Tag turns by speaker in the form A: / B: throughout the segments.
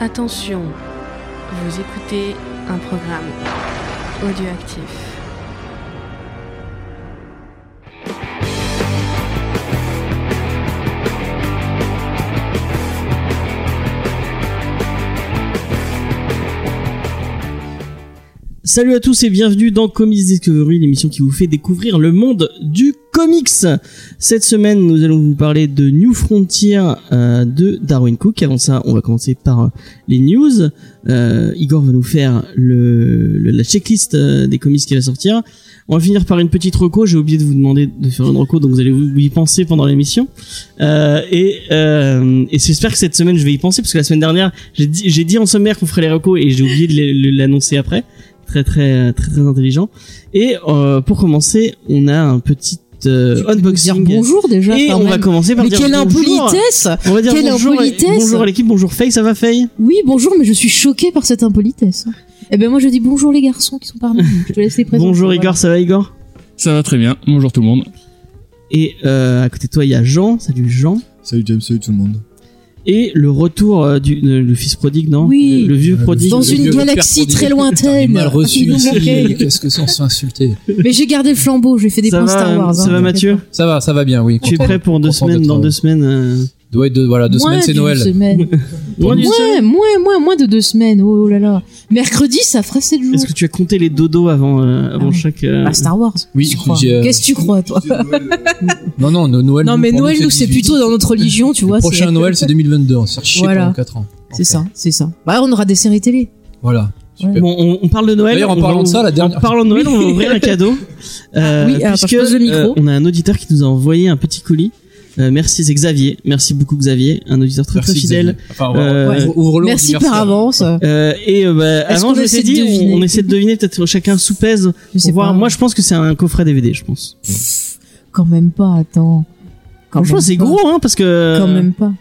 A: Attention, vous écoutez un programme audioactif.
B: Salut à tous et bienvenue dans Comics Discovery, l'émission qui vous fait découvrir le monde du comics. Cette semaine, nous allons vous parler de New Frontier euh, de Darwin Cook. Avant ça, on va commencer par euh, les news. Euh, Igor va nous faire le, le- la checklist euh, des comics qui va sortir. On va finir par une petite reco. J'ai oublié de vous demander de faire une reco, donc vous allez vous- y penser pendant l'émission. Euh, et euh, et j'espère que cette semaine, je vais y penser parce que la semaine dernière, j'ai dit, j'ai dit en sommaire qu'on ferait les recos et j'ai oublié de les- le- l'annoncer après. Très très très très intelligent. Et euh, pour commencer, on a un petit euh,
C: dire
B: unboxing.
C: bonjour déjà.
B: Et
C: quand
B: on
C: même.
B: va commencer par
C: Mais
B: dire
C: quelle
B: bonjour.
C: impolitesse
B: On va dire
C: Quelle
B: bonjour,
C: impolitesse.
B: bonjour à l'équipe, bonjour Faye, ça va Faye
C: Oui, bonjour, mais je suis choquée par cette impolitesse. Eh ben moi je dis bonjour les garçons qui sont parmi nous. Je te laisse les présenter.
B: Bonjour
C: Voilà.
B: Igor, ça va Igor
D: Ça va très bien. Bonjour tout le monde.
B: Et euh, à côté de toi, il y a Jean, salut Jean.
E: Salut James, salut tout le monde.
B: Et le retour euh, du le, le fils prodigue, non
C: Oui.
B: Le, le vieux
F: Euh,
B: prodigue.
C: Dans
F: Le
C: une
F: vieux
C: galaxie
F: père
C: très
F: prodigue. Putain, il est
C: lointaine.
F: Mal reçu
C: Ils nous
F: aussi.
C: manquaient.
F: Qu'est-ce que ça, on se fait insulter.
C: Mais j'ai gardé le flambeau, j'ai fait des
B: ça
C: points
B: va,
C: Star
B: euh,
C: Wars.
B: ça
C: hein,
B: va
C: t'inquiète
B: Mathieu
C: pas.
F: Ça va, ça va bien, oui.
B: Tu es
F: Content-
B: prêt pour deux
F: content
B: semaines
F: d'être,
B: Dans
F: euh,
B: deux semaines euh,
F: doit être deux- voilà, deux
C: Moins
F: semaines, c'est
C: d'une
F: Noël.
C: semaine.
B: loin du sol
C: moins, moins, moins, moins de deux semaines. Oh là là. Mercredi, ça fera sept jours.
B: Est-ce que tu as compté les dodos avant, euh, avant
C: Ah.
B: chaque. euh,
C: Bah, Star Wars.
F: Oui,
C: tu
F: écoute,
C: crois.
F: j'ai, euh,
C: Qu'est-ce que tu crois, toi
F: Non, non, no- Noël.
C: Non,
F: nous,
C: mais
F: pour
C: Noël, nous, c'est
F: 18.
C: plutôt dans notre religion, tu
F: Le
C: vois.
F: prochain
C: c'est-
F: Noël, c'est 2022. On s'est chier
C: Voilà.
F: pendant 4 ans.
C: C'est ça, c'est ça. Bah, on aura des séries télé.
F: Voilà. Super.
B: Bon, on, on parle de Noël.
F: D'ailleurs, en
B: on va
F: parlant de
B: ouvrir-
F: ça, la dernière-
B: En parlant de Noël, on va ouvrir un cadeau. Euh,
C: Ah Oui, alors,
B: puisque,
C: je pose le micro.
B: euh, on a un auditeur qui nous a envoyé un petit colis. Euh, merci, c'est Xavier. Merci beaucoup, Xavier. Un auditeur très, très
F: Merci,
B: fidèle.
F: Xavier. Enfin, on va-
B: Euh,
F: ouvre- ouvre-le au
C: Merci
F: anniversaire.
C: par avance.
B: Euh, et euh, bah,
C: Est-ce
B: avant,
C: qu'on
B: je
C: essaie
B: m'étais
C: de
B: dit,
C: deviner
B: on, on essaie de deviner, peut-être chacun sous pèse.
C: Je sais
B: Pour voir.
C: pas. Ah
B: Moi, je pense que c'est un coffret DVD, je pense.
C: Quand même pas, attends. Quand
B: Franchement,
C: même
B: c'est
C: pas.
B: gros, hein, parce que.
C: Quand même pas.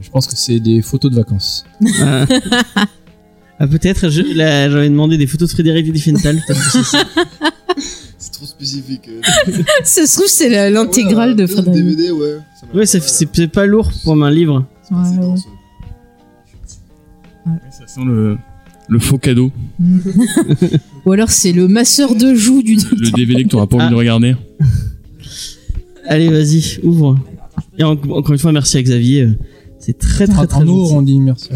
F: Je pense que c'est des photos de vacances.
B: Euh, ah, peut-être, je- là, j'avais demandé des photos de Frédéric Diffenthal. peut-être que c'est ça.
E: C'est trop spécifique. euh.
C: Ça se trouve, c'est la- l'intégrale
E: Ouais,
C: de
E: un
C: Frédéric.
E: DVD, ouais. Ça m'a
B: ouais,
E: fait
B: ça-
E: mal,
B: c'est
E: hein.
B: c'est pas lourd pour un livre.
E: C'est pas si
C: Ouais, ouais.
E: dense, ouais.
D: Ça sent le, le faux cadeau,
C: Ou alors, c'est le masseur de joues du.
D: le DVD que t'auras pas envie
B: Ah.
D: de regarder.
B: Allez, vas-y, ouvre. Et en- encore une fois, merci à Xavier. euh, C'est très,
C: Ah,
B: très, très
F: En ouvre,
B: gentil.
F: on dit merci.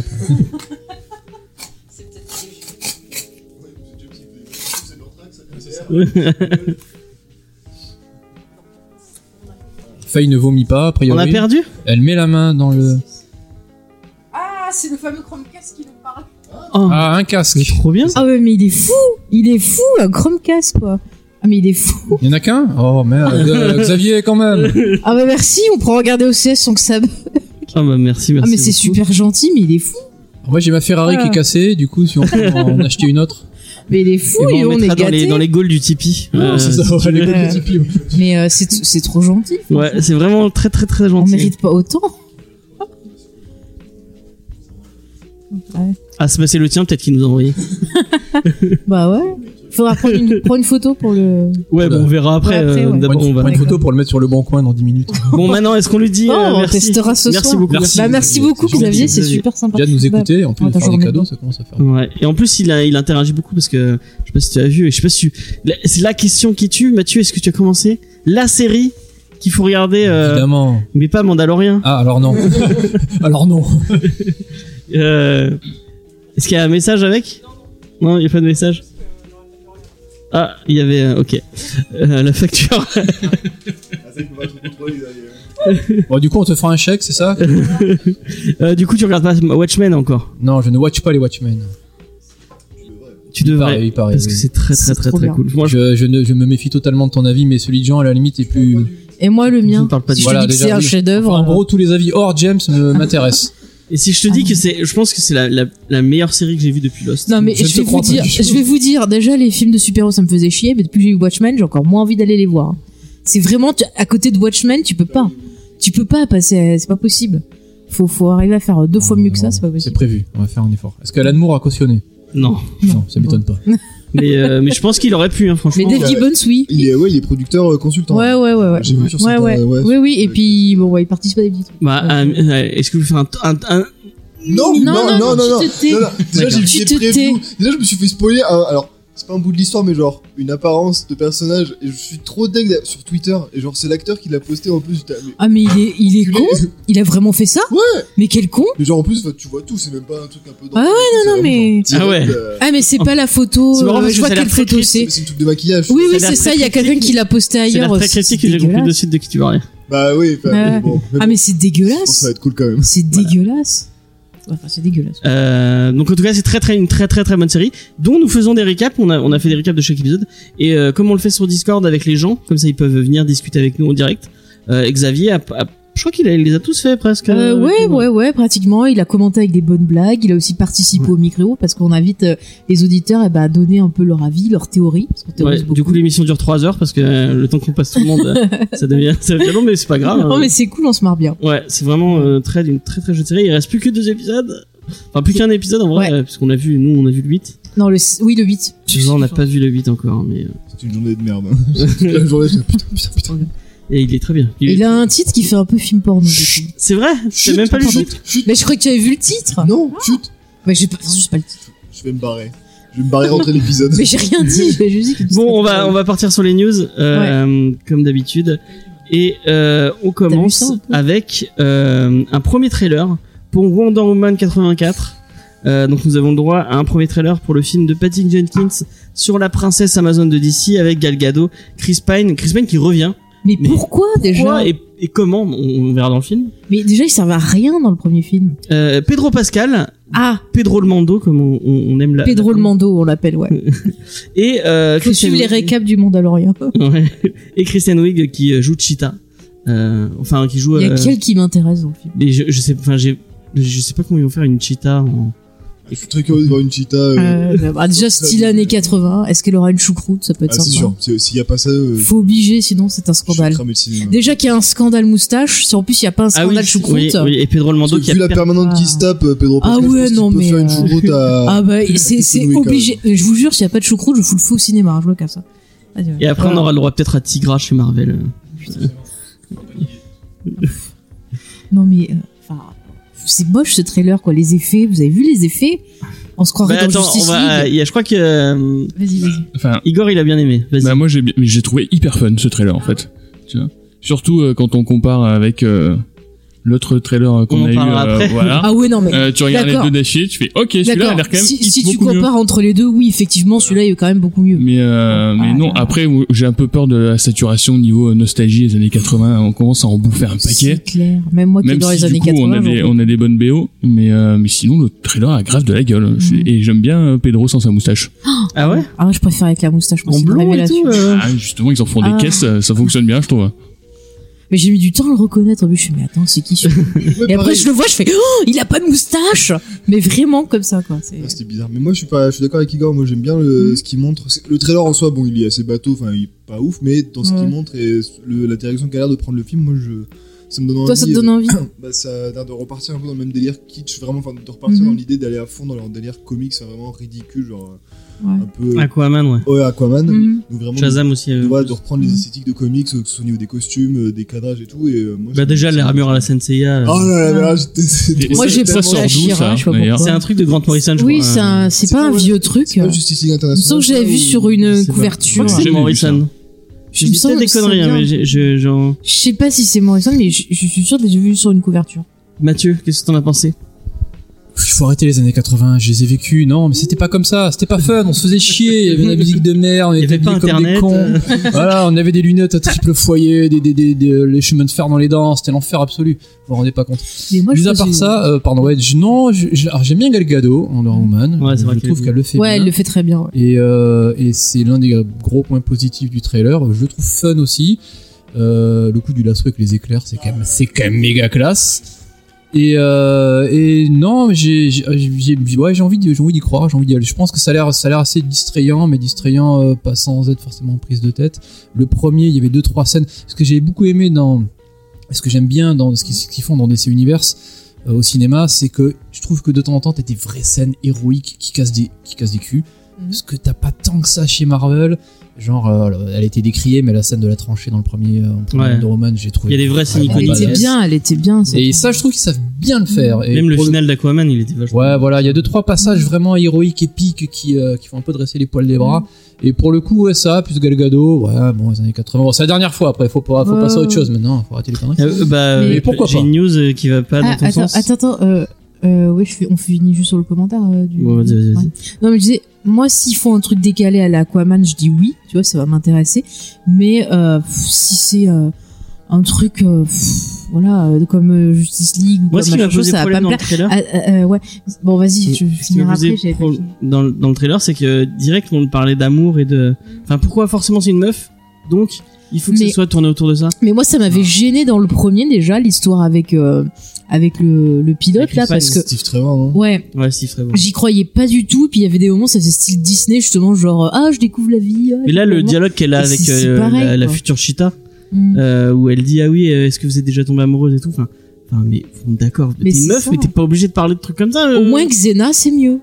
F: Faye ne vomit pas, a
B: On
F: priori.
B: a perdu
F: Elle met la main dans le.
G: Ah, c'est le fameux Chromecast qui nous parle.
B: Oh,
F: Ah, un casque.
B: mais trop bien.
C: Ah ouais, mais il est fou Il est fou, un Chromecast, quoi. Ah, mais il est fou.
F: Il y en a qu'un Oh merde, euh, Xavier quand même
C: Ah bah merci, on pourra regarder OCS sans que ça...
B: Ah, bah, merci, merci.
C: Ah mais c'est
B: beaucoup.
C: super gentil, mais il est fou.
F: Moi j'ai ma Ferrari qui est cassée, du coup si on peut en acheter une autre.
C: Mais il est fou
B: Et
C: et,
B: bon, on,
C: on, est
B: mettra dans les,
C: gâtés.
B: dans les goals du Tipeee. Euh,
F: c'est ça, ouais, les
C: veux.
F: codes de Tipeee, ouais.
C: Mais euh, c'est c'est trop gentil.
B: Ouais, c'est vraiment très, très, très
C: On
B: gentil.
C: mérite pas autant.
B: Ah, c'est bah, c'est le tien, peut-être, qui nous a envoyé.
C: Bah ouais. Faudra prendre une, prendre une photo pour le...
B: Ouais,
F: Voilà.
B: bon, on verra après.
C: Ouais, après,
B: euh,
C: ouais.
F: Prends
B: D'abord, on
F: une, prends
B: va.
F: une photo pour le mettre sur le bon coin dans 10 minutes.
B: Bon, maintenant, est-ce qu'on lui dit
C: Oh,
B: euh,
C: on
B: merci
C: testera ce
B: Merci
C: soir.
B: beaucoup.
F: Merci.
C: Bah merci beaucoup
F: Gentil,
C: Xavier,
B: Xavier.
C: c'est super sympa.
F: Déjà de nous
C: Bah,
F: écouter, et en plus
C: Ouais,
F: de
C: ta
F: faire des
C: journée.
F: cadeaux, ça commence à faire.
B: Ouais. Et en plus, il, a- il interagit beaucoup parce que je sais pas si tu as vu et je sais pas si tu- la- c'est la question qui tue. Mathieu, est-ce que tu as commencé la série qu'il faut regarder, euh,
F: Évidemment.
B: mais pas Mandalorian
F: Ah alors non. alors non.
B: Euh, Est-ce qu'il y a un message avec Non, il n'y a pas de message. Ah, il y avait. euh, ok. Euh, la facture.
E: Ah, ça, il faut pas trop contrôler, là, il y a-
F: Bon, du coup on te fera un chèque, c'est ça
B: Euh, du coup, tu regardes pas Watchmen encore.
F: Non, je ne watch pas les Watchmen.
B: Tu
F: Il
B: devrais.
F: paraît, il paraît,
B: parce
F: oui.
B: que c'est très très
C: C'est
B: très
C: trop
B: très
C: bien.
B: cool. Moi, je,
F: je, je, ne, je me méfie totalement de ton avis, mais celui de Jean, à la limite, est plus.
C: Et moi le
B: je
C: mien.
B: ne parle pas
C: Si
B: du
C: je
F: Voilà,
C: te dis que
F: déjà,
C: c'est un
F: oui.
C: chef-d'œuvre. euh,
F: En gros, tous les avis hors James me- m'intéressent.
B: Et si je te dis que c'est, je pense que c'est la, la, la meilleure série que j'ai vue depuis Lost.
C: Ah Non mais je,
F: Je ne te
C: vais vous
F: crois pas
C: dire,
F: du tout.
C: je vais vous dire, déjà les films de super-héros ça me faisait chier, mais depuis que j'ai eu Watchmen, j'ai encore moins envie d'aller les voir. C'est vraiment tu- à côté de Watchmen, tu peux pas, tu peux pas passer, à- c'est pas possible. Faut faut arriver à faire deux fois mieux que ça, c'est pas
F: C'est
C: possible.
F: prévu, on va faire un effort. Est-ce qu'Alan Moore a cautionné
B: Non.
C: Non.
F: Non, ça m'étonne pas.
B: Mais euh, mais je pense qu'il aurait pu, hein,
C: Mais
B: franchement.
C: Dave
E: ouais.
C: Gibbons, oui.
E: Il est, ouais, il est producteur euh, consultant.
C: Ouais ouais ouais ouais.
E: J'ai vu sur son
C: Ouais,
E: tas-
C: ouais.
E: ouais.
C: Oui oui et puis bon ouais, il participe à des petits trucs.
B: Bah, euh, euh, est-ce que vous faites un, un, un
E: Non,
C: Non,
E: non, non,
C: non,
E: non, non,
C: tu te tais.
E: non, non. Déjà, j'ai-
C: Tu
E: j'ai
C: te
E: prévenu. Déjà, je me suis fait spoiler. un- alors, c'est pas un bout de l'histoire, mais genre, une apparence de personnage. Et je suis trop deg d'a- sur Twitter. Et genre, c'est l'acteur qui l'a posté en plus. J'étais, ah, mais
C: Ah mais il est, il est
E: culé.
C: con Il a vraiment fait ça
E: Ouais.
C: Mais quel con
E: Mais genre, en plus, enfin, tu vois tout. C'est même pas un truc un peu.
C: Ah ouais, non, non, mais-
B: Ah ouais.
C: Ah mais c'est pas la photo,
B: C'est marrant
C: euh,
B: parce
C: je
B: que
C: vois
B: ça a
C: quelle
B: l'air
C: photo
B: très
C: c'est.
E: euh, C'est une truc de maquillage.
C: Oui, oui,
B: Ça a l'air
C: c'est ça,
B: très
C: il y a quelqu'un qui l'a posté
B: C'est la
C: ailleurs.
B: très
C: c'est-
B: critique
C: c'est
B: que j'ai compris de
C: dégueulasse.
B: suite dès que tu parlais.
E: Bah oui. enfin,
C: Ouais. Ah
E: mais bon. mais bon,
C: mais c'est
E: je pense que ça va
C: dégueulasse
E: être cool quand même.
C: C'est dégueulasse Enfin c'est dégueulasse.
B: Euh, donc en tout cas c'est très très une très très très bonne série dont nous faisons des récaps on a on a fait des récaps de chaque épisode et euh, comme on le fait sur Discord avec les gens comme ça ils peuvent venir discuter avec nous en direct euh, Xavier a, a- je crois qu'il a- il les a tous fait presque
C: Euh, ouais,
B: comment-
C: ouais, ouais, pratiquement. Il a commenté avec des bonnes blagues. Il a aussi participé au micro parce qu'on invite euh, les auditeurs eh ben, à donner un peu leur avis, leur théorie. Parce qu'on théorise
B: Ouais,
C: beaucoup.
B: du coup l'émission dure 3 heures parce que euh, le temps qu'on passe tout le monde euh, ça devient ça devient long mais c'est pas grave
C: non,
B: hein.
C: mais c'est cool, on se marre bien.
B: ouais c'est vraiment euh, très une très très jolie série il reste plus que deux épisodes enfin plus qu'un épisode en vrai
C: Ouais.
B: euh, puisqu'on a vu nous on a vu le 8
C: Non, le, oui, le 8.
B: Suzanne on n'a pas vu le 8 encore mais euh,
E: C'est une journée de merde. hein. Toute la journée, j'étais, putain, putain, putain.
B: et il est très bien Il-
C: Il a un titre qui fait un peu film porno. du coup.
B: c'est vrai j'ai
E: Chut,
B: même pas lu le
E: pardon,
B: 8
E: chut.
C: Mais je croyais que tu avais vu le titre. Ah.
E: Non, chut.
C: Mais j'ai pas, enfin, j'ai pas le titre.
E: Je vais me barrer. Je vais me barrer rentrer l'épisode.
C: Mais j'ai rien dit. J'ai juste dit que le titre
B: Bon, on
C: était-
B: va, on va partir sur les news, euh, comme d'habitude. Et euh, on
C: T'as vu
B: commence
C: ça un peu
B: avec euh, un premier trailer pour Wonder Woman 84. Euh, donc nous avons le droit à un premier trailer pour le film de Patty Jenkins sur la princesse Amazon de DC avec Gal Gadot, Chris Pine, Chris Pine qui revient.
C: Mais,
B: Mais
C: pourquoi déjà
B: Quoi et, et comment on, on verra dans le film.
C: Mais déjà, il servait à rien dans le premier film.
B: Euh, Pedro Pascal,
C: Ah,
B: Pedro le Mando comme on, on- on aime la.
C: Pedro le Mando, on l'appelle, ouais.
B: Et euh,
C: Faut
B: Christian
C: suivre les
B: Wiig.
C: récaps du Mandalorian.
B: Ouais. Et Christian Wiig qui euh, joue Cheetah. Euh, enfin, qui joue.
C: Il y a
B: euh,
C: quel qui m'intéresse dans le film
B: les- je, je sais, enfin, j'ai, je sais pas comment ils vont faire une Cheetah. En...
E: Je suis très curieux de voir une cheetah. euh,
C: Euh, bah, déjà, style années 80, est-ce qu'elle aura une choucroute Ça peut être
E: Ah,
C: sympa.
E: c'est sûr. C'est- S'il y a pas ça, euh,
C: Faut obliger, sinon c'est un
E: je vais
C: scandale.
E: cramer le cinéma.
C: Déjà qu'il y a un scandale moustache, si en plus il n'y a pas un scandale choucroute.
B: Ah oui, oui, et Pedro le Mando
E: Parce que
B: qui a
E: vu la
B: per-
E: permanente
C: Ah.
E: qui se tape, euh, Pedro Pascal,
C: Ah ouais,
E: je pense qu'il
C: non,
E: peut
C: mais,
E: faire
C: euh,
E: une choucroute à...
C: Ah bah c'est
E: c'est
C: c'est
E: oui, quand
C: obligé. Euh, Je vous jure, s'il n'y a pas de choucroute, je fous le feu au cinéma, hein, je le casse. Allez, ouais.
B: Et après, on aura le droit peut-être à Tigra chez Marvel.
C: Non mais, euh, enfin, c'est moche ce trailer quoi. Les effets, vous avez vu les effets On se croirait
B: Bah,
C: dans
B: attends, on
C: Justice
B: va,
C: League.
B: il y a- je crois que euh,
C: Vas-y, vas-y.
D: Enfin,
B: Igor il a bien aimé. Vas-y.
D: bah moi j'ai bien- j'ai trouvé hyper fun ce trailer en fait. Tu vois. Surtout euh, quand on compare avec euh, l'autre trailer
B: On
D: qu'on
B: en
D: a eu.
B: parlera
D: euh,
B: après.
D: voilà.
C: Ah ouais non mais.
D: Euh, tu regardes les
C: D'accord.
D: deux d'affilée, tu fais OK, celui-là a
C: D'accord.
D: l'air quand même
C: Si,
D: hit
C: si tu
D: beaucoup mieux.
C: compares entre les deux, oui effectivement celui-là est quand même beaucoup mieux.
D: Mais, euh, mais
C: Ah,
D: non,
C: là.
D: après où j'ai un peu peur de la saturation niveau euh, nostalgie des années 80, on commence à en bouffer un paquet.
C: C'est clair. Même moi qui
D: Même
C: dans
D: si
C: les
D: du
C: années
D: coup
C: 80.
D: on a des
C: j'en
D: on a des bonnes BO, mais euh, mais sinon le trailer a grave de la gueule. Je suis-
C: Mhm.
D: Et j'aime bien euh, Pedro sans sa moustache.
B: Ah ouais
C: Ah, je préfère avec la moustache. moi,
B: En
C: c'est une
B: blanc et
C: révélation.
B: tout. euh.
D: Ah, justement, ils en font
C: Ah.
D: des caisses, euh, ça fonctionne bien, je trouve.
C: Mais j'ai mis du temps à le reconnaître. Mais je suis, mais attends, c'est qui celui-là
E: Ouais,
C: Et après,
E: pareil.
C: je le vois, je fais, oh, il a pas de moustache. Mais vraiment comme ça, quoi. C'est-
E: Ah, C'était bizarre. Mais moi, je suis, pas, je suis d'accord avec Igor. Moi, j'aime bien le,
C: Hmm.
E: ce qu'il montre. C'est- Le trailer en soi, bon, il est assez bateau, enfin, il est pas ouf, mais dans ce
C: Ouais.
E: qu'il montre et le- la direction qu'a l'air de prendre le film, moi, je, ça me donne envie.
C: Toi, ça te donne
E: euh,
C: envie.
E: bah, ça a l'air de repartir un peu dans le même délire kitsch, vraiment, enfin, de repartir
C: Mhm.
E: dans l'idée d'aller à fond dans leur délire comique, c'est vraiment ridicule, genre, euh,
C: Ouais.
E: un peu.
B: Aquaman, ouais.
E: Ouais, Aquaman.
C: Mhm.
E: Donc, vraiment,
B: Shazam aussi. euh.
E: de, ouais, de reprendre
C: Mhm.
E: les esthétiques de comics, euh, que ce soit au niveau des costumes, euh, des cadrages et tout. Et, euh, moi,
B: Bah
E: ça-
B: déjà
E: ça-
B: l'armure à la Senseiya. euh.
E: Oh là là là, j'étais. c'est
D: Et
E: trop-
C: Mhm. Moi,
D: ça-
C: j'ai
D: ça
C: pas
D: sort
C: la
D: d'où
C: Chira,
D: ça
C: je sais pas
D: d'ailleurs
B: c'est un truc de Grant Morrison. je
C: Oui,
B: crois,
C: c'est
D: euh,
C: un- c'est
E: C'est
C: pas un
E: pas-
C: vieux truc.
E: C'est pas Justice League
C: Il me semble
E: International.
C: que j'avais vu sur
B: euh,
C: une
B: c'est pas-
C: couverture.
B: Je crois que
D: J'ai
B: c'est
D: jamais vu
B: Morrison. Je
C: Il me
B: dis peut-être
C: semble
B: des
C: que c'est
B: conneries, hein,
C: bien.
B: mais j'ai- je- genre.
C: Je sais pas si c'est Morrison, mais je je suis sûr de l'avoir vu sur une couverture.
B: Mathieu, qu'est-ce que t'en as pensé
F: Il faut arrêter les années 80, je les ai vécues. Non, mais c'était pas comme ça, c'était pas fun, on se faisait chier, il y avait de la musique de merde, on
B: Il y
F: était
B: avait pas
F: habillés comme des
B: Internet,
F: cons.
B: euh.
F: Voilà, on avait des lunettes à triple foyer, des, des, des, des- les chemins de fer dans les dents, c'était l'enfer absolu. Vous vous rendez pas compte.
C: Mais moi,
F: Mis
C: je
F: à
C: pense
F: part
C: que- Mm.
F: ça, euh, pardon, ouais, je- non, je- je- alors, j'aime bien Gal Gadot, Wonder Woman.
B: Ouais, c'est vrai
F: je
B: qu'elle
F: trouve
B: est
F: qu'elle le fait
C: Ouais,
F: bien.
C: elle le fait très bien. ouais.
F: Et, euh, et c'est l'un des gros points positifs du trailer. Je le trouve fun aussi. Euh, le coup du lasso avec les éclairs, c'est quand même, c'est quand même méga classe. Et, euh, et non, mais j'ai, j'ai, j'ai- j'ai- ouais, j'ai envie, d'y- j'ai envie d'y croire, j'ai envie d'y aller. Je pense que ça a l'air, ça a l'air assez distrayant, mais distrayant euh, pas sans être forcément prise de tête. Le premier, il y avait deux trois scènes. Ce que j'ai beaucoup aimé dans, ce que j'aime bien dans ce qu'ils ce qu'ils font dans DC Universe euh, au cinéma, c'est que je trouve que de temps en temps, t'as des vraies scènes héroïques qui cassent des, qui cassent des culs.
C: Mhm.
F: parce que t'as pas tant que ça chez Marvel. Genre, euh, elle a été décriée, mais la scène de la tranchée dans le premier, euh, en premier
B: Ouais.
F: Wonder Woman, j'ai trouvé.
B: Il y a des vraies scènes
F: vraiment
C: Ah, Elle
B: iconiques.
C: était
F: badass.
C: bien, elle était bien. cette-
F: Et ça, je trouve qu'ils savent bien le faire. Et
B: Même le
F: pour
B: final d'Aquaman, il était vachement.
F: Ouais, voilà, il y a deux trois passages vraiment héroïques, épiques qui, euh, qui font un peu dresser les poils des bras. Et pour le coup, ouais, ça, plus Galgado, ouais, bon, les années 80. Bon, c'est la dernière fois après, faut, pas, faut
C: Ouais. Ah
F: passer à autre chose maintenant, faut arrêter les conneries.
B: Euh, bah,
C: Mais
B: euh,
F: pourquoi
B: J'ai
F: pas
B: une news euh, qui va pas dans
C: Ah,
B: ton
C: attends,
B: sens.
C: attends, attends, euh, euh, ouais, je fais, on finit juste sur le commentaire euh, du.
B: Ouais, vas-y, vas-y, vas-y.
C: Ouais. Non, mais je disais, moi, s'ils font un truc décalé à la Aquaman, je dis oui, tu vois, ça va m'intéresser. Mais euh, pff, si c'est euh, un truc, euh, pff, voilà, euh, comme euh, Justice League ou
B: Moi, ce
C: comme
B: qui m'a
C: machin chose,
B: posé
C: ça va pas
B: problème dans
C: me
B: le trailer,
C: plaire. Ah, ah, ah, ouais, bon, vas-y, je
B: ce qui m'a
C: finirai
B: posé
C: après. j'avais pas
B: pro-
C: fini.
B: dans, le- dans le trailer, c'est que direct on parlait d'amour et de. Enfin, pourquoi forcément c'est une meuf Donc, il faut que
C: Mais-
B: ce soit tourné autour de ça.
C: Mais moi, ça m'avait gêné dans le premier déjà l'histoire avec euh, avec le, le pilote
B: Avec
C: là,
B: les fans,
C: parce que
E: Steve Trevor, hein. non
C: ouais,
B: Ouais, si, très bon.
C: J'y croyais pas du tout, puis il y avait des moments, ça faisait style Disney, justement, genre, ah, je découvre la vie. ah,
B: Mais là, le
C: découvre la
B: dialogue qu'elle a
C: Et
B: avec
C: c'est- c'est
B: euh,
C: pareil,
B: la, la
C: quoi.
B: future Cheetah,
C: mort. Mm.
B: euh, où elle dit Ah oui, euh, est-ce que vous êtes déjà tombé amoureuse et tout Enfin, enfin, mais bon, d'accord,
C: Mais
B: t'es une
C: c'est
B: meuf,
C: ça.
B: mais t'es pas obligé de parler de trucs comme ça. euh.
C: Au moins, Xena, c'est mieux.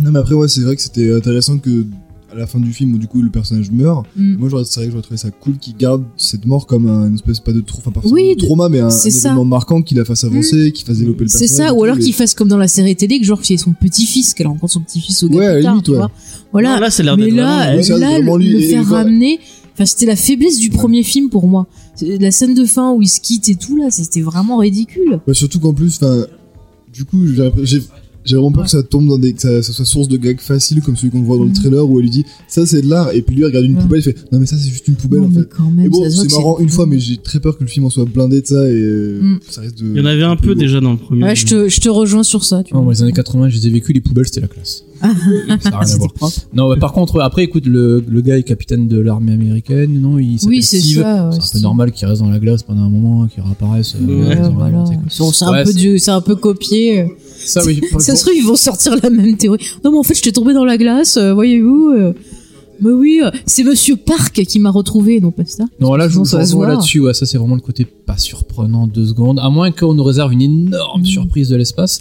E: Non, mais après, ouais, c'est vrai que c'était intéressant que à la fin du film où du coup le personnage meurt,
C: Mm.
E: moi j'aurais c'est vrai que j'aurais trouvé ça cool qu'il garde cette mort comme un espèce pas de trou, enfin pas
C: Oui,
E: forcément de
C: de-
E: trauma, mais un,
C: c'est
E: un
C: ça. Mm.
E: événement marquant qui la fasse avancer, qui fasse développer le
C: C'est
E: personnage.
C: ça,
E: et
C: ou
E: tout,
C: alors
E: mais-
C: qu'ils fassent comme dans la série télé, que genre, qu'il y ait son petit-fils, qu'elle rencontre son petit-fils au gars
E: Ouais, à
C: plus
E: la
C: tard,
E: limite,
C: tu
E: ouais.
C: vois.
B: Non,
C: Voilà.
B: là, ça a l'air
C: mais
B: d'être
C: là,
B: vraiment-
E: Oui, ça,
C: là,
E: vraiment,
C: le,
E: lui,
C: le
E: et-
C: faire
E: voilà.
C: ramener, enfin, c'était la faiblesse du premier film pour moi. C'est- La scène de fin où ils se quittent et tout, là, c'était vraiment ridicule.
E: Bah, surtout qu'en plus, enfin, du coup, j'ai l'impression- j'ai j'ai vraiment peur que ça tombe dans des, que ça, ça soit source de gags faciles comme celui qu'on voit dans le
C: Mhm.
E: trailer où elle lui dit ça c'est de l'art et puis lui il regarde une
C: Ouais.
E: poubelle et fait non mais ça c'est juste une poubelle
C: Mm. Non,
E: en
C: mais
E: fait.
C: quand même,
E: Et bon,
C: ça se voit
E: c'est
C: que
E: marrant une fois, mais j'ai très peur que le film en soit blindé de ça et euh,
C: Mhm.
E: ça reste de.
B: Il y en avait un peu
E: lourd.
B: déjà dans le premier.
C: Ouais, je te, je te rejoins sur ça, tu
B: Ah,
F: Non,
C: vois. Ah,
F: moi, les années 80, je les ai vécues, les poubelles, c'était la classe. ça n'a rien à
C: C'était
F: voir.
C: propre.
F: Non, ouais, par contre, ouais, après, écoute, le, le gars est capitaine de l'armée américaine, non Il s'appelle
C: Oui, c'est
F: Steve.
C: ça. ouais,
F: C'est un peu
C: Steve.
F: normal qu'il reste dans la glace pendant un moment, qu'il réapparaisse. euh,
B: Ouais,
F: dans
C: Ouais,
F: la
C: voilà.
F: glace, quoi.
C: C'est c'est
F: Ouais,
C: un, peu
F: c'est-
C: du- c'est un peu copié.
F: Ça, oui. pour-
C: Ça se trouve, ils vont sortir la même théorie. Non, mais en fait, je t'ai tombé dans la glace, euh, voyez-vous. euh. Mais oui, euh, c'est Monsieur Park qui m'a retrouvé, non pas ça.
F: Non, là, je
C: Sinon,
F: vous
C: ça va se
F: rejoins
C: voir.
F: là-dessus. Ouais, ça, c'est vraiment le côté pas surprenant deux secondes. À moins qu'on nous réserve une énorme
C: Mm.
F: surprise de l'espace.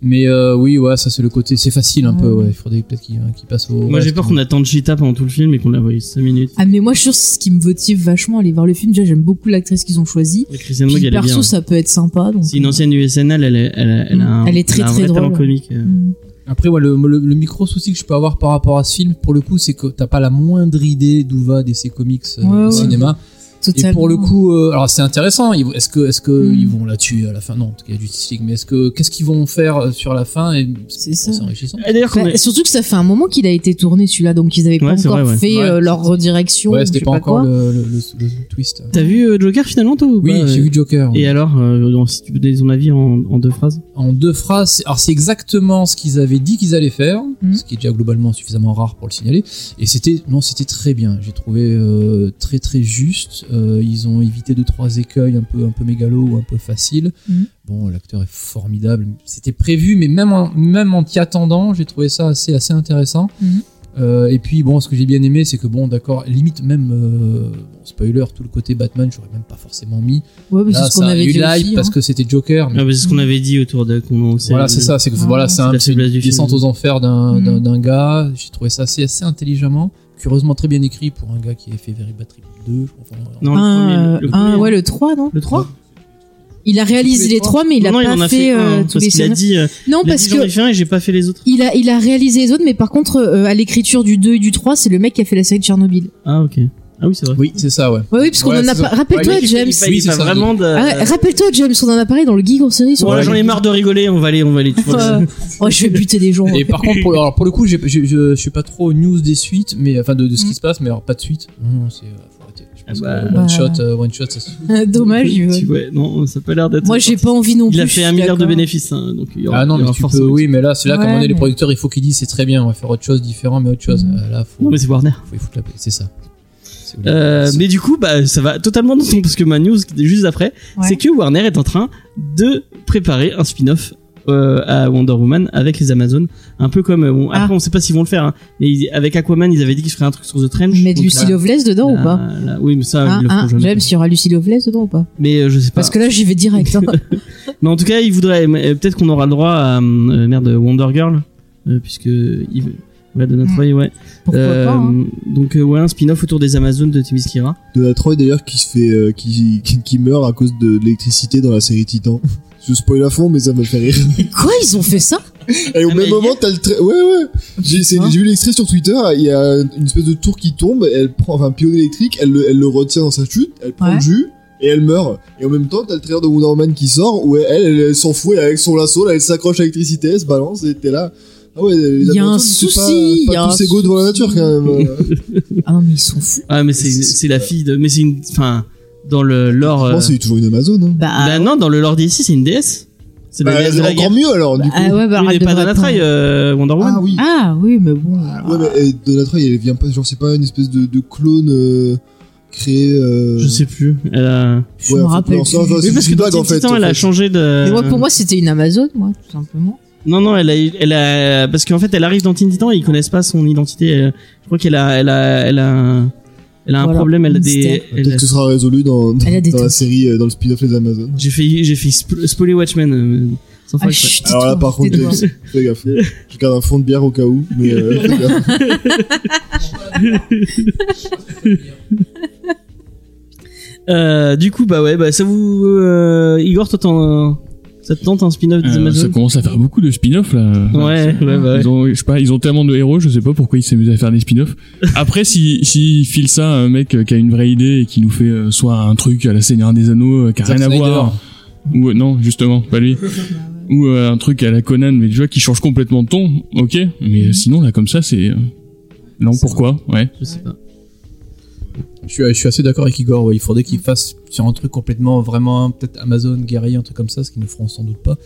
F: Mais euh, oui, ouais, ça, c'est le côté. C'est facile un peu.
C: Mm.
F: Ouais, il faudrait peut-être qu'il hein, qu'il passe au.
B: Moi, j'ai peur qu'on attende Cheetah pendant tout le film et qu'on la voie 5 minutes.
C: Ah, mais moi, je suis sûre, c'est ce qui me motive vachement à aller voir le film. Déjà, j'aime beaucoup l'actrice qu'ils ont choisie.
B: Et Kristen
C: Puis,
B: Wiig, elle est
C: perso,
B: bien. hein.
C: ça peut être sympa. Donc... euh,
B: C'est une ancienne USNL, elle, est- elle, a- elle a un,
C: Elle est très,
B: a un
C: très
B: vrai talent
C: drôle.
B: comique. euh.
C: Mm.
F: Après, ouais, le, le- le micro souci que je peux avoir par rapport à ce film, pour le coup, c'est que t'as pas la moindre idée d'où va DC Comics euh,
C: Ouais,
F: au
C: ouais.
F: cinéma.
C: Totalement.
F: Et pour le coup, euh, alors c'est intéressant. ils vont- Est-ce que, est-ce que
C: Mm.
F: ils vont la tuer à la fin Non, en tout cas, il y a du League. Mais est-ce que, qu'est-ce qu'ils vont faire euh, sur la fin Et
C: C'est ça.
F: C'est enrichissant.
B: Et D'ailleurs, qu'on
C: Bah,
B: est-
C: Surtout que ça fait un moment qu'il a été tourné celui-là, donc ils avaient pas
B: Ouais, c'est
C: encore
B: vrai, ouais.
C: fait
F: Ouais.
C: euh, leur redirection.
F: Ouais,
C: ou je
F: c'était
C: sais
F: pas encore
C: quoi.
F: le, le- le- le twist.
B: t'as vu euh, Joker finalement, toi ou
F: Oui,
B: pas
F: j'ai vu Joker.
B: Et alors, euh, dans- si tu peux donner ton avis en, en deux phrases
F: En deux phrases, c'est- alors c'est exactement ce qu'ils avaient dit qu'ils allaient faire,
C: Mhm.
F: ce qui est déjà globalement suffisamment rare pour le signaler. Et c'était, non, c'était très bien. J'ai trouvé euh, très très juste. Euh, ils ont évité deux trois écueils un peu un peu mégalo ou un peu facile.
C: Mhm.
F: Bon, l'acteur est formidable. C'était prévu, mais même en, même en t'y attendant, j'ai trouvé ça assez assez intéressant.
C: Mhm.
F: Euh, et puis bon, ce que j'ai bien aimé, c'est que bon, d'accord, limite même euh, bon, spoiler, tout le côté Batman, j'aurais même pas forcément mis.
C: Ouais, mais
F: Là,
C: c'est ce qu'on
F: ça a
C: avait
F: eu
C: dit
F: live
C: aussi,
F: parce
C: hein.
F: que c'était Joker. mais
B: Ah, bah, C'est ce qu'on avait dit autour de. qu'on- euh,
F: voilà, c'est ça, c'est que
C: Ah,
F: voilà, c'est
C: c'est
F: un
B: la
F: c'est
B: faiblesse
F: une
B: du film.
F: descente aux enfers d'un
C: Mm.
F: d'un- d'un gars. J'ai trouvé ça assez, assez intelligemment, curieusement très bien écrit pour un gars qui avait fait Very Bad Trip 2. je crois, enfin,
B: Non, le
C: Un,
B: premier. Le,
C: un-
B: premier,
F: hein.
C: ouais, le 3, non
B: le 3
C: Il a réalisé les trois, mais il a
B: non,
C: pas
B: il en a
C: fait,
B: fait,
C: euh,
B: un,
C: tous
B: parce
C: les
B: qu'il a
C: scénarios.
B: dit. euh,
C: Non,
B: il a
C: parce
B: dit, j'en
C: que
B: ai fait un et j'ai pas fait les autres.
C: il a, il a réalisé les autres, mais par contre, euh, à l'écriture du 2 et du 3, c'est le mec qui a fait la série de Tchernobyl.
B: Ah, ok. Ah oui, c'est vrai.
F: Oui, c'est ça, ouais.
C: Ouais, oui, parce qu'on
F: Ouais,
C: en a
F: c'est
C: pas.
F: ça.
C: Rappelle-toi,
F: Ouais, il-
C: James.
F: Oui, c'est ça.
B: vraiment
E: euh,
B: de.
C: Ah ouais, Rappelle-toi, James, on en a parlé dans le Geek en série. sur-
B: Bon, là,
F: Ouais.
B: j'en ai marre de rigoler, on va aller, on va aller. tu vois.
C: Euh, oh, je vais buter des gens.
F: Et par contre, pour, alors, pour le coup, j'ai- j'ai- je je suis pas trop news des suites, mais enfin de, de ce qui
C: Mm.
F: se passe, mais alors pas de suite. Non, c'est euh, faut arrêter. Je pense
B: Ah bah.
F: que one
C: Bah.
F: shot, euh, one shot, ça se-
C: Dommage.
B: Tu-
C: il veut-
B: ouais, non, ça a pas l'air d'être.
C: Moi, j'ai pas envie non plus.
B: Il a
C: je suis
B: fait un milliard de
C: d'accord.
B: bénéfices, hein, donc il y aura,
F: Ah non,
B: il y
F: mais
B: aura
F: tu peux,
B: forcément-
F: oui, mais là, c'est là comme
C: Ouais,
F: on est les
C: mais-
F: producteurs, il faut qu'ils disent c'est très bien, on va faire autre chose différent, mais autre chose.
C: Mm.
F: Euh, Là, faut,
B: Non, mais c'est Warner.
F: faut y foutre la paix, c'est ça. C'est-
B: Euh, mais du coup, bah, ça va totalement dans ton parce que ma news qui était juste après,
C: Ouais.
B: c'est que Warner est en train de préparer un spin-off euh, à Wonder Woman avec les Amazones, un peu comme euh, bon,
C: Ah.
B: après on sait pas s'ils vont le faire, hein, mais ils- avec Aquaman ils avaient dit qu'ils feraient un truc sur The Trench.
C: Mais de
B: donc
C: Lucy
B: là-
C: Loveless dedans
B: là-
C: ou pas
B: là- Oui, mais ça
C: Hein,
B: ils le
C: hein,
B: feront jamais.
C: James, il y aura Lucy Loveless dedans ou pas
B: Mais euh, je sais pas.
C: Parce que là, j'y vais direct. hein.
B: Mais en tout cas, ils voudraient mais, euh, peut-être qu'on aura le droit à euh, merde Wonder Girl, euh, puisque ils- euh, Ouais, de notre
C: Mm.
B: œil, ouais.
C: Pourquoi
B: Euh,
C: pas hein.
B: Donc, euh, ouais, un spin-off autour des Amazones de Timiskira.
E: De la Troy d'ailleurs qui se fait euh, qui, qui, qui meurt à cause de, de l'électricité dans la série Titan. Je spoil à fond mais ça me fait rire.
C: Quoi, ils ont fait ça
E: Et au
B: Ah, mais
E: même
B: il y
E: moment t'as le trait. Ouais ouais. J'ai c'est-
C: Hein
B: Putain.
E: j'ai vu l'extrait sur Twitter. Il y a une espèce de tour qui tombe. Elle prend enfin un pion électrique. Elle le, elle le retient dans sa chute. Elle prend
C: Ouais.
E: le jus et elle meurt. Et en même temps t'as le trailer de Wonder Woman qui sort où elle elle, elle s'en fout. Elle, avec son lasso là elle s'accroche à l'électricité. Elle se balance et t'es là. Ah ouais. les
C: Il y a un
E: Amazones, c'est
C: souci,
E: pas-
C: il y
E: Pas,
C: a un
E: tous égaux devant la nature quand même.
C: Ah non, mais ils sont fous.
B: Ah, mais c'est
E: C'est-
B: c'est la fille de. Mais c'est une. Enfin, dans le lore.
E: Je
B: euh,
E: pense c'est toujours une Amazone. Hein.
C: Bah,
B: Bah non, dans le lore d'ici, c'est une déesse. C'est la
E: Bah,
B: déesse de la guerre.
E: encore mieux alors du coup.
C: ah ouais, bah,
B: Oui, mais
C: arrête de
B: pas
C: me
B: Danatrail,
C: répondre.
B: euh, Wonder Woman.
E: Ah oui.
C: Ah oui, mais bon.
E: Ouais, mais euh, Donatroy, elle vient pas, genre, c'est pas une espèce de, de clone euh, créé. Euh...
B: Je sais plus. Elle a...
C: je
E: ouais,
C: me
E: en fait,
C: rappelle.
E: non, ça, ça,
C: plus.
E: c'est
B: Oui, parce
E: une
B: que dans
E: blague, en
B: Teen
E: fait,
B: Titan,
E: en
B: elle a
E: fait.
B: changé de.
C: Mais moi, pour moi, c'était une Amazone, moi, tout simplement.
B: Non, non, elle a, eu- elle a, parce qu'en fait, elle arrive dans Teen Titan et ils connaissent pas son identité. Euh, Je crois qu'elle a, elle a, elle a, un- elle a un
C: Voilà.
B: problème. Elle a
C: Mystère.
B: des. elle
E: Peut-être
B: a-
E: que ce sera résolu dans, dans,
C: Elle a des
E: dans la
C: trucs.
E: série, euh, dans le spin-off Les Amazones.
B: J'ai fait, j'ai fait spo- spoiler Watchmen. euh, sans faire
C: Ah,
B: exprès.
C: chut,
E: Alors là, par contre,
C: tais-toi.
E: euh, fais gaffe. Je garde un fond de bière au cas où, mais euh, fais gaffe.
B: Euh, du coup, bah ouais, bah ça vous, euh, Igor, toi, t'en- ça te tente un spin-off des
D: Euh, ça
B: Amazones
D: commence à faire beaucoup de spin-off là.
B: Ouais, ouais, bah ouais.
D: Ils ont, je sais pas, ils ont tellement de héros, je sais pas pourquoi ils s'amusent à faire des spin-offs. Après, si, si file ça à un mec euh, qui a une vraie idée et qui nous fait euh, soit un truc à la Seigneur des Anneaux euh, qui a
F: Zack
D: rien à
F: Snyder.
D: voir, ou euh, non, justement, pas lui, ou euh, un truc à la Conan, mais tu vois, qui change complètement de ton, ok, mais euh, sinon là comme ça, c'est euh, non
B: C'est
D: pourquoi, ouais.
B: Je sais pas.
F: Je suis, je suis assez d'accord avec Igor. ouais. Il faudrait
C: Mm.
F: qu'ils fassent sur un truc complètement, vraiment, hein, peut-être Amazon, guerrier, un truc comme ça, ce qu'ils ne feront sans doute pas,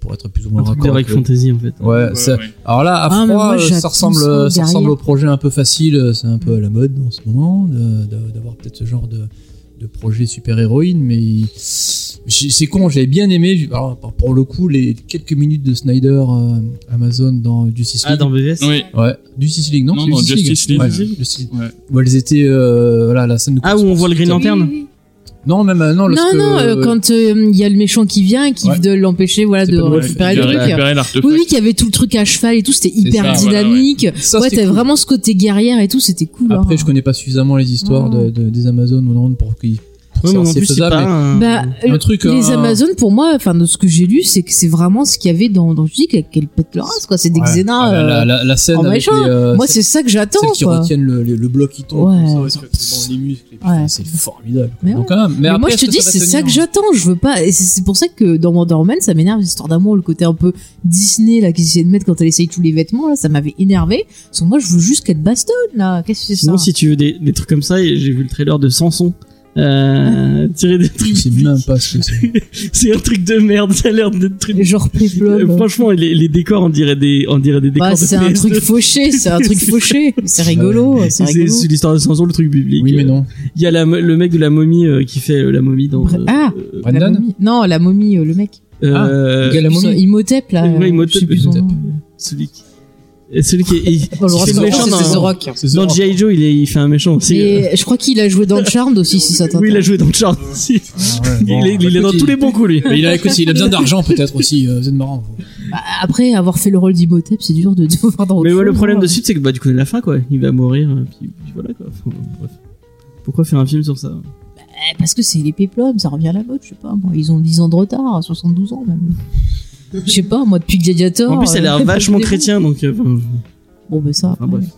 F: pour être plus ou moins
B: Un truc
F: raccord
B: avec
F: avec le-
B: Fantasy, en fait.
F: Ouais, ça-
D: ouais.
F: alors là, à
C: Ah, mais
F: froid,
C: moi,
F: euh,
C: j'attends Mm.
F: ça ressemble,
C: ça
F: euh, ça
C: derrière.
F: ressemble au projet un peu facile. euh, C'est un peu à la mode en ce moment de- de- d'avoir peut-être ce genre de, de projet super-héroïne, mais j'ai- c'est con. J'avais bien aimé, vu- alors, pour- pour le coup, les quelques minutes de Snyder euh, Amazon dans Justice
B: Ah,
F: League.
B: dans BVS.
D: Oui.
F: Ouais, Justice League, non
D: Non,
F: C'est
D: non, Justice League.
F: Ouais,
D: Justice
F: Justice League.
D: Ouais.
F: Où elles étaient, euh, voilà, la scène de
B: Ah, où on voit le Green
F: Non,
B: Lantern
F: non même euh,
C: Non,
F: non, lorsque-
C: non, euh, quand euh, il y a le méchant qui vient et qui
F: Ouais.
C: veut l'empêcher voilà,
F: C'est
C: de
F: pas mal.
C: récupérer
D: Il
C: le
D: a
C: truc.
D: récupéré l'artefact.
C: Oui, oui, qu'il y avait tout le truc à cheval et tout, c'était hyper
F: ça,
D: voilà,
C: dynamique.
F: Ça,
C: ouais,
F: c'était
C: t'avais
F: cool.
C: vraiment ce côté guerrière et tout, c'était cool.
F: Après,
C: hein.
F: je connais pas suffisamment les histoires de, de- des Amazones ou non pour qu'ils.
B: Ouais, mais
F: ça,
B: en
F: c'est
B: plus, c'est
F: faisable,
B: pas
F: mais-
B: un-
C: Bah,
F: Un
C: euh,
F: truc,
C: les
F: un-
C: Amazones, pour moi, enfin, de ce que j'ai lu, c'est que c'est vraiment ce qu'il y avait dans, dans je dis qu'elles qu'elles pètent leur race, quoi. C'est des
F: Ouais.
C: Xena.
F: Ah, la-
C: euh,
F: la, la- la scène
C: en
F: avec
C: machin.
F: les, euh,
C: moi,
F: celles-
C: c'est ça que j'attends,
F: celles qui
C: quoi.
F: retiennent le, le, le bloc qui tombe.
C: Ouais.
F: comme ça, ouais, ça fait dans les muscles, et putain,
C: Ouais.
F: C'est formidable.
C: Mais
F: Donc, hein,
C: Mais
F: après,
C: moi, je
F: est-ce
C: te dis,
F: va
C: c'est ça
F: tenir hein.
C: que j'attends. Je veux pas. Et c'est- c'est pour ça que dans Wonder Woman, ça m'énerve l'histoire d'amour, le côté un peu Disney là qu'ils essayaient de mettre quand elle essaye tous les vêtements là, ça m'avait énervé. Parce que moi, je veux juste qu'elle bastonne là. Qu'est-ce que c'est ça
B: Sinon, si tu veux des, des trucs comme ça, et j'ai vu le trailer de Samson. Euh, tirer des trucs.
F: Je sais même pas ce que c'est.
B: C'est un truc de merde, ça a l'air d'être truc.
C: Genre
B: Euh,
C: Peplum.
B: Franchement, les, les décors, on dirait des, on dirait des décors
C: Bah,
B: de
C: c'est un
B: PS2.
C: truc fauché, c'est un truc
B: C'est-
C: fauché. C'est rigolo, c'est
B: C'est
C: rigolo.
B: c'est l'histoire de Samson, le truc biblique.
F: Oui, mais non.
B: Il y a la, le mec de la momie euh, qui fait euh, la momie dans.
C: Bra- ah
B: euh,
C: La
F: Brandon
C: momie. Non, la momie, euh, le mec.
B: euh,
F: Il y a la
C: Putain,
F: momie.
C: Imhotep là.
B: Ouais,
C: euh,
B: Imhotep,
C: je sais plus son
F: Imhotep.
C: nom. Oh,
B: celui qui. et Celui qui est. il-
C: Bon, le
B: il
C: roi
B: fait
C: de
B: le méchant
C: Sauron, c'est The
B: dans,
C: Rock.
F: C'est
B: dans
F: ça.
B: G.I. Joe, il, est- il fait un méchant aussi. euh.
C: Et je crois qu'il a joué dans Charmed aussi, si ça t'intéresse.
B: Oui, il a joué dans Charles aussi.
F: Ah ouais, bon.
B: il, est, il est dans tous les bons coups, lui.
F: Mais il a, écoute, il a besoin d'argent peut-être aussi, euh, c'est marrant.
C: Bah, Après avoir fait le rôle d'Imhotep, c'est dur de de voir dans autre
B: Mais ouais, le
C: chose,
B: problème
C: hein.
B: de suite, c'est que bah, du coup, la fin, quoi. Il va mourir, euh, puis, puis voilà, quoi. Enfin, bref. Pourquoi faire un film sur ça
C: Eh, Parce que c'est les péplums, ça revient à la mode, je sais pas. Moi, ils ont 10 ans de retard, 72 ans même. Je sais pas, moi, depuis Gladiator.
B: En plus, elle a
C: euh,
B: l'air vachement
C: des bons.
B: chrétien, donc. euh, enfin,
C: Bon, ben ça.
B: enfin,
C: après.
B: Ah, bref.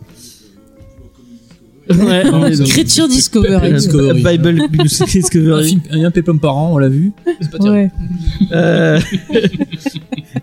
B: Ouais,
F: Non,
B: ouais,
F: c'est-
B: donc,
C: Chrétien Discovery.
B: euh,
F: Discovery.
B: Bible
F: Un,
B: Discovery.
F: film, un péplum par an, on l'a vu. C'est pas terrible.
C: Ouais.
B: Euh,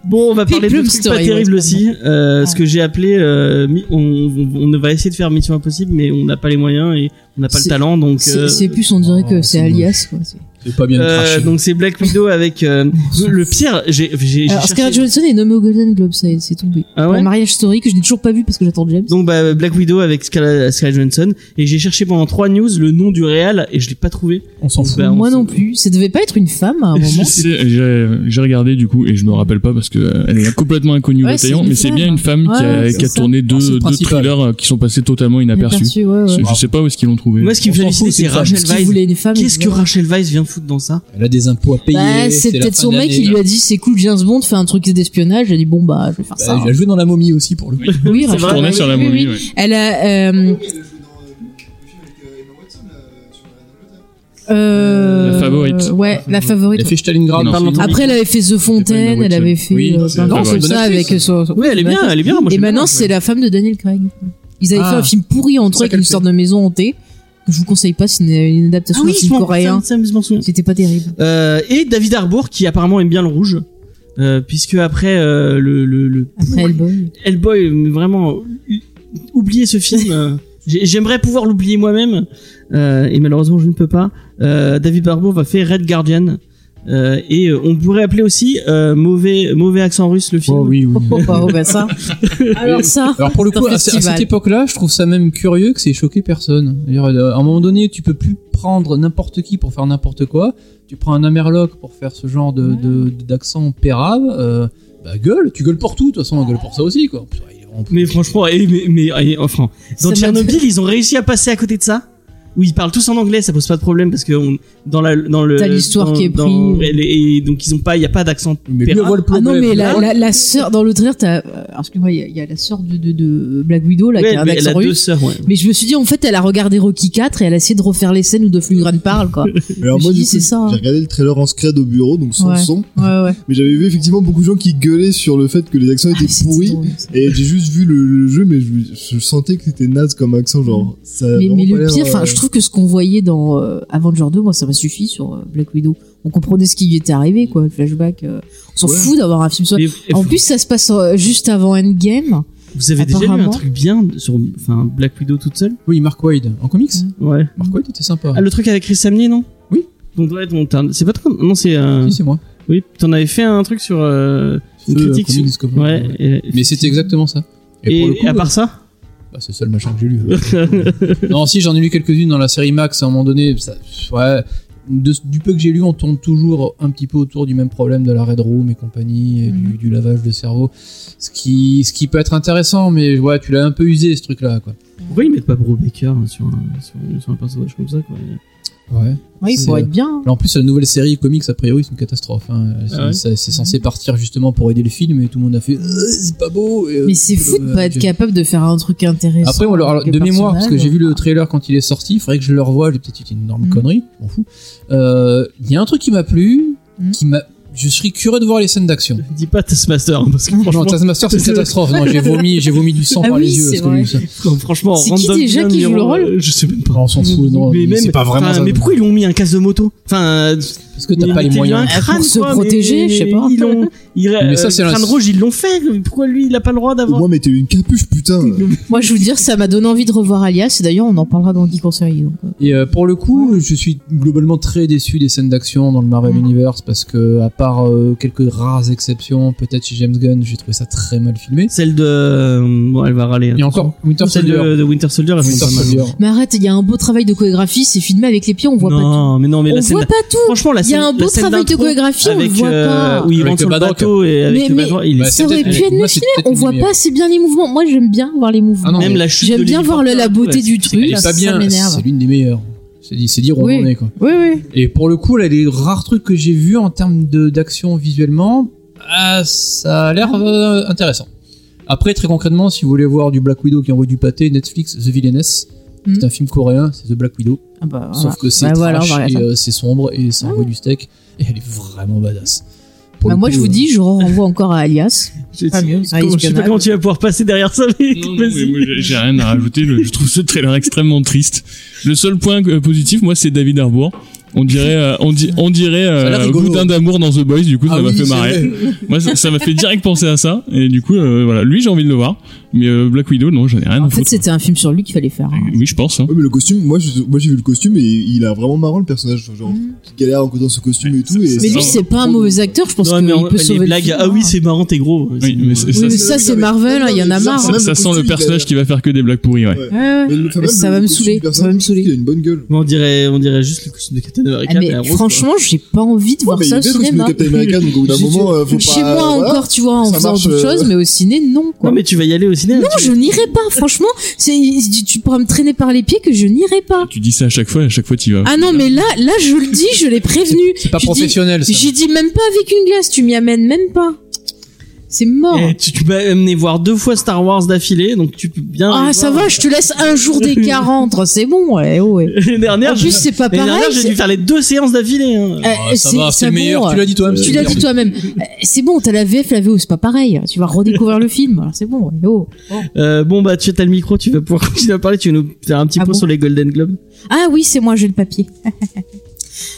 B: bon, on va parler de
C: Peplum
B: trucs pas
C: Story,
B: terribles
C: ouais,
B: aussi. Euh, Ce
C: Ah.
B: que j'ai appelé, euh, mi- on, on, on va essayer de faire Mission Impossible, mais on n'a pas les moyens et on n'a pas le
C: C'est-
B: talent, donc.
C: C'est
B: euh,
C: c'est plus, on dirait
F: oh,
C: que c'est
F: c'est moche.
C: alias, quoi. c'est-
F: C'est pas bien
B: euh,
F: craché.
B: donc c'est Black Widow avec euh, le- le pire. J'ai, j'ai, j'ai
C: Alors, Scarlett
B: cherché-
C: Johansson est nommée au Golden Globe, ça y est, c'est tombé.
B: Ah
C: Pour
B: ouais.
C: un mariage story que je n'ai toujours pas vu parce que j'attends James.
B: Donc bah, Black Widow avec Scarlett Scarlett Johansson et j'ai cherché pendant trois news le nom du réal et je l'ai pas trouvé.
F: on s'en fout.
B: bah, on
C: moi
B: se-
C: non plus. Ça devait pas être une femme à un
D: Je
C: moment.
D: sais, J'ai j'ai regardé du coup et je me rappelle pas parce que euh, elle est complètement inconnue
C: Ouais,
D: au
C: c'est
D: bataillon,
C: une
D: mais c'est
C: femme.
D: bien une femme qui a,
C: Ouais,
D: qui a
C: c'est ça.
D: tourné
F: Alors, Ah, c'est le
D: deux, deux
F: principal.
D: thrillers euh, qui sont passés totalement inaperçus.
C: Aperçu, ouais, ouais.
D: Je sais pas où est-ce qu'ils l'ont trouvé.
B: Moi ce qui me
F: On
B: fait
F: s'en
B: halluciner
F: fout,
B: c'est
F: c'est pas-
B: Rachel
C: Parce qu'il
B: Weisz.
C: voulait une femme.
B: Qu'est-ce que
C: il voulait-
B: Rachel Weisz vient foutre dans ça
F: Elle a des impôts à payer.
C: Bah, c'est
F: la
C: peut-être
F: fin
C: son
F: de
C: mec
F: l'année.
C: qui lui a dit c'est cool James Bond fait un truc d'espionnage. Elle a dit bon bah je vais faire
F: Bah,
C: ça.
F: Elle a joué dans la momie aussi pour le coup.
C: Oui,
B: C'est
C: Raphaël.
B: vrai.
D: Tourné sur la
C: Oui, oui.
D: momie, ouais.
C: Elle a euh,
E: Elle a joué dans euh, le film avec euh, Emma Watson là, sur la reine d'Angleterre.
C: euh,
D: La favorite.
C: Ouais, la
F: Elle a
C: favorite.
F: fait Stalingrad.
D: Non.
F: aussi.
B: Pardon,
C: Après, elle avait fait The Fontaine,
F: Emma
C: elle avait
F: Watson.
C: fait
F: Oui,
C: euh,
E: c'est
C: plein de
E: vrai,
C: trucs comme
F: bonne
C: ça
F: actrice.
C: avec son.
B: Ouais, elle est bien, elle est bien. Moi,
C: Et
B: j'aime
C: maintenant,
B: bien,
C: c'est la femme de Daniel Craig. Ils avaient
B: Ah.
C: fait un film pourri entre
F: C'est
C: eux
F: ça
C: avec
F: qu'elle
C: une sorte de maison hantée. Que je vous conseille pas, c'est une, une adaptation
B: Ah oui,
C: d'un
B: je
C: film
B: m'en-
C: coréen.
B: ça- ça, je m'en souviens.
C: C'était pas terrible.
B: Euh, et David Harbour qui apparemment aime bien le rouge. Euh, puisque après euh, le, le, le
C: Après Hellboy.
B: Hellboy, mais vraiment, u- oubliez ce film. euh, j'ai- J'aimerais pouvoir l'oublier moi-même, euh, et malheureusement je ne peux pas. Euh, David Barbour va faire Red Guardian, euh, et euh, on pourrait appeler aussi euh, mauvais mauvais accent russe le film.
F: Oh, oui, oui.
C: Pourquoi pas Oh bah ça. Alors ça.
F: Alors pour le
C: C'est un
F: coup, à, à cette
C: festival.
F: époque-là, je trouve ça même curieux que c'est choqué personne. C'est-à-dire, euh, À un moment donné, tu peux plus prendre n'importe qui pour faire n'importe quoi. Tu prends un Amerloc pour faire ce genre de de- d'accent pérave. euh, bah gueule, tu gueules pour tout. De toute façon, on gueule pour ça aussi quoi. Putain, il est vraiment
B: Mais
F: pourri.
B: franchement, et, mais, eh, mais et, enfin,
C: Ça
B: dans
C: m'a-
B: Tchernobyl, ils ont réussi à passer à côté de ça. Où ils parlent tous en anglais, ça pose pas de problème parce que on, dans la dans le
C: T'as l'histoire
B: dans-
C: qui est
B: dans-
C: pris.
B: et, les- et donc ils ont pas, il y a pas d'accent.
F: Mais lui,
B: pérave.
F: avoir le
C: Ah non
F: problème.
C: mais la,
B: là.
C: la, la sœur dans le trailer t'as euh, alors, excuse-moi il y a- il y, a la sœur de, de, de Black Widow là
B: Ouais,
C: qui a un
B: mais elle a
C: accent
B: deux
C: russe
B: sœurs. Ouais.
C: mais je me suis dit en fait elle a regardé Rocky 4 et elle a essayé de refaire les scènes où Dolph Lundgren parle quoi ouais
E: Mais Alors
C: Je
E: moi,
C: dis,
E: du
C: c'est
E: coup,
C: ça, hein.
E: j'ai regardé le trailer en scred au bureau, donc sans
C: Ouais.
E: son.
C: ouais
E: Mais j'avais vu effectivement beaucoup de gens qui gueulaient sur le fait que les accents
C: Ah, mais
E: étaient
C: c'était
E: pourris.
C: drôle, ça.
E: Et j'ai juste vu le, le jeu, mais je, je sentais que c'était naze comme accent, genre. Ça a
C: mais,
E: vraiment
C: mais
E: pas
C: le
E: l'air,
C: pire enfin
E: euh,
C: je trouve que ce qu'on voyait dans euh, Avenger 2 moi ça m'a suffi sur euh, Black Widow on comprenait ce qui lui était arrivé quoi le flashback euh, on s'en
E: Ouais.
C: fout d'avoir un film sur
B: Mais- eh,
C: en plus ça se passe euh, juste avant Endgame
B: Vous avez déjà lu un
C: Apparemment.
B: truc bien sur enfin Black Widow toute seule
F: Oui, Mark Wade en comics.
B: Ouais.
F: Mark Wade était sympa.
B: Ah, le truc avec Chris Samney, non
F: Oui.
B: Donc ouais, donc, t'as- c'est pas toi Non, c'est euh,
F: Si, c'est moi.
B: oui, t'en avais fait un truc sur euh, une
F: Feu,
B: critique.
F: Comics
B: sur-
F: Discovery.
B: Ouais. et-
F: Mais c'était exactement ça.
B: Et,
F: pour le coup,
B: à part ça
F: bah, c'est le seul machin que j'ai lu. Non, si, j'en ai lu quelques-unes dans la série Max à un moment donné. Ça, ouais, de- du peu que j'ai lu, on tourne toujours un petit peu autour du même problème de la Red Room et compagnie, et
B: Mmh.
F: du, du lavage de cerveau. Ce qui, ce qui peut être intéressant, mais ouais, tu l'as un peu usé ce truc-là. quoi.
B: Pourquoi ils mettent pas Bro Baker hein, sur un, sur, un- sur un personnage comme ça quoi
F: Ouais.
C: ouais il
F: C'est-
C: pourrait être bien hein.
F: Là, en plus, la nouvelle série comics, a priori, c'est une catastrophe. hein. C'est-
B: Ah ouais
F: ça- C'est
C: Mhm.
F: censé partir justement pour aider le film, et tout le monde a fait Euh, c'est pas beau. et, euh,
C: mais c'est fou de pas être
F: j'ai-
C: capable de faire un truc intéressant
F: Après, on leur- alors,
C: avec
F: de
C: le
F: mémoire, parce
C: personnage.
F: que j'ai vu le trailer quand il est sorti, il faudrait que je le revoie, j'ai peut-être dit une énorme
C: Mhm.
F: connerie, je m'en fous. Euh, Il y a un truc qui m'a plu,
C: Mhm.
F: qui m'a. Je serais curieux de voir les scènes d'action.
B: Dis pas Taskmaster hein, parce que
F: Non,
B: franchement,
F: Taskmaster, c'est une catastrophe. Non, j'ai vomi, j'ai vomi du sang
C: Ah
F: par
C: oui,
F: les yeux.
C: c'est
F: parce que j'ai vu ça.
B: quand- franchement,
C: C'est qui
B: random
C: déjà
B: villain
C: qui joue le
B: numéro-
C: rôle
B: euh, Je sais même pas.
F: Non, on s'en fout, non.
B: mais même,
F: Oh, c'est pas vraiment.
B: enfin,
F: ça.
B: mais pourquoi ils lui ont mis un casque de moto Enfin, euh,
F: Parce que t'as
B: il
F: pas les
B: était bien
F: moyens.
B: Un crâne,
C: Pour se
B: quoi,
C: protéger,
B: mais
C: je sais pas.
B: Ils l'ont, ils,
F: Mais ça,
B: euh,
F: c'est
B: le
F: la-
B: crâne rouge, ils l'ont fait. Pourquoi lui, il a pas le droit
E: Au
B: d'avoir
E: moins, mettez une capuche, putain.
C: Moi, je veux dire, ça m'a donné envie de revoir Alias. Et d'ailleurs, on en parlera dans Geek en série. donc, euh.
F: Et euh, pour le coup, je suis globalement très déçu des scènes d'action dans le Marvel
C: Mhm.
F: Universe parce que, à part euh, quelques rares exceptions, peut-être chez James Gunn, j'ai trouvé ça très mal filmé.
B: Celle de. euh, Bon, elle va râler.
F: Et encore, Winter
B: Celle
F: Soldier.
B: de, de Winter Soldier, elle
F: Winter
B: pas mal.
F: Soldier.
C: Mais arrête, il y a un beau travail de chorégraphie. C'est filmé avec les pieds, on voit pas
B: non, mais non, mais
C: tout.
B: la
C: on
B: scène.
C: voit pas tout.
B: Franchement, la
C: Il y
B: scène.
C: a un
B: la
C: beau
B: scène
C: travail de
B: d'intro
C: chorégraphie, on
B: avec,
C: voit
B: euh,
C: pas.
B: Où il
F: Avec
B: rentre
F: le
B: sur le
F: Badoc.
B: bateau et avec
C: Mais-
B: le
C: mais-
B: bateau. il est-
F: Ouais,
C: Ça aurait
F: peut-être-
C: pu être
F: moi,
C: mieux
F: c'est
C: filmé.
F: peut-être
C: On
F: une
C: voit
F: meilleure.
C: pas assez bien les mouvements. Moi, j'aime bien voir les mouvements.
F: Ah non,
B: Même la chute.
C: J'aime
B: de
C: bien
B: Lily
C: voir le-
B: Porter,
C: la beauté
B: ouais,
C: du
B: c'est-
C: truc.
F: Elle est
C: ça
F: pas bien,
C: m'énerve.
F: c'est l'une des meilleures. C'est di- c'est dire où
C: Oui.
F: on en est quoi.
C: Oui, oui.
F: Et pour le coup, là, les rares trucs que j'ai vus en termes de- d'action visuellement, ah, ça a l'air euh, intéressant. Après, très concrètement, si vous voulez voir du Black Widow qui envoie du pâté, Netflix, The Villainess,
C: Mhm.
F: c'est un film coréen, c'est The Black Widow,
C: Ah bah,
F: sauf
C: voilà.
F: que c'est
C: Bah voilà, on va
F: trash
C: regarder
F: et
C: ça. Ah
F: euh, c'est sombre et ça envoie du steak et elle est vraiment badass. Pour
C: Bah,
F: le
C: moi,
F: coup,
C: je vous
F: euh,
C: dis, je renvoie encore à Alias.
B: J'ai-
C: Pas mieux,
B: comment-
C: c'est
B: Je sais pas
C: espionnable.
B: comment tu vas pouvoir passer derrière ça, mais.
D: Non, non, mais
B: vas-y.
D: moi, j'ai- j'ai rien à rajouter. Je, je trouve ce trailer extrêmement triste. Le seul point euh, positif, moi, c'est David Harbour. On dirait, euh, on, di- on dirait
F: a l'air
D: euh,
F: rigolo.
D: boudin d'amour dans The Boys. Du coup,
F: Ah
D: ça m'a
F: oui,
D: fait
F: c'est
D: marrer.
F: vrai.
D: Moi, ça ça m'a fait direct penser à ça. Et du coup, euh, voilà, lui, j'ai envie de le voir. Mais euh, Black Widow, non, j'en ai rien
C: En
D: à
C: fait,
D: foutre.
C: c'était un film sur lui qu'il fallait faire. hein.
D: Oui, je pense. hein.
E: Ouais, mais le costume, moi, je- moi, j'ai vu le costume et il a vraiment marrant le personnage, genre,
C: Mm.
E: qui galère en dans ce costume et tout. Et
C: Mais lui,
D: ça,
C: c'est pas un mauvais acteur. Je pense
B: Non, mais on-
C: qu'il peut
B: les
C: sauver le hein.
B: blagues.
C: film.
B: Ah oui, c'est marrant, t'es gros.
D: Oui, mais c'est-
C: Oui,
D: ça,
C: mais
D: c'est-
C: ça, c'est Marvel, hein, il y en a marre.
D: ça,
E: Même
D: ça
E: le
D: sent le
E: costume,
D: personnage
E: il a-
D: qui va faire que des blagues pourries. Ouais.
E: Ouais.
C: Ouais, ouais.
E: Mais le- enfin,
C: Mais
E: même
C: ça
E: le
C: va me
E: costume
C: saouler,
E: du personnage,
C: ça va me
E: je trouve
C: saouler.
E: qu'il a une bonne gueule.
B: Mais on dirait, on dirait juste le costume de Captain
C: Ah,
B: America.
C: mais
B: la rose,
C: franchement, j'ai pas envie de voir
E: Ouais, mais
C: ça au
E: il y a bien le costume
C: cinéma.
E: de Captain America, donc au bout d'un
C: Je-
E: moment, euh, faut pas.
C: Chez moi
E: voilà.
C: encore, tu vois, en
E: Ça
C: faisant
E: marche,
C: d'autres
E: euh.
C: choses, mais au ciné, non.
B: quoi.
C: Quoi.
B: Non, mais tu vas y aller au final,
C: Non,
B: tu-
C: je n'irai pas. Franchement, c'est- tu- tu pourras me traîner par les pieds que je n'irai pas.
D: Tu dis ça à chaque fois, et à chaque fois tu y vas.
C: Ah non, mais là, là, je le dis, je l'ai prévenu.
F: C'est pas
C: Je dis-
F: professionnel, ça.
C: J'ai dit même pas avec une glace, tu m'y amènes même pas. C'est mort.
B: Eh, tu, tu peux amener voir deux fois Star Wars d'affilée, donc tu peux bien.
C: Ah,
B: aller
C: ça
B: voir.
C: va, je te laisse un jour d'écart entre. C'est bon, ouais, eh, ouais.
B: L'année dernière,
C: En plus,
B: je-
C: c'est pas
B: l'année
C: pareil.
B: dernière, j'ai dû faire les deux séances d'affilée. hein.
C: c'est-
F: Ah,
C: euh,
F: ça va, c'est le
C: bon,
F: meilleur,
C: ouais.
F: tu l'as dit toi-même.
C: Tu
F: c'est
C: l'as
F: le
C: dit
F: meilleur.
C: toi-même. Euh, C'est bon, t'as la VF, la VO, c'est pas pareil. Tu vas redécouvrir le film. Alors c'est bon, ouais. oh.
B: Euh, bon, bah, tu as le micro, tu vas pouvoir continuer à parler, tu vas nous faire un petit
C: Ah
B: point
C: bon
B: sur les Golden Globes.
C: Ah oui, c'est moi, j'ai le papier.